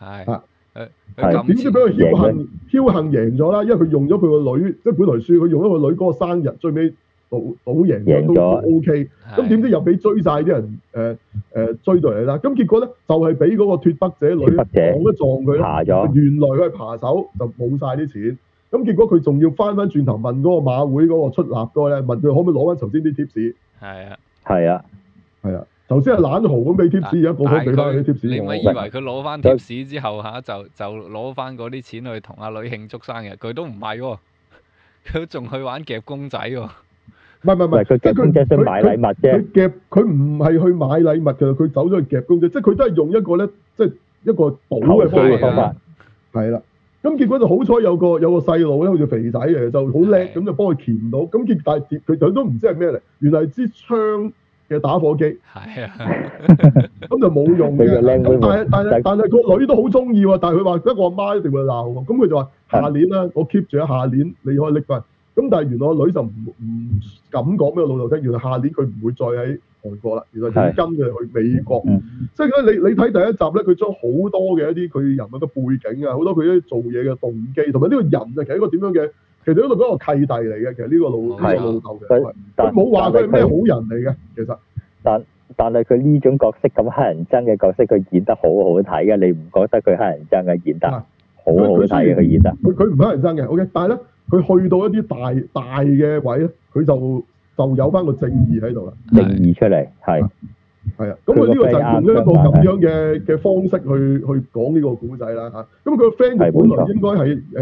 S3: 係
S1: 啊
S3: 佢
S2: 係
S3: 佢咁
S1: 點知俾佢僥幸僥幸贏咗啦，因為佢用咗佢個女，即係本來輸，佢用咗個女嗰個生日，最尾賭賭贏
S2: 贏
S1: 咗
S2: 咗
S1: 都 O K。
S3: 係
S1: 咁點知又俾追晒啲人誒誒、呃追到嚟啦。咁結果咧就係俾嗰個脱北者女
S2: 脫北者
S1: 撞一撞佢啦。
S2: 爬咗，
S1: 原來佢係扒手，就冇晒啲錢。咁結果佢仲要翻翻轉頭問嗰個馬會嗰個出納哥咧，問佢可唔可以攞翻頭先啲 tips？
S3: 係啊？
S2: 係啊，
S1: 係啊，頭先係懶豪咁俾 tips，而家個個
S3: 但
S1: 俾翻佢啲
S3: 係佢，啊你
S1: tips
S3: 咪以
S1: 我。
S3: 為佢攞翻貼士之後嚇，就就攞翻嗰啲錢去同阿女慶祝生日，佢都唔係喎， 佢仲去玩夾公仔喎，
S1: 唔係唔係唔
S2: 唔係
S1: 係，
S2: 佢
S1: 即係
S2: 夾公仔想
S1: 佢
S2: 買
S1: 佢
S2: 禮物啫，
S1: 佢夾佢唔係去買禮物嘅，佢走咗去夾公仔，即係佢都係用一個咧，即係一個
S2: 投
S1: 賭嘅
S2: 訴
S1: 方
S2: 嘅
S3: 投訴
S1: 法
S2: 方
S3: 啊，
S2: 法
S1: 係啦。咁結果就好彩有個有個細路咧，好似肥仔嚟嘅，就好叻，
S3: 係
S1: 咁就幫佢鉗到。咁結但係佢佢都唔知係咩嚟，原來係支槍嘅打火機，
S3: 係啊，
S1: 咁就冇用
S2: 俾
S1: 嘅。
S2: 個靚妹
S1: 咁但係但係
S2: 但
S1: 但係個女都好中意喎，但係佢話得我阿媽一定會鬧我，咁佢就話
S2: 係
S1: 下年啊啦，我 keep 住喺下年你可以拎翻。咁但係原來個女就唔唔敢講俾個老豆聽，原來下年佢唔會再喺韓國啦，原來已跟佢哋去美國
S2: 嗯。
S1: 即係咧，你你睇第一集咧，佢將好多嘅一啲佢人物嘅背景啊，好多佢啲做嘢嘅動機，同埋呢個人啊，其實一個點樣嘅，其實呢度嗰個契弟嚟嘅，其實呢個老
S3: 係
S1: 呢個老豆
S2: 佢
S1: 嘅，佢
S2: 但
S1: 冇話佢係咩
S2: 但係
S1: 好人嚟嘅，其實
S2: 但係佢呢種角色咁乞人憎嘅角色，佢演得好好睇嘅，你唔覺得佢乞人憎嘅演得
S1: 嗱
S2: 好好睇嘅佢演得？
S1: 佢佢唔係人生嘅，OK，但係咧，佢去到一啲大大嘅位咧，佢就就有翻個正義喺度啦。
S2: 定義出嚟係
S1: 係啊，咁佢呢個就係用一個
S2: 佢個 friend
S1: 咁樣嘅嘅方式去去講呢個古仔啦嚇。咁佢個 friend
S2: 係
S1: 本
S2: 冇錯
S1: 來應該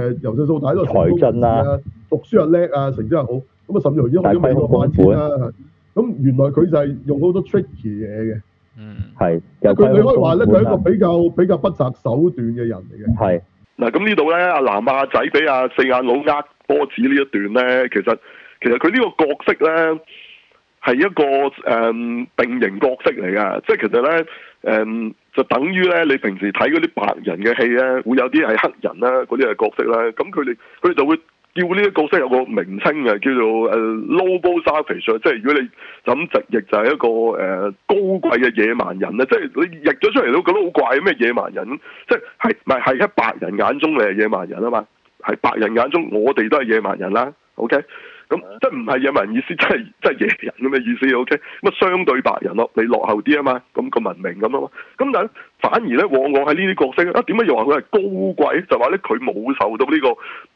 S1: 係誒由細到大都係
S2: 才俊啦
S1: 成功人士啊，讀書又叻啊，成績又好，咁啊甚至乎已經學咗美國翻天啦。咁原來佢就係用好多 tricky 嘢嘅，
S3: 嗯，
S2: 係
S1: 即係
S2: 有
S1: 佢你可以話咧，佢係一個
S2: 啦
S1: 比較比較不擇手段嘅人嚟嘅。
S2: 啊係
S4: 嗱，咁呢度咧，阿南亞仔俾阿四眼佬呃波子呢一段咧，其實其實佢呢個角色咧係一個誒、嗯定型角色嚟嘅，即係其實咧誒、嗯就等於咧你平時睇嗰啲白人嘅戲咧，會有啲係黑人啦，嗰啲係角色啦，咁佢哋佢哋就會。叫呢啲角色有個名稱嘅，叫做誒呃 Lobo Savage，啊即係如果你就咁直譯就係一個誒、呃高貴嘅野蠻人咧，即係你譯咗出嚟都覺得好怪，咩野蠻人？即係係唔係係喺白人眼中你係野蠻人啊嘛？係白人眼中我哋都係野蠻人啦，OK？咁即係唔係野蠻人意思，即係即係野人咁嘅意思，OK？咁啊相對白人咯，你落後啲啊嘛，咁、個文明咁啊嘛。咁但係反而咧，往往喺呢啲角色啊，點解又話佢係高貴？就話咧佢冇受到呢個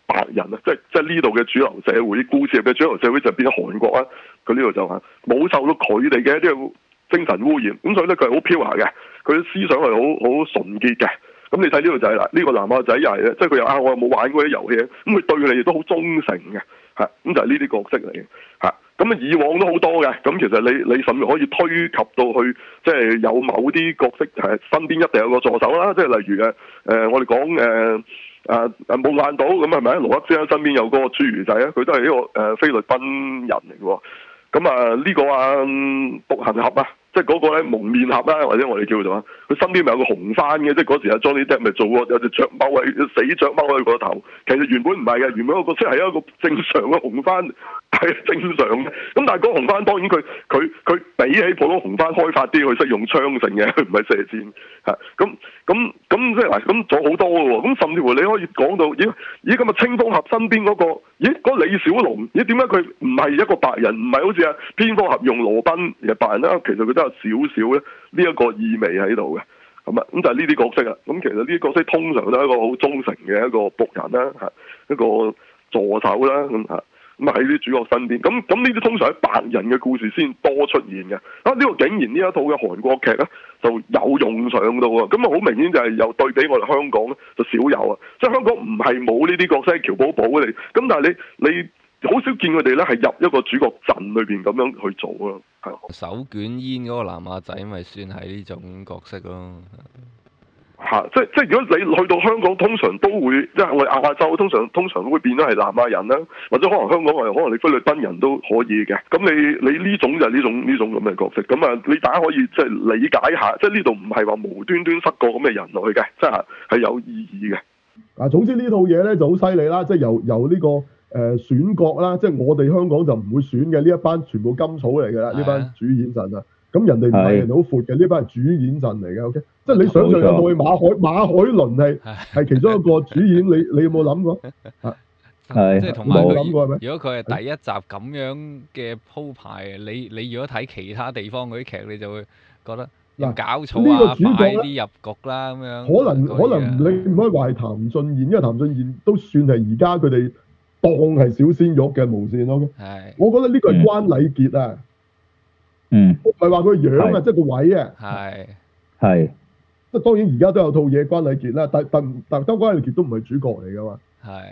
S4: 白人啊，即係即係呢度嘅主流社會，故事入嘅主流社會就變咗韓國啊。佢呢度就話冇受到佢哋嘅一啲精神污染，咁所以咧佢係好 pure 嘅，佢嘅思想係好好純潔嘅。咁你睇呢度就係啦，呢、個南亞仔又係咧，即係佢又啊，我又冇玩過啲遊戲，咁佢對佢哋都好忠誠嘅，嚇，咁就係呢啲角色嚟嘅，嚇。咁啊，以往都好多嘅，咁其實你你甚至可以推及到去，即係有某啲角色係身邊一定有個助手啦，即係例如誒誒、呃我哋講誒誒誒冇眼島咁係咪？羅克先生身邊有個侏儒仔啊，佢都係一個誒、呃菲律賓人嚟嘅喎。咁啊，呢個啊嗯獨行俠啊，即係嗰個咧蒙面俠啦，或者我哋叫做啊，佢身邊咪有個紅番嘅，即係嗰時阿 Johnny Depp 咪做過有隻雀貓喺死雀貓喺佢個頭，其實原本唔係嘅，原本個角色係一個正常嘅紅番，係正常嘅。咁但係嗰個紅番當然佢佢佢比起普通紅番開發啲，佢識用槍性嘅，佢唔係射箭嚇。啊咁咁咁即係嗱，咁咗好多嘅喎。咁甚至乎你可以講到，咦咦咁啊，清風俠身邊嗰、個，咦嗰李小龍，咦點解佢唔係一個白人，唔係好似啊蝙蝠俠用羅賓嘅白人啦？其實佢都有少少咧呢一個意味喺度嘅。咁啊，咁就係呢啲角色啊。咁其實呢啲角色通常都係一個好忠誠嘅一個仆人啦，嚇一個助手啦，咁嚇。咁啊喺啲主角身邊，咁咁呢啲通常喺白人嘅故事先多出現嘅。啊，呢、個竟然呢一套嘅韓國劇咧啊就有用上到喎，咁啊好明顯就係有對比我哋香港咧就少有啊，即係香港唔係冇呢啲角色喬寶寶佢哋，咁但係你你好少見佢哋咧係入一個主角陣裏邊咁樣去做啊咯，係。
S3: 手捲煙嗰個南亞仔咪算係呢種角色咯。
S4: 嚇！即即如果你去到香港，通常都會即係我哋亞洲，通常通常都會變咗係南亞人啦，或者可能香港人，可能你菲律賓人都可以嘅。咁你你呢種就係呢種呢種咁嘅角色。咁啊，你大家可以即係理解下，即係呢度唔係話無端端塞個咁嘅人落去嘅，即係係有意義嘅。
S1: 嗱，總啊之呢套嘢咧就好犀利啦，即係由由呢、個誒、呃、選角啦，即係我哋香港就唔會選嘅呢一班全部甘草嚟㗎啦，
S3: 係啊
S1: 呢班主演陣啊。咁人哋唔係
S2: 係
S1: 人哋好闊嘅，呢班係主演陣嚟嘅，OK。即係你想象有冇去
S2: 冇錯
S1: 馬海馬海倫係
S3: 係
S1: 係其中一個主演，你你有冇諗過？
S2: 係
S3: 即係同埋
S1: 冇
S3: 佢
S1: 諗過係咪
S3: 如果佢係第一集咁樣嘅鋪排，你你如果睇其他地方嗰啲劇，你就會覺得有冇
S1: 嗱
S3: 搞錯啊，
S1: 呢個主角呢
S3: 快啲入局啦咁樣。
S1: 可能
S3: 嗰啲
S1: 可
S3: 啊
S1: 能你唔可以話係譚俊彥，因為譚俊彥都算係而家佢哋當係小鮮肉嘅無線 OK。
S3: 係
S1: 我覺得呢個係
S2: 嗯
S1: 關禮傑啊，
S2: 嗯
S1: 唔係話佢樣啊，
S2: 係
S1: 即係個位啊。
S3: 係
S2: 係
S1: 即係當然而家都有套嘢關禮傑啦，但但但當關禮傑都唔係主角嚟噶嘛，
S3: 係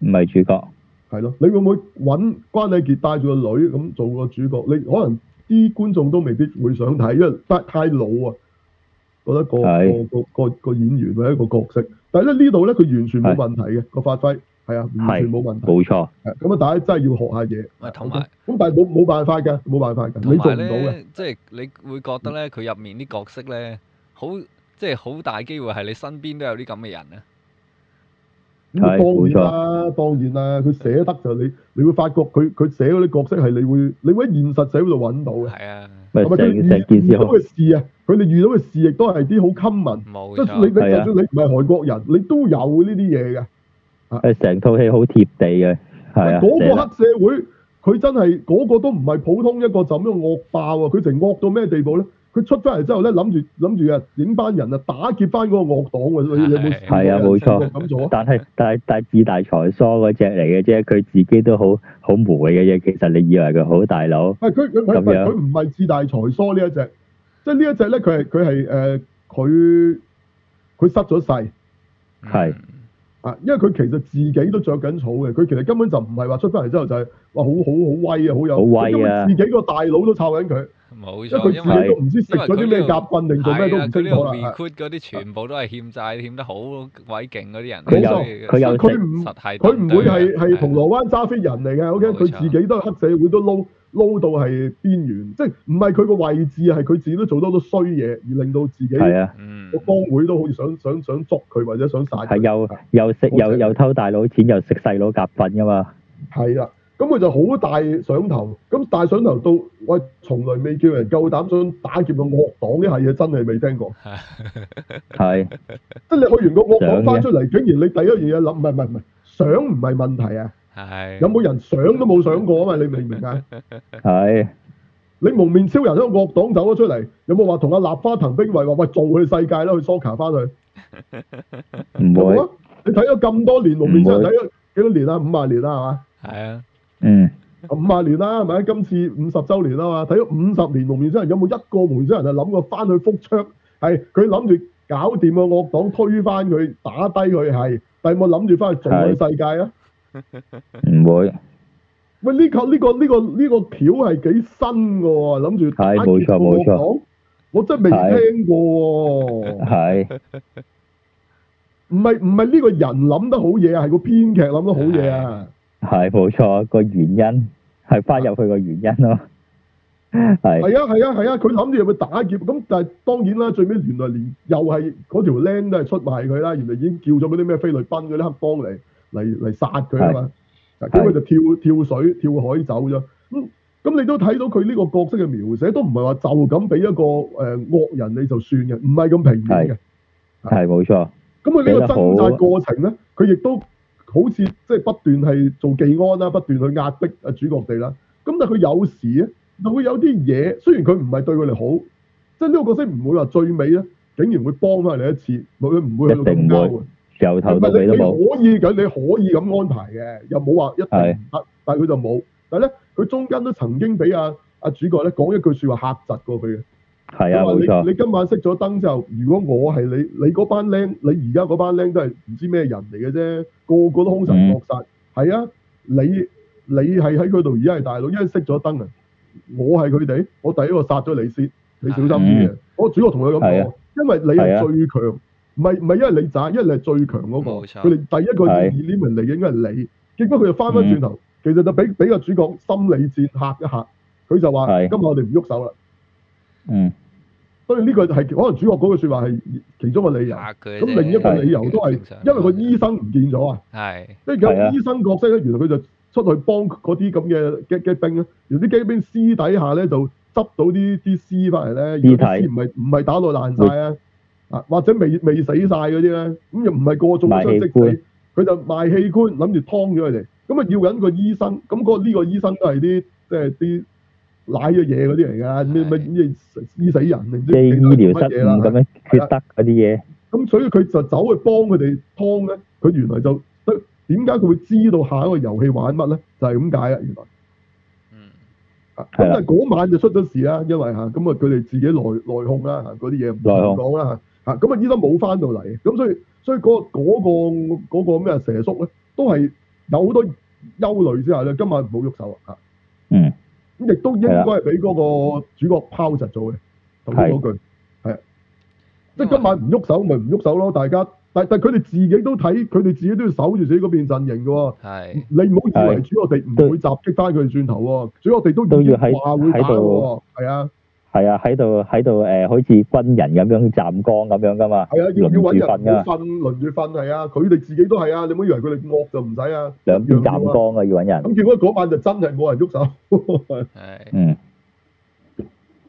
S2: 唔係主角
S1: 係咯？你會唔會揾關禮傑帶住個女咁做個主角？你可能啲觀眾都未必會想睇，因為太太老啊，覺得個
S2: 係
S1: 個個個個演員或者一個角色。但係咧呢度咧，佢完全冇
S2: 係
S1: 問題嘅個發揮，係啊，完全冇問題。
S2: 冇錯
S1: 係咁啊，大家真係要學下嘢。
S3: 喂啊同埋
S1: OK？咁，但係冇冇辦法㗎，冇辦法㗎，
S3: 同
S1: 你做
S3: 埋
S1: 唔到嘅。
S3: 咧，即係你會覺得咧，佢入面啲角色咧，好即係好大機會係你身邊都有啲咁嘅人啊。
S1: 咁啊
S2: 係
S1: 當然啦，當然啦，佢寫得就你，你會發覺佢佢寫嗰啲角色係你會，你會喺現實社會度揾到嘅。
S3: 係啊，
S2: 咪
S1: 係咪佢
S2: 成成
S1: 遇
S2: 件
S1: 遇
S2: 事
S1: 到
S2: 好
S1: 嘅事啊？佢哋遇到嘅事亦都係啲好 common，
S3: 冇
S1: 即係你
S3: 錯，
S1: 你就
S2: 係啊
S1: 算你唔係韓國人，你都有呢啲嘢嘅。
S2: 誒成套戲好貼地嘅，係啊，
S1: 嗰
S2: 寫
S1: 個
S2: 得
S1: 黑社會，佢真係嗰、個都唔係普通一個就咁樣惡爆啊！佢成惡到咩地步咧？佢出翻嚟之後咧，諗住諗住啊，影班人啊，打劫翻嗰個惡黨喎！你你有冇試過
S2: 係啊
S1: 有
S2: 冇
S1: 人
S2: 錯
S1: 試過咁做啊？
S2: 但係但係但係自大財疏嗰只嚟嘅啫，佢自己都好好霉嘅啫。其實你以為佢好大佬，
S1: 係佢佢佢
S2: 咁樣
S1: 佢唔係自大財疏呢一隻，即係呢一隻咧，佢係佢係誒佢佢失咗勢
S3: ừ,
S2: 係
S1: 啊！因為佢其實自己都着緊草嘅，佢其實根本就唔係話出翻嚟之後就係、哇好好好威啊，好有
S2: 好威啊
S1: 因為自己個大佬都抄緊佢，
S3: 冇
S1: 因為佢
S3: 錯，
S1: 自
S3: 因
S1: 己
S3: 為
S1: 都唔知食咗啲咩夾棍定做咩
S3: 係
S1: 都
S3: 啊，
S1: 唔
S3: 佢
S1: 清
S3: 呢
S1: 楚
S3: 度
S1: 啦。啊
S3: recruit 嗰啲全部都係欠債，欠得好鬼勁嗰啲人，
S1: 佢有
S3: 所以
S2: 佢有
S1: 佢
S2: 食
S1: 唔
S3: 實係
S1: 佢唔會係
S3: à.
S1: 係銅鑼
S3: 鑼
S1: 灣揸飛人嚟嘅，OK，
S3: 冇錯
S1: 佢自己都係黑社會都撈撈到係邊緣，即係唔係佢個位置，係佢自己都做多好多衰嘢，而令到自己
S2: 係啊，
S3: 嗯
S1: 個 幫會都好似想想想捉佢或者想殺
S2: 係
S1: 佢，
S2: 又又食
S1: 好
S2: 又
S1: 正
S2: 又偷大佬錢，又食細佬夾份噶嘛。
S1: 係啦。咁佢就好大上頭，咁大上頭到我從來未叫人夠膽想打劫個惡黨呢下嘢，真係未聽過。
S2: 係
S1: 即係你去完個惡黨
S2: 想嘅
S1: 翻出嚟，竟然你第一樣嘢諗，唔係唔係唔係，想唔係問題啊，
S3: 係
S1: 有冇人想都冇想過啊嘛，你明唔明啊？
S2: 係
S1: 你蒙面超人喺個惡黨走咗出嚟，有冇話同阿立花藤兵衛話喂做佢世界啦，去 Soka 翻去？
S2: 唔
S1: 有冇
S2: 會
S1: 啊？你睇咗咁多年蒙面超人，
S2: 唔會
S1: 睇咗幾多年啦？五啊年啦
S3: 係啊？
S2: 嗯
S1: 係嘛？五啊年啦係咪？今次五十週年啦嘛，睇咗五十年蒙面超人，有冇一個蒙面超人係諗過翻去復卓？係佢諗住搞掂個惡黨，推翻佢，打低佢係，但係有冇諗住翻去做佢世界啊？
S2: 唔會
S1: 喂，呢、個呢、個呢、個呢、個橋係幾新嘅喎，諗住打
S2: 係冇錯
S1: 劫個
S2: 冇
S1: 惡
S2: 錯
S1: 黨，我真係未
S2: 係
S1: 聽過喎。
S2: 係
S1: 唔係唔係呢個人諗得好嘢啊，係個編劇諗得好嘢啊！
S2: 係冇錯，個原因係翻入去個原因咯。係
S1: 係啊係啊係啊，佢諗住會打劫，咁但係當然啦，最尾原來連又係嗰條僆都係出賣佢啦，原來已經叫咗嗰啲咩菲律賓嗰啲黑幫嚟嚟嚟殺佢啊嘛，咁佢就跳跳水跳海走咗。咁咁你都睇到佢呢個角色嘅描寫，都唔係話就咁俾一個誒、呃、惡人你就算嘅，唔係咁平面嘅。
S2: 係冇錯，
S1: 咁佢呢個掙
S2: 寫得
S1: 扎
S2: 好
S1: 過程咧，佢亦都好似即係不斷係做技安啦，不斷去壓迫啊主角地啦。咁但係佢有時咧，就會有啲嘢，雖然佢唔係對佢哋好，即係呢個角色唔會話最尾咧，竟然會幫翻你一次，佢唔會去到
S2: 一定
S1: 咁
S2: 唔
S1: 交
S2: 會
S1: 嘅。
S2: 由頭
S1: 唔
S2: 到
S1: 係你
S2: 尾都
S1: 你
S2: 冇。
S1: 可以咁，你可以咁安排嘅，又冇話一定唔得，但係佢就冇。但係咧，佢中間都曾經俾阿阿主角咧講一句説話嚇窒過佢嘅。
S2: 係啊，冇
S1: 佢話
S2: 錯
S1: 你，你今晚熄咗燈之後，如果我係你，你嗰班僆，你而家嗰班僆都係唔知咩人嚟嘅啫，個個都兇神惡
S2: 嗯
S1: 煞。係、啊，你你係喺佢度，而家係大佬，因為熄咗燈啊。我係佢哋，我第一個殺咗你先，你小心啲嘅。我主角同佢咁
S2: 嗯係
S1: 講
S2: 啊，
S1: 因為你
S2: 係
S1: 係
S2: 啊
S1: 最強，唔係唔係因為你渣，因為你係最強嗰、
S3: 冇錯
S1: 個。佢哋第一個
S2: 係嗯
S1: element 嚟嘅應該係你，結果佢就翻翻轉頭，其實就俾俾個主角心理戰嚇一嚇，佢就話：
S2: 係
S1: 今日我哋唔喐手啦。
S2: 嗯
S1: 所以呢個係可能主角嗰句説話係其中嘅理由。
S3: 嚇佢啫
S1: 咁另一個理由都係
S3: 正常
S1: 因為個醫生唔見咗啊，
S3: 係
S1: 即係有
S2: 係啊
S1: 個醫生角色咧，原來佢就出去幫嗰啲咁嘅嘅嘅兵咧，原來啲機兵私底下咧就執到啲啲屍翻嚟咧，原來啲
S2: 屍體
S1: 屍唔係唔係打到爛晒啊，啊或者未未死晒嗰啲咧，咁又唔係個個中
S2: 賣
S1: 槍
S2: 器
S1: 即
S2: 官
S1: 死，佢就賣器官諗住劏咗佢哋，咁啊要緊個醫生，咁嗰呢個醫生都係啲即係啲舐咗嘢嗰啲嚟㗎，咩咩咩醫死人定唔知
S2: 即係
S1: 其他
S2: 醫療
S1: 乜
S2: 失
S1: 嘢啦啊
S2: 誤咁樣缺德嗰啲嘢，
S1: 咁所以佢就走去幫佢哋劏咧，佢原來就點解佢會知道下一個遊戲玩乜咧？就係咁解啦，啊原來。
S3: 嗯
S1: 啊咁
S2: 係啦
S1: 但係嗰晚就出咗事啦，因為嚇咁啊，佢哋自己內內訌啦嚇，嗰啲嘢唔
S2: 內訌
S1: 講啦嚇嚇，咁啊醫生冇翻到嚟，咁所以所以嗰、嗰個嗰、個咩蛇叔咧，都係有好多憂慮之下咧，今晚唔好喐手啊
S2: 嗯
S1: 嚇，咁亦都應該係俾嗰個主角拋窒咗嘅，頭先嗰句。啊即係今晚唔喐手，咪唔喐手咯。大家，但但佢哋自己都睇，佢哋自己都要守住自己嗰邊陣營嘅喎。
S3: 係
S1: 你唔好以為
S2: 係
S1: 主角地唔會襲擊翻佢哋轉頭喎，主角地都
S2: 都
S1: 已經
S2: 要喺
S1: 話會打
S2: 喺
S1: 喎
S2: 度。
S1: 係啊，
S2: 係啊，喺度喺度誒，好似軍人咁樣站崗咁樣噶嘛，
S1: 係啊，要
S2: 輪
S1: 要揾
S2: 住瞓
S1: 人
S2: 噶
S1: 要，瞓，輪住瞓係啊。佢哋自己都係啊，你唔好以為佢哋惡就唔使啊。
S2: 兩邊站
S1: 一樣要啊
S2: 崗啊，要揾人，
S1: 咁結果嗰晚就真係冇人喐手。
S3: 係。
S2: 嗯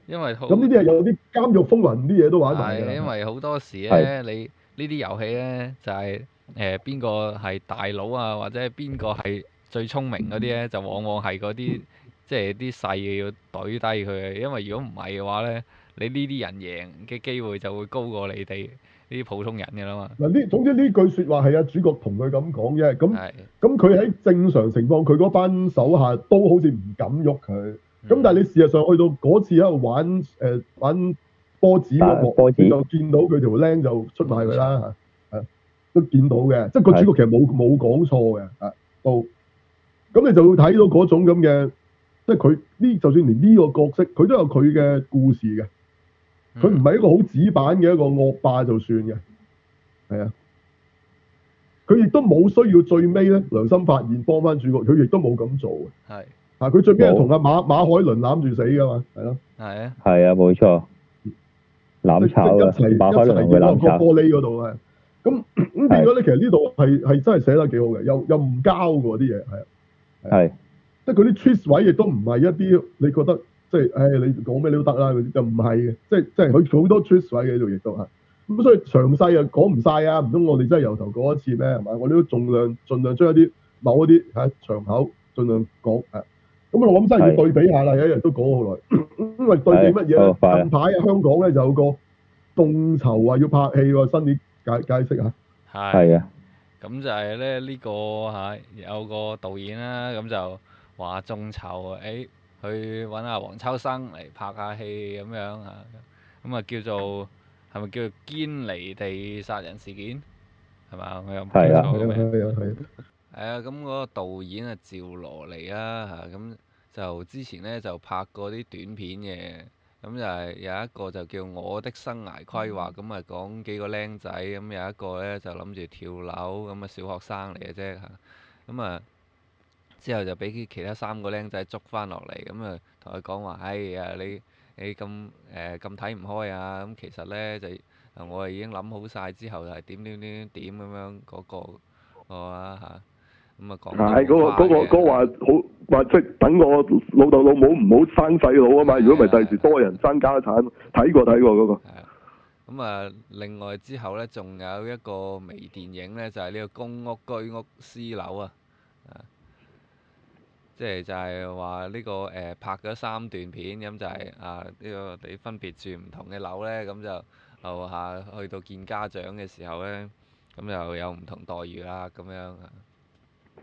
S3: 因為好
S1: 咁呢啲係有啲監獄風雲啲嘢都玩埋㗎
S3: 係因
S1: 啦。
S3: 為好多時咧，
S2: 係
S3: 你呢啲遊戲咧就係誒邊個係大佬啊，或者係邊個係最聰明嗰啲咧，就往往係嗰啲即係啲細嘅要懟低佢嘅，因為如果唔係嘅話咧，你呢啲人贏嘅機會就會高過你哋呢啲普通人嘅啦嘛。
S1: 嗱呢總之呢句説話係阿啊主角同佢咁講啫，咁
S3: 係
S1: 咁佢喺正常情況，佢嗰班手下都好似唔敢喐佢。
S2: 嗯
S1: 咁但係你事實上去到嗰次喺度玩誒、呃玩波子嗰
S2: 啊波
S1: 幕，
S2: 子嗯
S1: 你就見到佢條僆就出賣佢啦嚇，係都見到嘅，即係個
S2: 係
S1: 主角其實冇冇講錯嘅嚇，都咁你就會睇到嗰種咁嘅，即係佢呢就算連呢個角色，佢都有佢嘅故事嘅，
S3: 嗯
S2: 嗯
S1: 佢唔係一個好紙板嘅一個惡霸就算嘅，啊係啊，佢亦都冇需要最尾咧良心發現幫翻主角，佢亦都冇咁做嘅。
S3: 係
S1: 啊！佢最尾係
S2: 冇
S1: 同阿馬馬海倫攬住死噶嘛，係咯，
S3: 係啊，
S2: 係啊，冇錯，
S1: 即
S2: 攬
S1: 即係
S2: 炒啊，
S1: 一齊
S2: 馬開龍
S1: 一齊
S2: 會
S1: 跌落
S2: 攬
S1: 個
S2: 炒，
S1: 玻璃嗰度啊！咁咁變咗咧，其實呢度係係真係寫得幾好嘅，又又唔交嘅喎啲嘢係啊，
S2: 係
S1: 即係佢啲 twist 位亦都唔係一啲你覺得即係唉你講咩你都得啦嗰啲，就唔係嘅，即係即係佢好多 twist 位嘅呢度亦都係。咁所以詳細又講唔晒啊！唔通我哋真係由頭講一次咩？係咪？我哋都盡量盡量將一啲某一啲嚇場口盡量講啊。咁我諗真係要對比下啦，有一日都講好耐。因為對比乜嘢
S2: 係好快啊
S1: 咧？近排啊香港咧就有個眾籌話要拍戲喎，新年解解釋下。
S3: 係。
S2: 係啊，
S3: 咁就係咧呢個嚇、啊有個導演啦，咁就話眾籌誒、去揾阿黃秋生嚟拍下戲咁樣嚇，啊咁啊叫做係咪叫做堅離地殺人事件係嘛？我又唔記
S2: 係
S3: 得
S2: 啊
S3: 咗個
S1: 係啊
S3: 名
S1: 係啊係啊！
S3: 係啊，咁嗰個導演啊趙羅尼啦嚇，咁就之前咧就拍過啲短片嘅，咁就係有一個就叫我的生涯規
S4: 嗯
S3: 劃，咁啊講幾個僆仔，咁有一個咧就諗住跳樓，咁啊小學生嚟嘅啫嚇，咁啊之後就俾其他三個僆仔捉翻落嚟，咁啊同佢講話，哎呀你你咁誒咁睇唔開啊，咁其實咧就啊我係已經諗好晒之後係點點點點點咁樣嗰個。個啊嚇，咁啊講
S4: 係嗰
S3: 到
S4: 個
S3: 好
S4: 嗰個
S3: 快嘅
S4: 嗰個話好話即係等我老豆老母唔好生細佬啊嘛，如果唔係第時多人爭家產。睇過睇過嗰個。
S3: 係啊咁啊，另外之後咧，仲有一個微電影咧，就係、呢個公屋、居屋、私樓啊，啊即係就係話呢個誒、呃拍咗三段片，咁就係、啊呢、個你分別住唔同嘅樓咧，咁就樓下去到見家長嘅時候咧，咁就有唔同待遇啦，咁樣啊，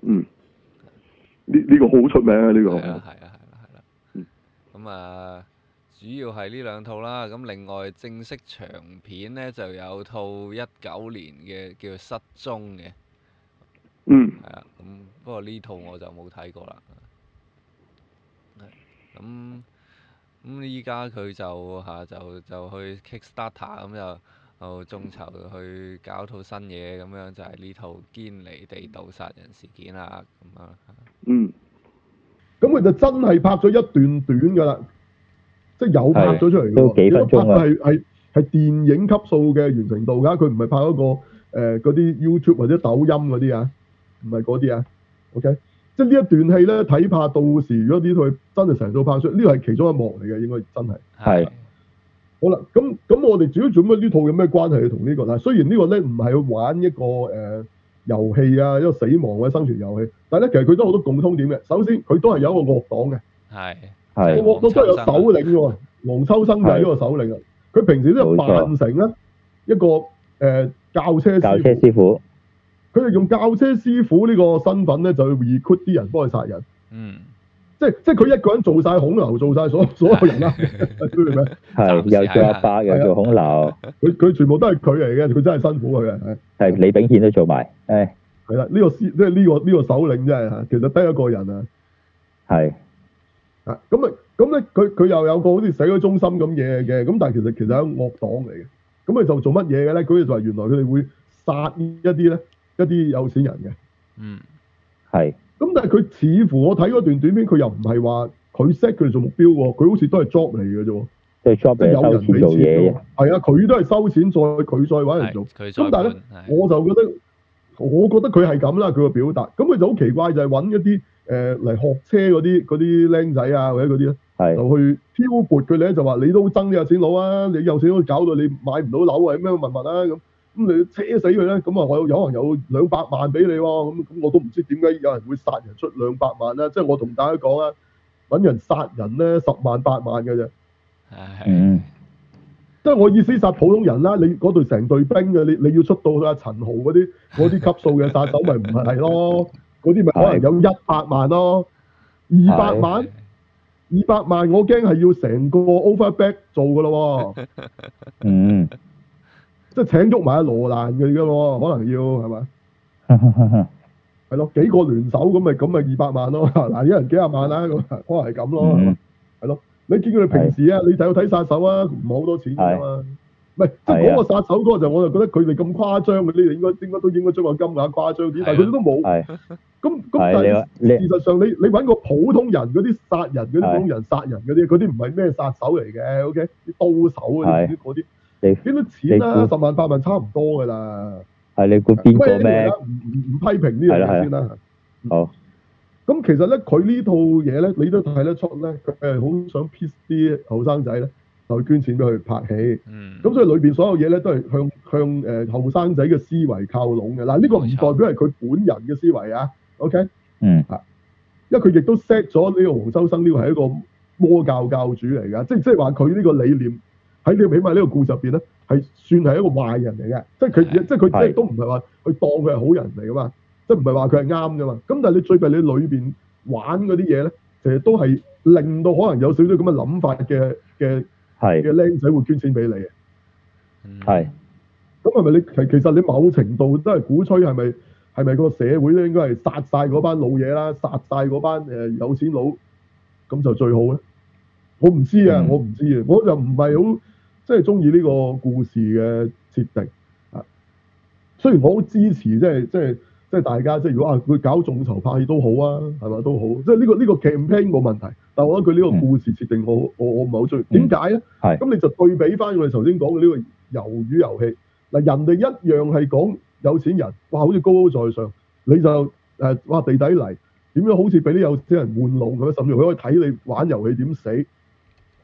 S4: 嗯，呢呢個好出名啊！呢個
S3: 係啦，係啦，係啦，係啦
S4: 嗯。
S3: 咁啊，主要係呢兩套啦。咁另外正式長片呢，就有套一九年嘅叫《失蹤》嘅，
S4: 嗯
S3: 係啊。咁不過呢套我就冇睇過啦。係咁咁依家佢就嚇、就就去 Kickstarter 咁就。就眾籌去搞套新嘢咁樣，就係呢套《堅離地盜殺人事件》啦，咁啊，
S4: 嗯，
S1: 咁佢就真係拍咗一段短㗎啦，即係有拍咗出嚟㗎喎
S2: 都幾分鐘啊
S1: 如果拍係係係電影級數嘅完成度㗎，佢唔係拍嗰個誒嗰啲 YouTube 或者抖音嗰啲啊，唔係嗰啲啊，OK。即係呢一段戲咧，睇怕到時如果呢套真係成套拍出，呢個係其中一幕嚟嘅，應該真係。
S2: 係
S1: 好啦，咁咁我哋主要做乜呢套有咩關係同呢個啦？雖然呢個咧唔係去玩一個誒、呃、遊戲啊，一個死亡或者生存遊戲，但係咧其實佢都好多共通點嘅。首先佢都係有一個惡黨嘅。
S3: 係
S1: 個
S2: 係
S1: 惡黨都有首領喎，黃秋生就係呢個首領啊！佢平時都係扮成咧一個誒、呃、教車
S2: 教
S1: 師傅，
S2: 車師傅
S1: 佢哋用教車師傅呢個身份咧，就去 recruit 啲人幫佢殺人，
S3: 嗯。
S1: 即係即係佢一個人做晒恐流，做晒所所有人啦，你明唔明？
S2: 係
S3: 暫時係
S2: 又做阿伯，又做孔劉，
S1: 佢佢全部都係佢嚟嘅，佢真係辛苦佢嘅。係
S2: 係李炳憲都做埋，誒
S1: 係啦，呢、個師即係呢個呢、個首領真係嚇，其實得一個人啊
S2: 係
S1: 啊咁啊咁咧，佢佢又有個好似社區中心咁嘢嘅，咁但係其實其實係一個惡黨嚟嘅，咁佢就做乜嘢嘅咧？佢就話原來佢哋會殺一啲咧一啲有錢人嘅，
S3: 嗯，
S2: 係
S1: 咁但係佢似乎我睇嗰段短片，佢又唔係話佢 set 佢哋做目標喎，佢好似都係 job 嚟嘅啫喎，
S2: 對 job
S1: 即係
S2: 嚟
S1: 有
S2: 收
S1: 人
S2: 錢做
S1: 俾
S2: 嘢
S1: 錢喎，係啊，佢都係收錢再佢再揾人
S3: 係
S1: 做。
S3: 佢
S1: 咁但係咧
S3: 係
S1: 我就覺得，我覺得佢係咁啦，佢個表達。咁佢就好奇怪，就係揾一啲誒嚟學車嗰啲嗰啲僆仔啊，或者嗰啲咧，
S2: 係
S1: 就去挑撥佢咧，就話你都憎呢有錢佬啊，你有錢佬搞到你買唔到樓啊，咁樣問問啊咁。咁你車死佢咧，咁啊我有有可能有兩百萬俾你喎，咁咁我都唔知點解有人會殺人出兩百萬啦，即係我同大家講啊，揾人殺人咧十萬八萬嘅啫。
S3: 唉，
S2: 嗯
S1: 即係我意思殺普通人啦，你嗰度成隊兵嘅，你你要出到阿陳豪嗰啲嗰啲級數嘅殺手咪唔係咯，嗰啲咪可能有一百萬咯，二百萬二百萬我驚係要成個 overback 做噶咯喎，
S2: 嗯，
S1: 即係請喐埋阿羅蘭嘅㗎喎，可能要係咪？係咯，幾個聯手咁咪咁咪二百萬咯， 嗱一人幾廿萬啦，咁可能係咁咯，係咪
S2: 嗯
S1: 你見佢哋平時啊，你睇睇殺手啊，唔係好多錢㗎嘛。唔係，即係
S2: 係啊
S1: 嗰個殺手嗰個就我就覺得佢哋咁誇張，佢哋應該應該都應該將個金額誇張啲，但係佢哋都冇。
S2: 係
S1: 咁咁但
S2: 係
S1: 係
S2: 你你
S1: 事實上，你你揾個普通人嗰啲殺人嗰啲
S2: 係
S1: 普通人殺人嗰啲，嗰啲唔係咩殺手嚟嘅，OK？啲刀手嗰啲
S2: 係
S1: 嗰啲
S2: 你
S1: 幾多錢
S2: 你
S1: 啦？
S2: 估
S1: 十萬八萬差唔多㗎啦。
S2: 係你估邊個
S1: 咩
S2: 咩
S1: 啦？？唔唔唔批評呢樣
S2: 係啦係
S1: 嘢
S2: 啦
S1: 先啦。
S2: 好。
S1: 咁其實咧，佢呢套嘢咧，你都睇得出咧，佢係好想 p i s 啲後生仔咧，就捐錢俾佢拍戲。
S3: 嗯，
S1: 咁所以裏邊所有嘢咧，都係向向誒後生仔嘅思維靠攏嘅。嗱，呢個唔
S3: 冇錯
S1: 代表係佢本人嘅思維啊。OK，
S2: 嗯
S1: 因為佢亦都 set 咗呢個黃秋生呢個係一個魔教教主嚟㗎，即即係話佢呢個理念喺呢個起碼呢個故事入邊咧，係算係一個壞人嚟嘅，即係佢
S3: 係
S1: 即係佢即係
S2: 係
S1: 都唔係話佢當佢係好人嚟㗎嘛，即係唔係話佢係啱㗎嘛。咁但係你最弊你裏邊玩嗰啲嘢咧，其實都係令到可能有少少咁嘅諗法嘅嘅
S2: 係
S1: 嘅僆仔會捐錢俾你嘅。啊
S3: 嗯
S2: 係
S1: 咁係咪你其其實你某程度都係鼓吹係咪係咪個社會咧應該係殺晒嗰班老嘢啦，殺晒嗰班誒有錢佬，咁就最好咧？我唔知啊，
S2: 嗯
S1: 我唔知啊，我就唔係好即係中意呢個故事嘅設定啊。雖然我好支持即係即係即係大家即係如果啊佢搞眾籌拍戲都好啊，係咪都好？即係呢個呢個 campaign 冇問題，但係我覺得佢呢個故事設定我好我我唔係好中意。點
S2: 嗯
S1: 解咧？
S2: 係
S1: 咁你就對比翻我哋頭先講嘅呢個魷魚遊戲。嗱，人哋一樣係講有錢人，哇，好似高高在上，你就誒、哇地底嚟，點樣好似俾啲有錢人玩弄咁樣，甚至佢可以睇你玩遊戲點死。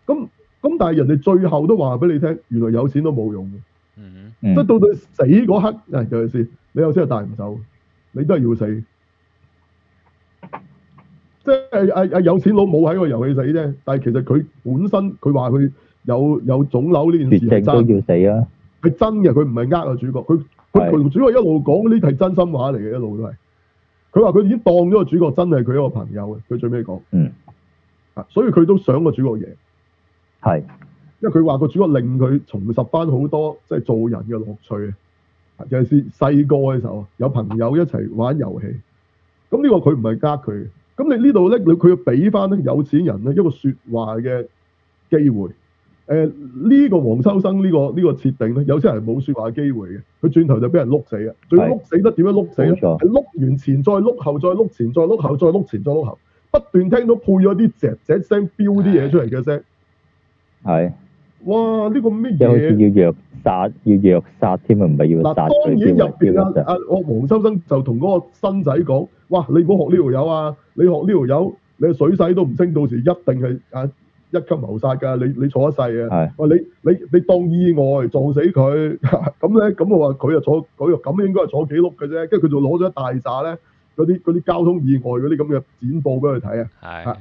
S1: 咁咁，但係人哋最後都話俾你聽，原來有錢都冇用嘅，
S3: 嗯
S2: 嗯
S1: 即係到到死嗰刻，誒尤其是你有錢係帶唔走，你都係要死。即係誒誒有錢佬冇喺個遊戲死啫，但係其實佢本身佢話佢有有腫瘤呢件事係
S2: 絕症
S1: 真
S2: 都要死啊！
S1: 係真嘅，佢唔係呃個主角，佢佢
S2: 係
S1: 同主角一路講呢啲係真心話嚟嘅，一路都係。佢話佢已經當咗個主角真係佢一個朋友嘅，佢最尾講。
S2: 嗯。
S1: 啊，所以佢都想個主角贏，
S2: 係
S1: 因為佢話個主角令佢重拾翻好多即係做人嘅樂趣啊，尤其是細個嘅時候，有朋友一齊玩遊戲。咁呢個佢唔係呃佢嘅，咁你呢度咧，你佢要俾翻咧有錢人咧一個説話嘅機會。誒、呢、個黃秋生呢、個呢、個設定咧，有啲人冇説話嘅機會嘅，佢轉頭就俾人碌死嘅，最
S2: 係
S1: 碌死得點樣碌死咧？
S2: 冇錯
S1: 係碌完前再碌後，再碌前再碌後，再碌前再碌後，不斷聽到配咗啲隻隻聲飆啲嘢出嚟嘅聲，
S2: 係，
S1: 哇！呢、個咩
S2: 即係好似
S1: 嘢？
S2: 要虐殺，要虐殺添啊，唔係要
S1: 嗯嗱，
S2: 殺
S1: 當
S2: 佢
S1: 然
S2: 添
S1: 入
S2: 啊，
S1: 邊
S2: 要
S1: 啊
S2: 殺
S1: 啊，我黃秋生就同嗰個新仔講：，哇！你唔好學呢條友啊！你學呢條友，你水洗都唔清，到時一定係啊一級謀殺㗎！你你坐一世啊！
S2: 係
S1: 喂，你你你當意外撞死佢 咁咧，咁我話佢就坐佢又咁應該係坐幾碌嘅啫，跟住佢就攞咗一大紮咧嗰啲嗰啲交通意外嗰啲咁嘅剪報俾佢睇啊！
S3: 係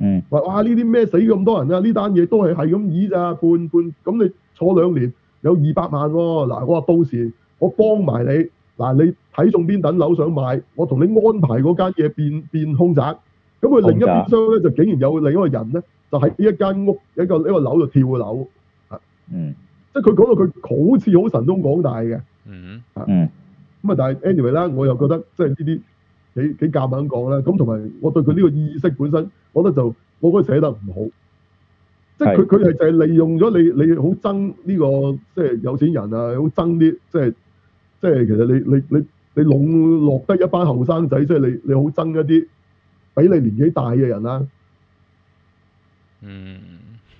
S2: 嗯
S1: 話哇呢啲咩死咁多人啊？呢單嘢都係係咁以咋，半半咁你坐兩年有二百萬喎、嗱我話到時我幫埋你，嗱你睇中邊等樓想買，我同你安排嗰間嘢變變空宅，咁佢另一邊廂咧就竟然有另一個人咧就喺呢一間屋一個一個樓度跳樓。
S2: 嗯
S1: 即係佢講到佢好似好神通廣大嘅，
S3: 嗯
S2: 嗯
S1: 咁啊但係 anyway 啦，我又覺得即係呢啲幾幾夾硬講啦，咁同埋我對佢呢個意識本身，我覺得就我覺得寫得唔好，即係佢
S2: 係
S1: 佢係就係利用咗你你好憎呢個即係有錢人啊，好憎啲即係即係其實你你你你籠絡得一班後生仔，即係你你好憎一啲比你年紀大嘅人啦、
S3: 嗯，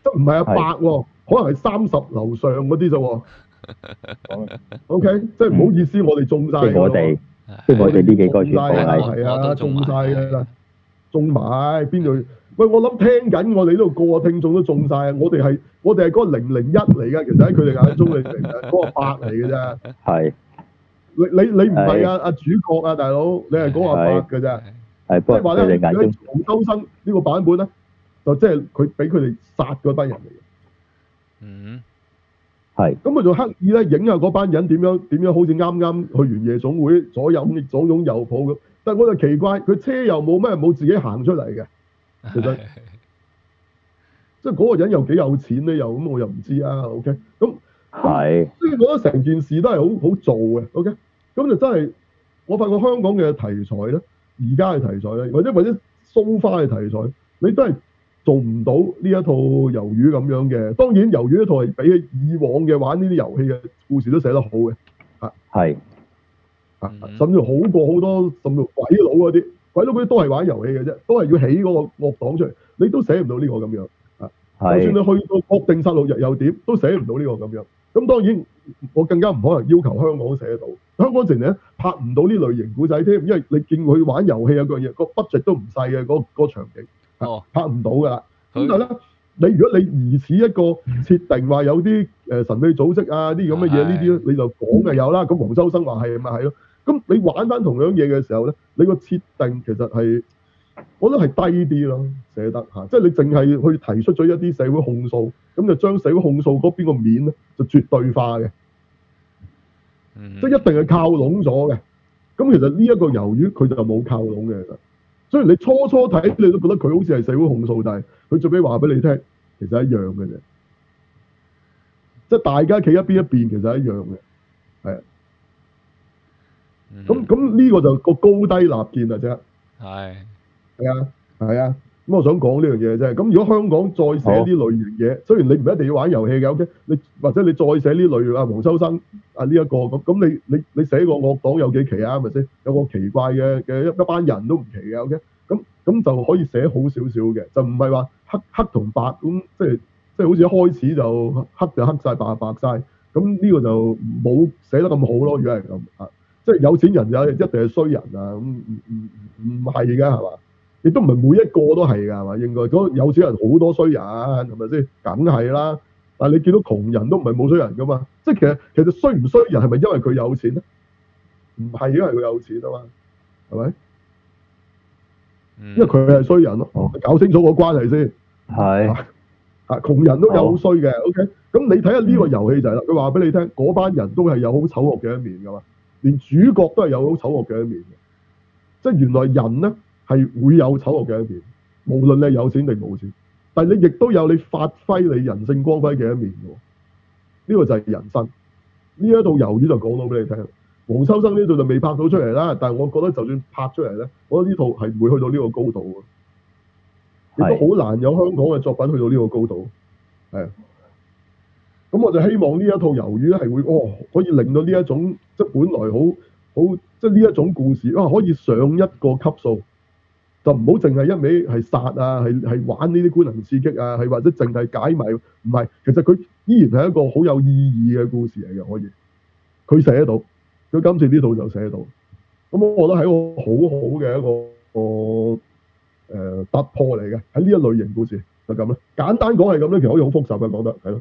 S1: 即係唔係阿伯
S2: 係
S1: 喎，可能係三十樓上嗰啲啫 喎。
S2: 即
S1: OK，即係唔好意思，我哋中晒㗎
S2: 係我
S1: 喎
S2: 哋，即係我哋呢幾個全部
S1: 中晒㗎
S2: 係
S1: 係啊，中晒㗎啦。中埋邊度？喂，我諗聽緊我哋呢度個個聽眾都中晒啊！我哋係我哋係嗰個零零一嚟㗎，其實喺佢哋眼中你零 嗰個八嚟㗎啫。
S2: 係
S1: 你你你唔係啊啊主角啊，大佬，你係嗰個八㗎啫。
S2: 係，
S1: 即
S2: 不
S1: 係
S2: 過
S1: 話
S2: 佢
S1: 咧，
S2: 哋眼中
S1: 喺黃秋生呢個版本咧，就即係佢俾佢哋殺嗰班人嚟嘅。
S3: 嗯，
S2: 係
S1: 咁佢就刻意咧影下嗰班人點樣點樣，好似啱啱去完夜總會，左右咁左擁右抱咁。但係我就奇怪，佢車又冇咩冇自己行出嚟嘅，
S3: Ừ.
S1: 其 實即係嗰個人又幾有錢咧，又咁我又唔知啊。OK，咁
S2: 係
S1: 即係我覺得成件事都係好好做嘅。OK，咁就真係我發覺香港嘅題材咧，而家嘅題材咧，或者或者蘇花嘅題材，你都係做唔到呢一套魷魚咁樣嘅。當然，魷魚呢套係比起以往嘅玩呢啲遊戲嘅故事都寫得好嘅，
S2: 係
S1: 啊
S3: 嗯
S1: 甚至好過好多甚至鬼佬嗰啲，鬼佬嗰啲都係玩遊戲嘅啫，都係要起嗰個樂黨出嚟，你都寫唔到呢個咁樣。就算你
S2: 係
S1: 去到確定殺戮日又點，都寫唔到呢個咁樣。咁當然，我更加唔可能要求香港寫得到。香港成日拍唔到呢類型古仔添，因為你見佢玩遊戲啊嗰樣嘢，個 budget 都唔細嘅，嗰、嗰個場景
S3: 哦，
S1: 拍唔到㗎啦。咁但係
S3: 佢
S1: 咧，你如果你疑似一個設定話有啲誒神秘組織啊啲咁嘅嘢
S3: 係
S1: 呢啲咧，你就講嘅有啦。咁黃秋生話係咪係咯？咁你玩翻同樣嘢嘅時候咧，你個設定其實係我覺得係低啲咯，寫得嚇，即係你淨係去提出咗一啲社會控訴，咁就將社會控訴嗰邊個面咧就絕對化嘅。
S3: 嗯 Ừ,
S1: 即係一定係靠攏咗嘅。咁其實呢一個魷魚佢就冇靠攏嘅，其實。雖然你初初睇你都覺得佢好似係社會控訴，但係佢最尾話俾你聽，其實一樣嘅啫。即係大家企一邊一邊，其實一樣嘅。
S3: 嗯
S1: 咁咁呢個就個高低立見啦，啫。
S3: 係
S1: 係啊，係啊。咁我想講呢樣嘢啫。咁如果香港再寫呢類型嘢，雖然你唔一定要玩遊戲嘅，OK？你或者你再寫呢類啊，黃秋生啊呢一、個咁，咁你你你寫個惡黨有幾奇啊？係咪先？有個奇怪嘅嘅一一班人都唔奇嘅，OK？咁咁就可以寫好少少嘅，就唔係話黑黑同白咁，即係即係好似一開始就黑就黑晒，白就白晒。咁呢個就冇寫得咁好咯。如果係咁啊，即係有錢人就一定係衰人啊，咁唔唔唔唔係㗎係嘛？亦都唔係每一個都係㗎，係嘛？應該嗰有錢人好多衰人，係咪先？梗係啦。但係你見到窮人都唔係冇衰人㗎嘛？即係其實其實衰唔衰人係咪因為佢有錢咧？唔係因為佢有錢啊嘛，係咪？
S3: 因 Ừ, 嗯
S1: 因為佢係衰人咯
S2: 哦，
S1: 搞清楚個關係先。
S2: 係
S1: 啊，窮人都有
S2: 好
S1: 衰嘅，OK。咁你睇下呢個遊戲就係啦，佢話俾你聽，嗰班人都係有好醜惡嘅一面噶嘛，連主角都係有好醜惡嘅一面嘅。即係原來人咧係會有醜惡嘅一面，無論你有錢定冇錢，但係你亦都有你發揮你人性光輝嘅一面嘅喎。呢、個就係人生。呢一套魷魚就講到俾你聽。黃秋生呢度就未拍到出嚟啦，但係我覺得就算拍出嚟咧，我覺得呢套係唔會去到呢個高度嘅，亦
S2: 係
S1: 都好難有香港嘅作品去到呢個高度，係啊。咁我就希望呢一套魷魚咧係會哦，可以令到呢一種即係本來好好即係呢一種故事啊，可以上一個級數，就唔好淨係一味係殺啊，係係玩呢啲官能刺激啊，係或者淨係解謎，唔係，其實佢依然係一個好有意義嘅故事嚟嘅，可以佢寫得到。佢今次呢度就寫到，咁我覺得係一個好好嘅一個個、呃、突破嚟嘅，喺呢一類型故事就咁啦。簡單講係咁咧，其實可以好複雜嘅講得係咯，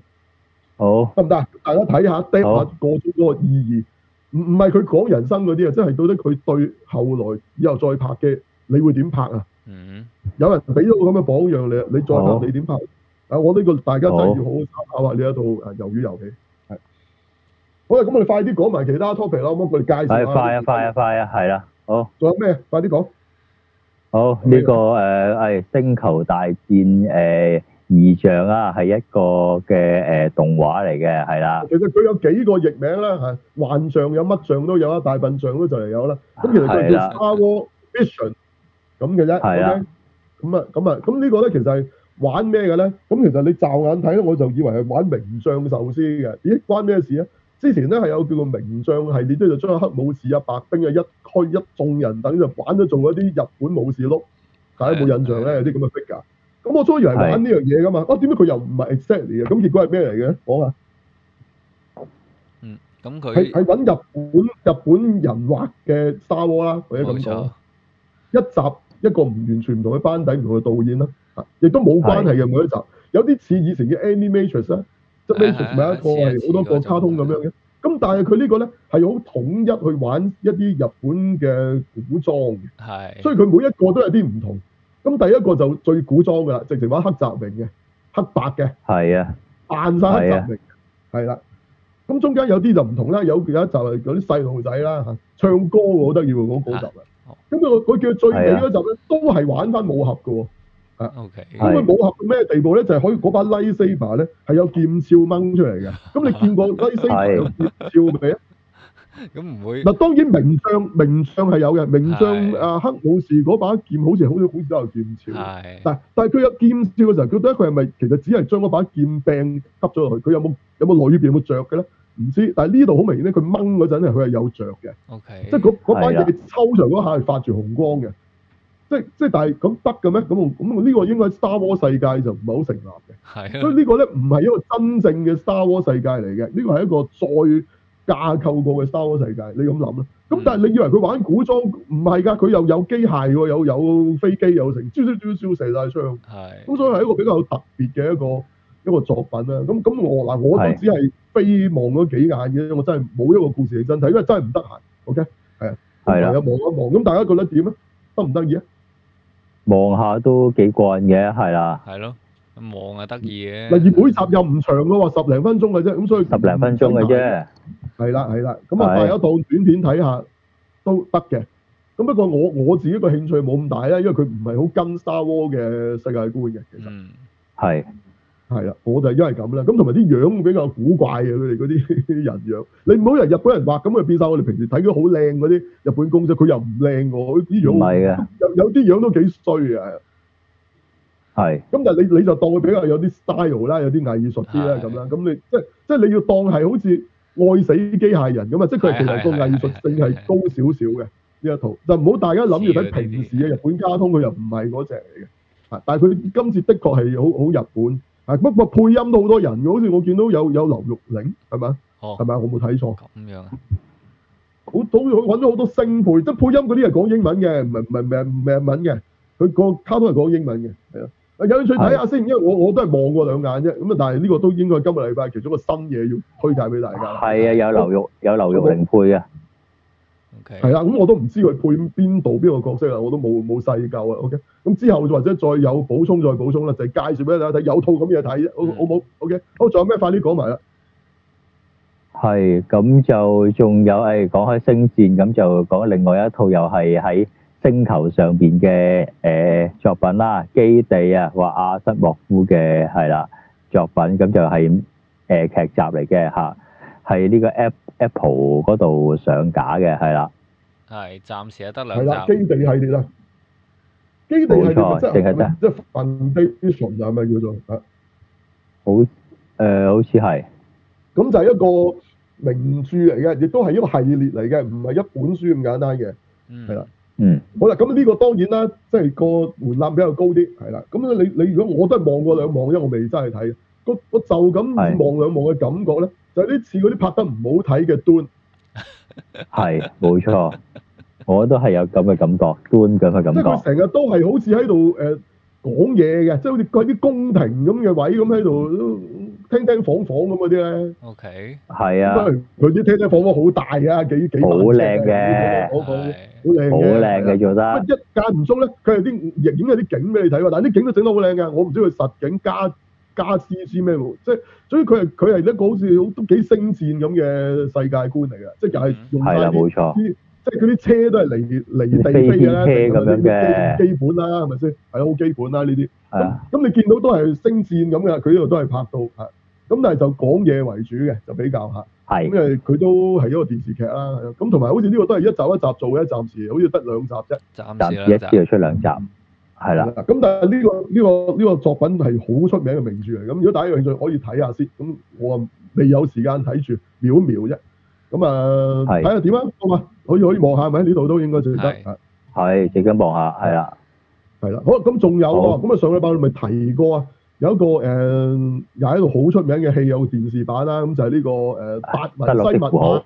S2: 好
S1: 得唔得？大家睇下 d 下
S2: 好
S1: 個中嗰個意義，唔唔係佢講人生嗰啲啊，即係到底佢對後來以後再拍嘅，你會點拍啊？
S3: 嗯
S1: 有人俾咗個咁嘅榜樣你，你再
S2: 好
S1: 拍你點拍？啊，我呢個大家真係
S2: 好
S1: 要好好參考下呢一套誒魷魚遊戲。係好啦，咁我哋快啲講埋其他 topic 啦，好唔好？我哋介紹
S2: 係
S1: 下
S2: 快啊快啊！快啊係啦，好。
S1: 仲有咩？快啲講。
S2: 好呢、個誒誒、係星球大戰誒、異象啊，係一個嘅誒、動畫嚟嘅，係啦，
S1: 其實佢有幾個譯名啦，係幻象有乜象都有啊啦，大笨象都就嚟有啦。咁其實佢
S2: 係
S1: 叫
S2: 啦
S1: Star War Vision 咁嘅啫。
S2: 係啊
S1: OK。咁啊，咁啊，咁呢個咧其實係玩咩嘅咧？咁其實你驟眼睇咧，我就以為係玩名將壽司嘅。咦，關咩事啊？之前咧係有叫做名將系列，即係就將黑武士啊、白冰啊一開一眾人等就玩咗做一啲日本武士碌，大家有冇印象咧？有啲咁嘅 figure。咁我初以為玩呢樣嘢噶嘛，啊點解佢又唔係 exactly 嘅？咁結果係咩嚟嘅？講下。啊
S3: 嗯，咁
S1: 係
S3: 佢
S1: 係揾日本日本人畫嘅 Star War 啦，或者
S3: 冇
S1: 咁
S3: 錯
S1: 講，一集一個唔完全唔同嘅班底、唔同嘅導演啦，啊亦都冇關係嘅每一集，有啲似以前嘅 Animatrix 啦，即係
S3: 係係
S1: Matrix 咪有一個
S3: 啊係似
S1: 係好多個卡通咁樣嘅。咁但係佢呢個咧係好統一去玩一啲日本嘅古裝嘅，
S3: 係
S1: 所以佢每一個都有啲唔同。咁第一個就最古裝㗎啦，直情玩黑澤明嘅，黑白嘅。
S2: 係啊，
S1: 扮晒黑澤明，係啦。咁中間有啲就唔同啦，有有一集係嗰啲細路仔啦嚇，唱歌喎好得意喎嗰嗰集啊
S3: 啊。
S1: 咁佢佢叫最尾嗰集咧，都係玩翻武俠嘅喎。
S3: OK
S1: 咁
S2: 係
S1: 佢武俠到咩地步咧？就係可以嗰把 Light Saber 咧係有劍鞘掹出嚟嘅。咁你見過 Light Saber
S2: 係
S1: 有劍鞘未啊？
S3: 咁唔會
S1: 嗱，當然名將名將係有嘅，名將
S3: 係
S1: 啊黑武士嗰把劍好似好似好似都有劍鞘。
S3: 係
S1: 但但係佢有劍鞘嘅時候，佢得佢係咪其實只係將嗰把劍柄揼咗落去？佢有冇有冇裏邊有冇着嘅咧？唔知。但係呢度好明顯咧，佢掹嗰陣係佢係有着嘅，
S3: OK
S1: 即係嗰嗰把
S2: 係啦
S1: 嘢抽上嗰下係發住紅光嘅。即係即係，但係咁得嘅咩？咁我咁呢個應該係 Star War 世界就唔係好成立嘅。
S3: 係
S1: 所以
S3: 啊
S1: 呢個咧唔係一個真正嘅 Star War 世界嚟嘅，呢個係一個再架構過嘅 Star War 世界。你咁諗啦。咁
S3: 嗯
S1: 但係你以為佢玩古裝唔係㗎？佢又有機械喎，有有飛機，有成，招招招招射晒槍。
S3: 係
S1: 咁所以係一個比較特別嘅一個一個作品啦。咁咁我嗱我都
S2: 係
S1: 只係飛望咗幾眼嘅，我真係冇一個故事認真睇，因為真係唔得閒。OK，
S2: 係
S1: 係
S2: 啦，
S1: 啊，望一望。咁大家覺得點啊？得唔得意啊？
S2: 望下都幾過癮嘅，係啦，
S3: 係咯，望啊得意嘅
S1: 嗱，而每集又唔長嘅喎，十零分鐘嘅啫，咁所以
S2: 十零分鐘嘅。啫，
S1: 係啦係啦，咁啊
S2: 係
S1: 大家當短片睇下都得嘅。咁不過我我自己個興趣冇咁大啦，因為佢唔係好跟 Star War 嘅世界觀嘅，其實
S3: 嗯
S2: 係
S1: 係啦，我就因為咁啦。咁同埋啲樣比較古怪嘅，佢哋嗰啲 人樣。你唔好以為日本人畫咁就變晒我哋平時睇到好靚嗰啲日本公仔，佢又唔靚喎，啲樣
S2: 唔係嘅，
S1: 有有啲樣都幾衰啊。
S2: 係
S1: 咁但係你你就當佢比較有啲 style 啦，有啲藝術啲啦
S3: 係
S1: 咁啦。咁你即係即係你要當係好似愛死機械人咁啊！即係佢其實個
S3: 係
S1: 藝
S3: 係係
S1: 術性係高少少嘅呢一套，就唔好大家諗住睇平時嘅日本卡通，佢又唔係嗰只嚟嘅。啊！但係佢今次的確係好好日本啊，不過配音都好多人嘅，好似我見到有有劉玉玲係咪啊
S3: 哦
S1: 係咪啊我冇睇錯，
S3: 咁樣啊
S1: 好好揾咗好多聲配，即係配音嗰啲係講英文嘅，唔係唔係唔係唔係日文嘅，佢個卡通係講英文嘅，係啊。有興趣睇下先，因為我我都係望過兩眼啫，咁啊，但係呢個都應該今個禮拜其中一個新嘢要推介俾大家啦。
S2: 係啊，有劉玉有劉玉玲配啊嘅，
S3: OK
S1: 係啦，咁我都唔知佢配邊度邊個角色啊，我都冇冇細究啊。OK，咁之後或者再有補充再補充啦，就係介紹俾大家睇，有套咁嘢睇啫，好
S3: 嗯
S1: 好冇？OK，好，仲有咩快啲講埋啦。
S2: 係咁就仲有誒講開星戰，咁就講另外一套又係喺星球上邊嘅誒作品啦，《基地》啊，話阿瑟莫夫嘅係啦作品，咁就係、誒、劇集嚟嘅嚇，係呢個 App Apple 嗰度上架嘅係啦，
S3: 係暫時係得
S1: 係啦
S3: 兩，
S1: 基
S3: 集
S1: 地系列啦，基地系列
S2: 冇錯
S1: 即
S2: 淨係
S1: 係
S2: 得
S1: 即係 foundation 係咪叫做啊？
S2: 好誒、好似係
S1: 咁就係一個名著嚟嘅，亦都係一個系列嚟嘅，唔係一本書咁簡單嘅。
S3: 嗯
S1: 係啦
S2: 嗯
S1: 好啦，咁呢個當然啦，即係個門檻比較高啲，係啦。咁你你如果我都係望過兩望，因為我未真係睇，個我就咁以望
S2: 係
S1: 兩望嘅感覺咧，就係呢次嗰啲拍得唔好睇嘅端，
S2: 係冇 錯，我都係有咁嘅感覺，端咁嘅感
S1: 即係佢
S2: 覺，
S1: 成日都係好似喺度誒講嘢嘅，即係好似佢喺啲宮廷咁嘅位咁喺度都聽聽房房咁嗰啲咧。
S3: OK
S2: 係
S1: 咁當
S2: 啊，
S1: 然佢啲聽聽房房好大啊，幾幾萬
S2: 好
S1: 尺
S2: 靚
S1: 啊
S2: 嘅
S1: 啲聽聽房房好
S3: 係
S1: 靚嘅，
S2: 好靚嘅做
S1: 乜
S2: 得，
S1: 一間唔中咧，佢有啲亦影有啲景俾你睇喎，但係啲景都整得好靚嘅，我唔知佢實景加加 C G 咩喎，即係所以佢係佢係一個好似好都幾星戰咁嘅世界觀嚟嘅，即係又係用
S2: 嗯係啦
S1: 翻啲
S2: 冇錯。
S1: 即係嗰啲車都係離離地飛嘅啦，
S2: 飛天車咁樣嘅
S1: 基本啦，係咪先？係好基本啦呢啲。
S2: 係啊，
S1: 咁你見到都係星戰咁嘅，佢呢度都係拍到啊，咁但係就講嘢為主嘅，就比較嚇。咁因
S2: 係
S1: 為佢都係一個電視劇啦，係啊咁同埋好似呢個都係一集一集做嘅，暫時好似得兩集啫。
S3: 暫
S2: 暫
S3: 時
S2: 時一
S3: 兩集
S2: 支就出兩集，係啦，
S1: 咁但係呢、個呢、個呢、個作品係好出名嘅名著嚟。咁如果大家有興趣，可以睇下先。咁我啊未有時間睇住，瞄一瞄啫。咁啊，睇
S2: 係
S1: 下點啊，好嘛？可以可以望下，係咪呢度都應該最得
S3: 係
S1: 啊
S2: 係自己望下，係啦，
S1: 係啦。好，咁仲有
S2: 好
S1: 喎。咁啊，上禮拜咪提過啊，有一個誒、又係一個好出名嘅戲有電視版啦。咁就係呢、個誒、達文西
S2: 啊德勒的
S1: 密
S2: 符號
S1: 碼。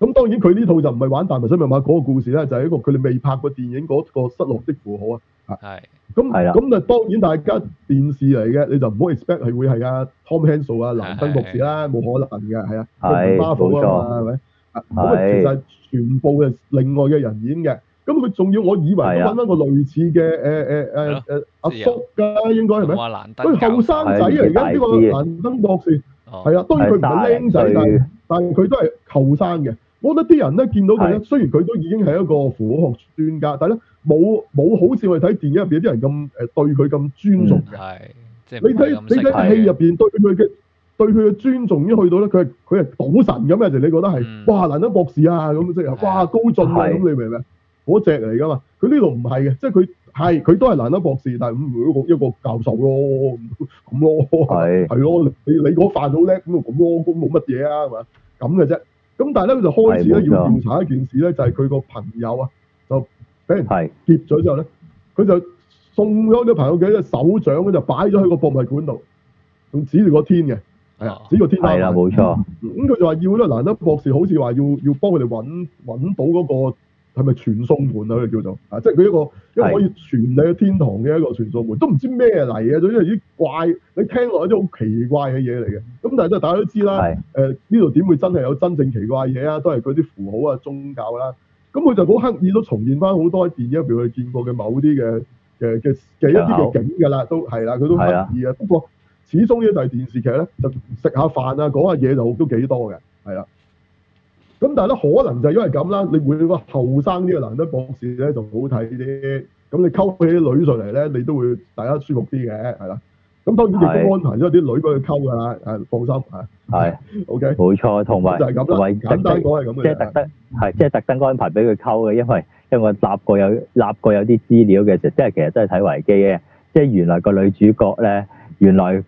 S1: 咁當然佢呢套就唔係玩大明星密碼嗰個故事啦，就係、一個佢哋未拍過電影嗰個失落的符號啊。
S3: 係
S1: 咁
S2: 係啦
S1: 咁就當然大家電視嚟嘅，你就唔好 expect 係會係啊 Tom Hanks 啊、藍燈博士啦，冇可能嘅，係啊，
S2: 係
S1: 佢唔 Marvel 啊嘛，
S2: 冇錯
S1: 係咪？啊咁啊，
S2: 係
S1: 其實全部係另外嘅人演嘅。咁佢仲要，我以為都
S2: 係啊
S1: 揾翻個類似嘅誒誒誒誒阿叔
S3: 即係有
S1: 㗎，應該係咪
S3: 我？話蘭登
S1: 佢後生仔嚟嘅呢個蘭登博士，
S3: 係
S1: 係啊，當然佢唔係僆仔，但係但係佢都係後生嘅。我覺得啲人咧見到佢咧，雖然佢都已經係一個符學專家，但係咧冇冇好似我哋睇電影入邊啲人咁誒呃對佢咁尊重嘅。
S3: 係即係
S1: 你睇你睇啊戲入邊對佢嘅對佢嘅尊重已經去到咧，佢係佢係賭神咁嘅，就你覺得係、
S3: 嗯
S1: 哇蘭登博士啊咁即係哇高進啊咁，
S2: 係
S1: 你明唔明？嗰只嚟噶嘛，佢呢度唔係嘅，即係佢係佢都係蘭登博士，但係唔一個一個教授咯，咁咯。
S2: 係
S1: 係咯，你你嗰飯好叻咁啊咪咁咯，咁冇乜嘢啊，係嘛？咁嘅啫。咁但係咧，佢就開始咧
S2: 係冇錯
S1: 要調查一件事咧，就係佢個朋友啊，就俾人
S2: 係
S1: 劫咗之後咧，佢就送咗啲朋友嘅隻手掌咧，就擺咗喺個博物館度，仲指住個天嘅，係啊
S3: 哦，
S1: 指個天花板
S2: 係啦，冇錯，
S1: 咁佢就話要咧，蘭德博士好似話要要幫佢哋揾揾到嗰、個係咪傳送門啊？佢哋叫做啊，即係佢一個一個
S2: 係
S1: 可以傳你去天堂嘅一個傳送門，都唔知咩嚟嘅，總之係啲怪，你聽落係啲好奇怪嘅嘢嚟嘅。咁但係都大家都知啦，
S2: 係
S1: 誒呃呢度點會真係有真正奇怪嘢啊？都係嗰啲符號啊、宗教啦。咁佢就好刻意都重現翻好多喺電影入邊佢見過嘅某啲嘅嘅嘅嘅一啲嘅景㗎啦，都係啦，佢都刻意啊。不過始終呢就係電視劇咧，就食下飯啊，講下嘢就都幾多嘅，係啦。咁但係咧，可能就因為咁啦，你會個後生啲嘅蘭德博士咧就好睇啲，咁你溝起啲女上嚟咧，你都會大家舒服啲嘅，係啦。咁當然亦
S2: 係
S1: 都安排咗啲女俾佢溝㗎啦，誒放心嚇
S2: 係
S1: ，OK，
S2: 冇錯，同埋
S1: 就係
S2: 同
S1: 咁啦，
S2: 埋
S1: 簡
S2: 特
S1: 單
S2: 登
S1: 講係咁
S2: 即
S1: 嘅
S2: 係
S1: 啫。
S2: 特登係即係特登安排俾佢溝嘅，因為因為我立過有立過有啲資料嘅時候，即係其實真係睇維基嘅，即係原來個女主角咧，原來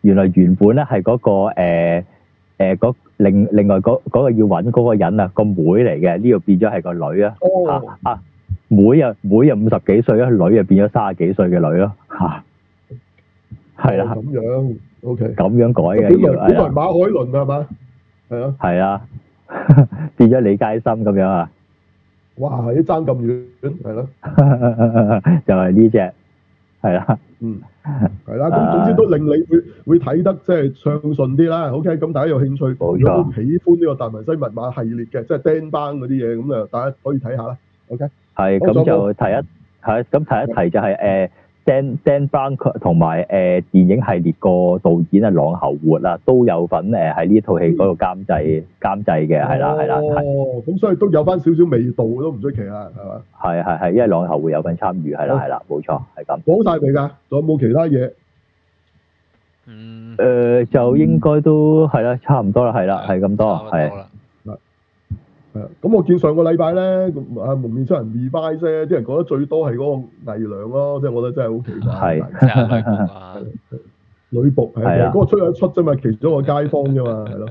S2: 原來原本咧係嗰個誒誒嗰另另外嗰嗰個要揾嗰個人啊個妹嚟嘅，呢度變咗係個女啊。啊
S1: 哦，
S2: 啊！妹啊妹啊五十幾歲啊，女啊變咗三十幾歲嘅女咯嚇，
S1: 哦
S2: 係啦
S1: 咁樣，OK。
S2: 咁樣改
S1: 本來
S2: 嘅要
S1: 本來
S2: 係啦
S1: 馬海倫係嘛？係啊，
S2: 係啦， 變咗李佳芯咁樣啊，
S1: 哇！一爭咁遠，係咯，
S2: 就係呢只係啦，
S1: 嗯，係啦。咁總之都令你會會睇得即係暢順啲啦。OK，咁大家有興趣，
S2: 冇錯
S1: 如果喜歡呢個達文西密碼系列嘅，即係釘班嗰啲嘢，咁啊，大家可以睇下啦。
S2: 係
S1: 我
S2: 咁
S1: 想
S2: 就提一係咁提一提就係誒 Dan Dan Brown 同埋誒電影系列個導演啊朗侯活啊都有份誒喺呢套戲嗰度監製監製嘅係啦係啦
S1: 嗯
S2: 係
S1: 哦，咁所以都有翻少少味道都唔出奇啦，係嘛？
S2: 係係係，因為朗侯活有份參與
S1: 哦
S2: 係啦係啦冇錯係咁。
S1: 講晒未㗎？仲有冇其他嘢？
S3: 嗯
S2: 誒、就應該都係啦，差唔多啦，係啦，係咁多，係
S3: 啦，
S1: 係啊，咁我見上個禮拜咧，咁啊蒙面超人 revise 啫，啲人講得最多係嗰個偽娘咯，即係我覺得真係好奇怪。
S2: 係
S3: 即係女仆啊，
S1: 女仆係
S2: 係啊
S1: 啊，嗰個出一出啫嘛，其中一個街坊啫嘛，係咯。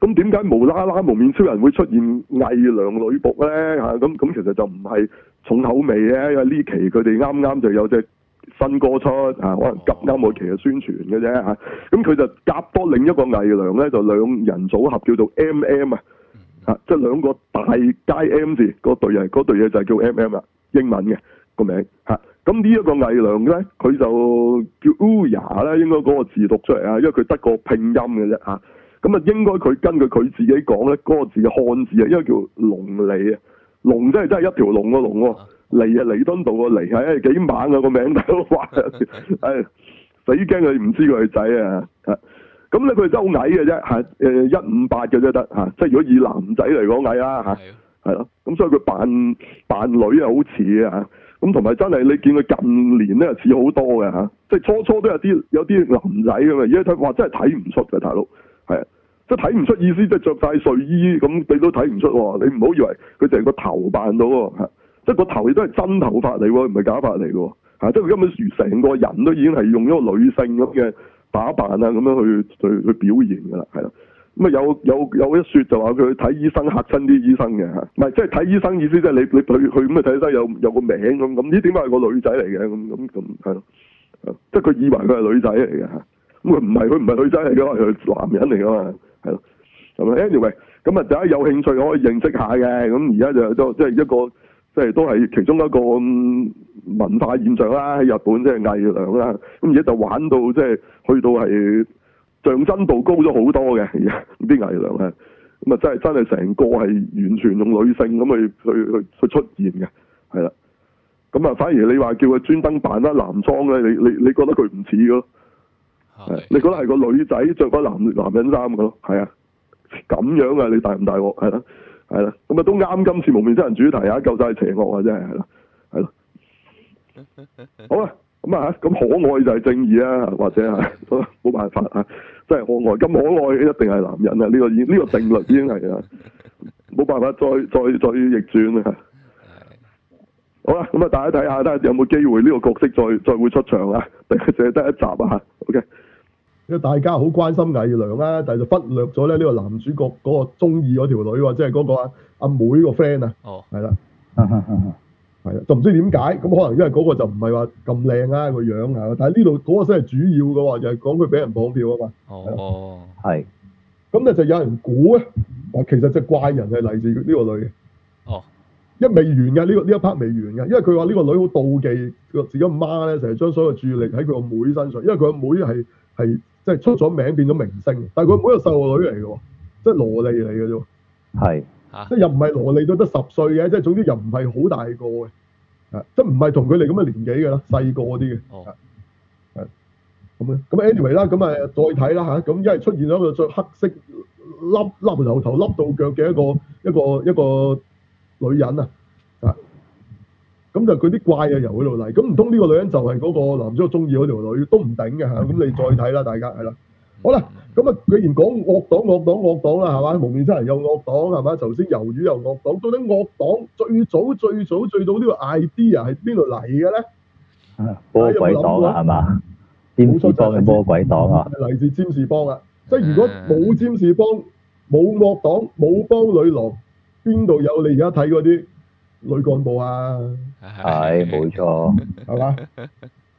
S4: 咁點解無啦啦蒙面超人會出現偽娘女仆咧？嚇咁咁其實就唔係重口味嘅，因為呢期佢哋啱啱就有隻新歌出嚇、可能急啱我期嘅宣傳嘅啫嚇。咁佢就夾多另一個偽娘咧，就兩人組合叫做 M M 啊嚇，即係兩個大街 M 字個隊啊，嗰隊嘢就係叫 M M 啦，英文嘅個名嚇。咁呢一個偽娘咧，佢就叫 Uya 咧，應該嗰個字讀出嚟啊，因為佢得個拼音嘅啫嚇。咁啊，應該佢根據佢自己講咧，嗰、個字嘅漢字啊，因為叫龍脷啊，龍真係真係一條龍個龍喎， 脷啊彌敦道個脷係幾猛啊個名大佬話，係哎死驚佢唔知佢係仔啊，係咁咧佢真係好矮嘅啫，係誒一五八嘅啫得嚇，即係如果以男仔嚟講矮啦嚇。
S3: 係
S4: 係咯，咁所以佢扮扮女啊，好似啊，咁同埋真係你見佢近年咧似好多嘅嚇，即係初初都有啲有啲男仔咁啊，而家睇話真係睇唔出嘅大佬，係啊即係睇唔出意思，即係着晒睡衣咁，你都睇唔出喎，你唔好以為佢淨係個頭扮到喎，嚇即係個頭亦都係真頭髮嚟喎，唔係假髮嚟嘅喎，嚇即係佢根本成個人都已經係用一個女性咁嘅打扮啊，咁樣去去去表現㗎啦，係啦。咁啊有有有一説就話佢去睇醫生嚇親啲醫生嘅嚇，唔係即係睇醫生意思即係你你佢佢咁啊睇醫生有有個名咁咁，咦點解係個女仔嚟嘅咁咁咁係咯，係即係佢以為佢係女仔嚟嘅嚇，咁佢唔係佢唔係女仔嚟嘅，佢係男人嚟㗎嘛，係咯。咁樣 anyway，咁啊大家有興趣可以認識下嘅，咁而家就都即係一個即係都係其中一個、嗯文化現象啦，喺日本即係藝量啦，咁而家就玩到即係去到係象真度高咗好多嘅， 而家啲藝量啊，咁啊真係真係成個係完全用女性咁去去去去出現嘅，係啦，咁啊反而你話叫佢專登扮得男裝咧，你你你覺得佢唔似咯？
S3: 啊 ờ,
S4: 係你覺得係個女仔着翻男男人衫嘅咯？係啊，咁樣啊，你大唔大鑊？係啦，係啦，咁啊都啱今次蒙面真人主題啊，夠晒邪惡啊，真係係啦，係咯，好啦，咁啊咁可愛就係正義啊，或者係冇辦法啊，真係可愛，咁可愛一定係男人啊，呢、個已呢、個定律已經係啊，冇辦法再再再逆轉啊！好啦，咁啊，大家睇下，睇下有冇機會呢個角色再再會出場啊？定係淨係得一集啊？OK。
S1: 因為大家好關心偽娘啦，但係就忽略咗咧呢個男主角嗰個中意嗰條女喎，即係嗰個阿阿妹個 friend 啊，
S3: 哦，
S1: 係啦，係啦，就唔知點解咁可能因為嗰個就唔係話咁靚啦個樣啊，但係呢度嗰個先係主要嘅喎，就係講佢俾人綁票啊嘛。
S3: 哦，
S2: 係
S1: 咁咧就有人估咧，啊其實隻怪人係嚟自呢個女嘅，
S3: 哦，
S1: 一未完嘅呢、個呢一 part 未完嘅，因為佢話呢個女好妒忌個自己阿媽咧，成日將所有注意力喺佢個妹身上，因為佢個妹係係即係出咗名變咗明星，但係佢個妹係細路女嚟嘅喎，即係蘿莉嚟嘅啫喎，
S2: 係
S3: 吓
S1: 即係又唔係蘿莉到得十歲嘅，即係總之又唔係好大個嘅，啊即係唔係同佢哋咁嘅年紀㗎啦，細個啲嘅。
S3: 哦，
S1: 咁樣咁 anyway 啦，咁啊再睇啦嚇，咁因為出現咗一個着黑色笠笠由頭笠到腳嘅一個一個一個女人啊，啊，咁就佢啲怪啊由嗰度嚟，咁唔通呢個女人就係嗰個男主角中意嗰條女都唔頂嘅嚇，咁你再睇啦，大家係啦。好啦，咁啊，既然講惡黨、惡黨、惡黨啦，係嘛？蒙面真人又惡黨係嘛？頭先魷魚又惡黨，到底惡黨最早、最早、最早呢個 idea 係邊度嚟嘅咧？
S2: 魔鬼黨啊，係嘛？詹士邦嘅魔鬼黨啊，
S1: 嚟自占士邦啦。即係如果冇占士邦、冇惡黨、冇幫女郎，邊度有你而家睇嗰啲女幹部啊？
S2: 係冇錯，
S1: 係嘛？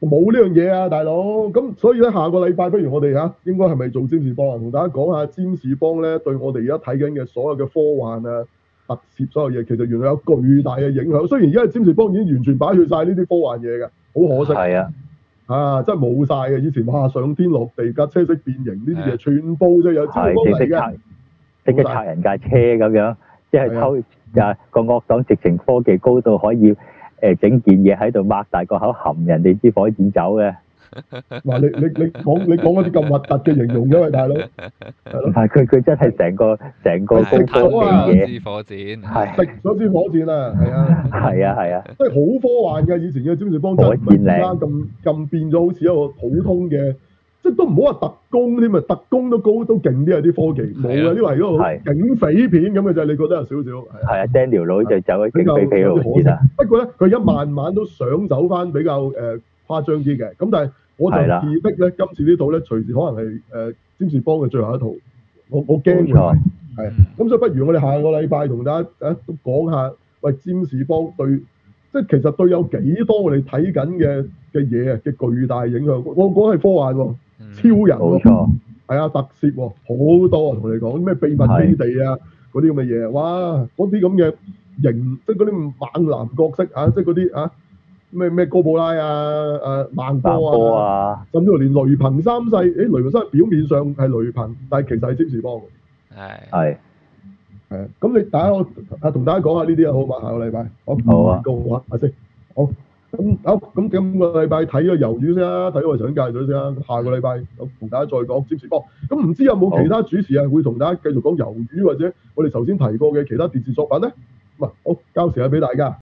S1: 冇呢樣嘢啊，大佬。咁所以咧，下個禮拜不如我哋嚇，應該係咪做占士邦啊？同大家講下占士邦咧，對我哋而家睇緊嘅所有嘅科幻啊、特攝所有嘢，其實原來有巨大嘅影響。雖然而家占士邦已經完全擺脱晒呢啲科幻嘢嘅，好可惜。
S2: 係啊，
S1: 啊！真係冇晒嘅，以前哇上天落地架車識變形呢啲
S3: 係
S1: 嘢，全部就有招
S2: 係
S1: 工嚟
S2: 即即
S1: 嘅
S2: 拆，，即即拆人架車咁樣，即係偷就個惡黨直情科技高到可以誒整件嘢喺度擘大個口含人哋支火箭走嘅，
S1: 嗱你 你你講你講嗰啲咁核突嘅形容嘅喂大佬，
S2: 係佢佢真係成個成個高科
S3: 係
S2: 技
S3: 吞咗
S2: 嘢，
S3: 支火箭，
S2: 係
S1: 食咗支火箭啊，係啊，
S2: 係啊係啊，
S1: 即係好科幻嘅。以前嘅占士邦真係唔係而家
S2: 火
S1: 咁咁變咗，好似一個普通嘅，即係都唔好話特工添啊，特工都高都勁啲啊啲科技冇
S3: 係啊
S1: 啊，呢個係嗰
S2: 係
S1: 個警匪片咁嘅啫，你覺得有少少係啊
S2: 係啊，Daniel 佬就走去
S1: 比
S2: 警
S1: 較
S2: 匪匪
S1: 有
S2: 路
S1: 啲可
S2: 線啦
S1: 惜，。不過咧，佢而家慢慢都想走翻比較誒、呃、誇張啲嘅。咁但係我就
S2: 係啦
S1: 自逼咧，今次呢套咧隨時可能係誒、呃、占士邦嘅最後一套。我我驚
S2: 冇
S1: 佢係
S2: 錯，
S1: 係咁，所以不如我哋下個禮拜同大家誒都講下，喂占士邦對即係其實對有幾多我哋睇緊嘅嘅嘢啊嘅巨大影響。我講係科幻喎，超
S3: 超
S1: 人
S2: 嗯冇
S1: 喎。
S2: 錯，
S1: 係啊，特攝喎、好多啊，同你講咩秘密基地啊，嗰啲咁嘅嘢，哇，嗰啲咁嘅型，即係嗰啲猛男角色啊，即係嗰啲啊咩咩哥布拉啊，啊孟
S2: 南
S1: 波
S2: 波
S1: 啊，
S2: 啊，
S1: 甚至乎連雷朋三世，誒雷朋三世表面上係雷朋，但係其實係占士邦嘅，
S3: 係
S2: 係
S1: 係啊，咁你大家我啊同大家講下呢啲啊，好嘛？下個禮拜，好，
S2: 嗯好啊
S1: 告我下先，好。咁好，咁今個禮拜睇咗魷魚先啦，睇咗我想介紹先啦。下個禮拜我同大家再講占士邦。咁唔知有冇其他主持啊，會同大家繼續講魷魚或者我哋頭先提過嘅其他電視作品咧？咁啊，好交時間俾大家。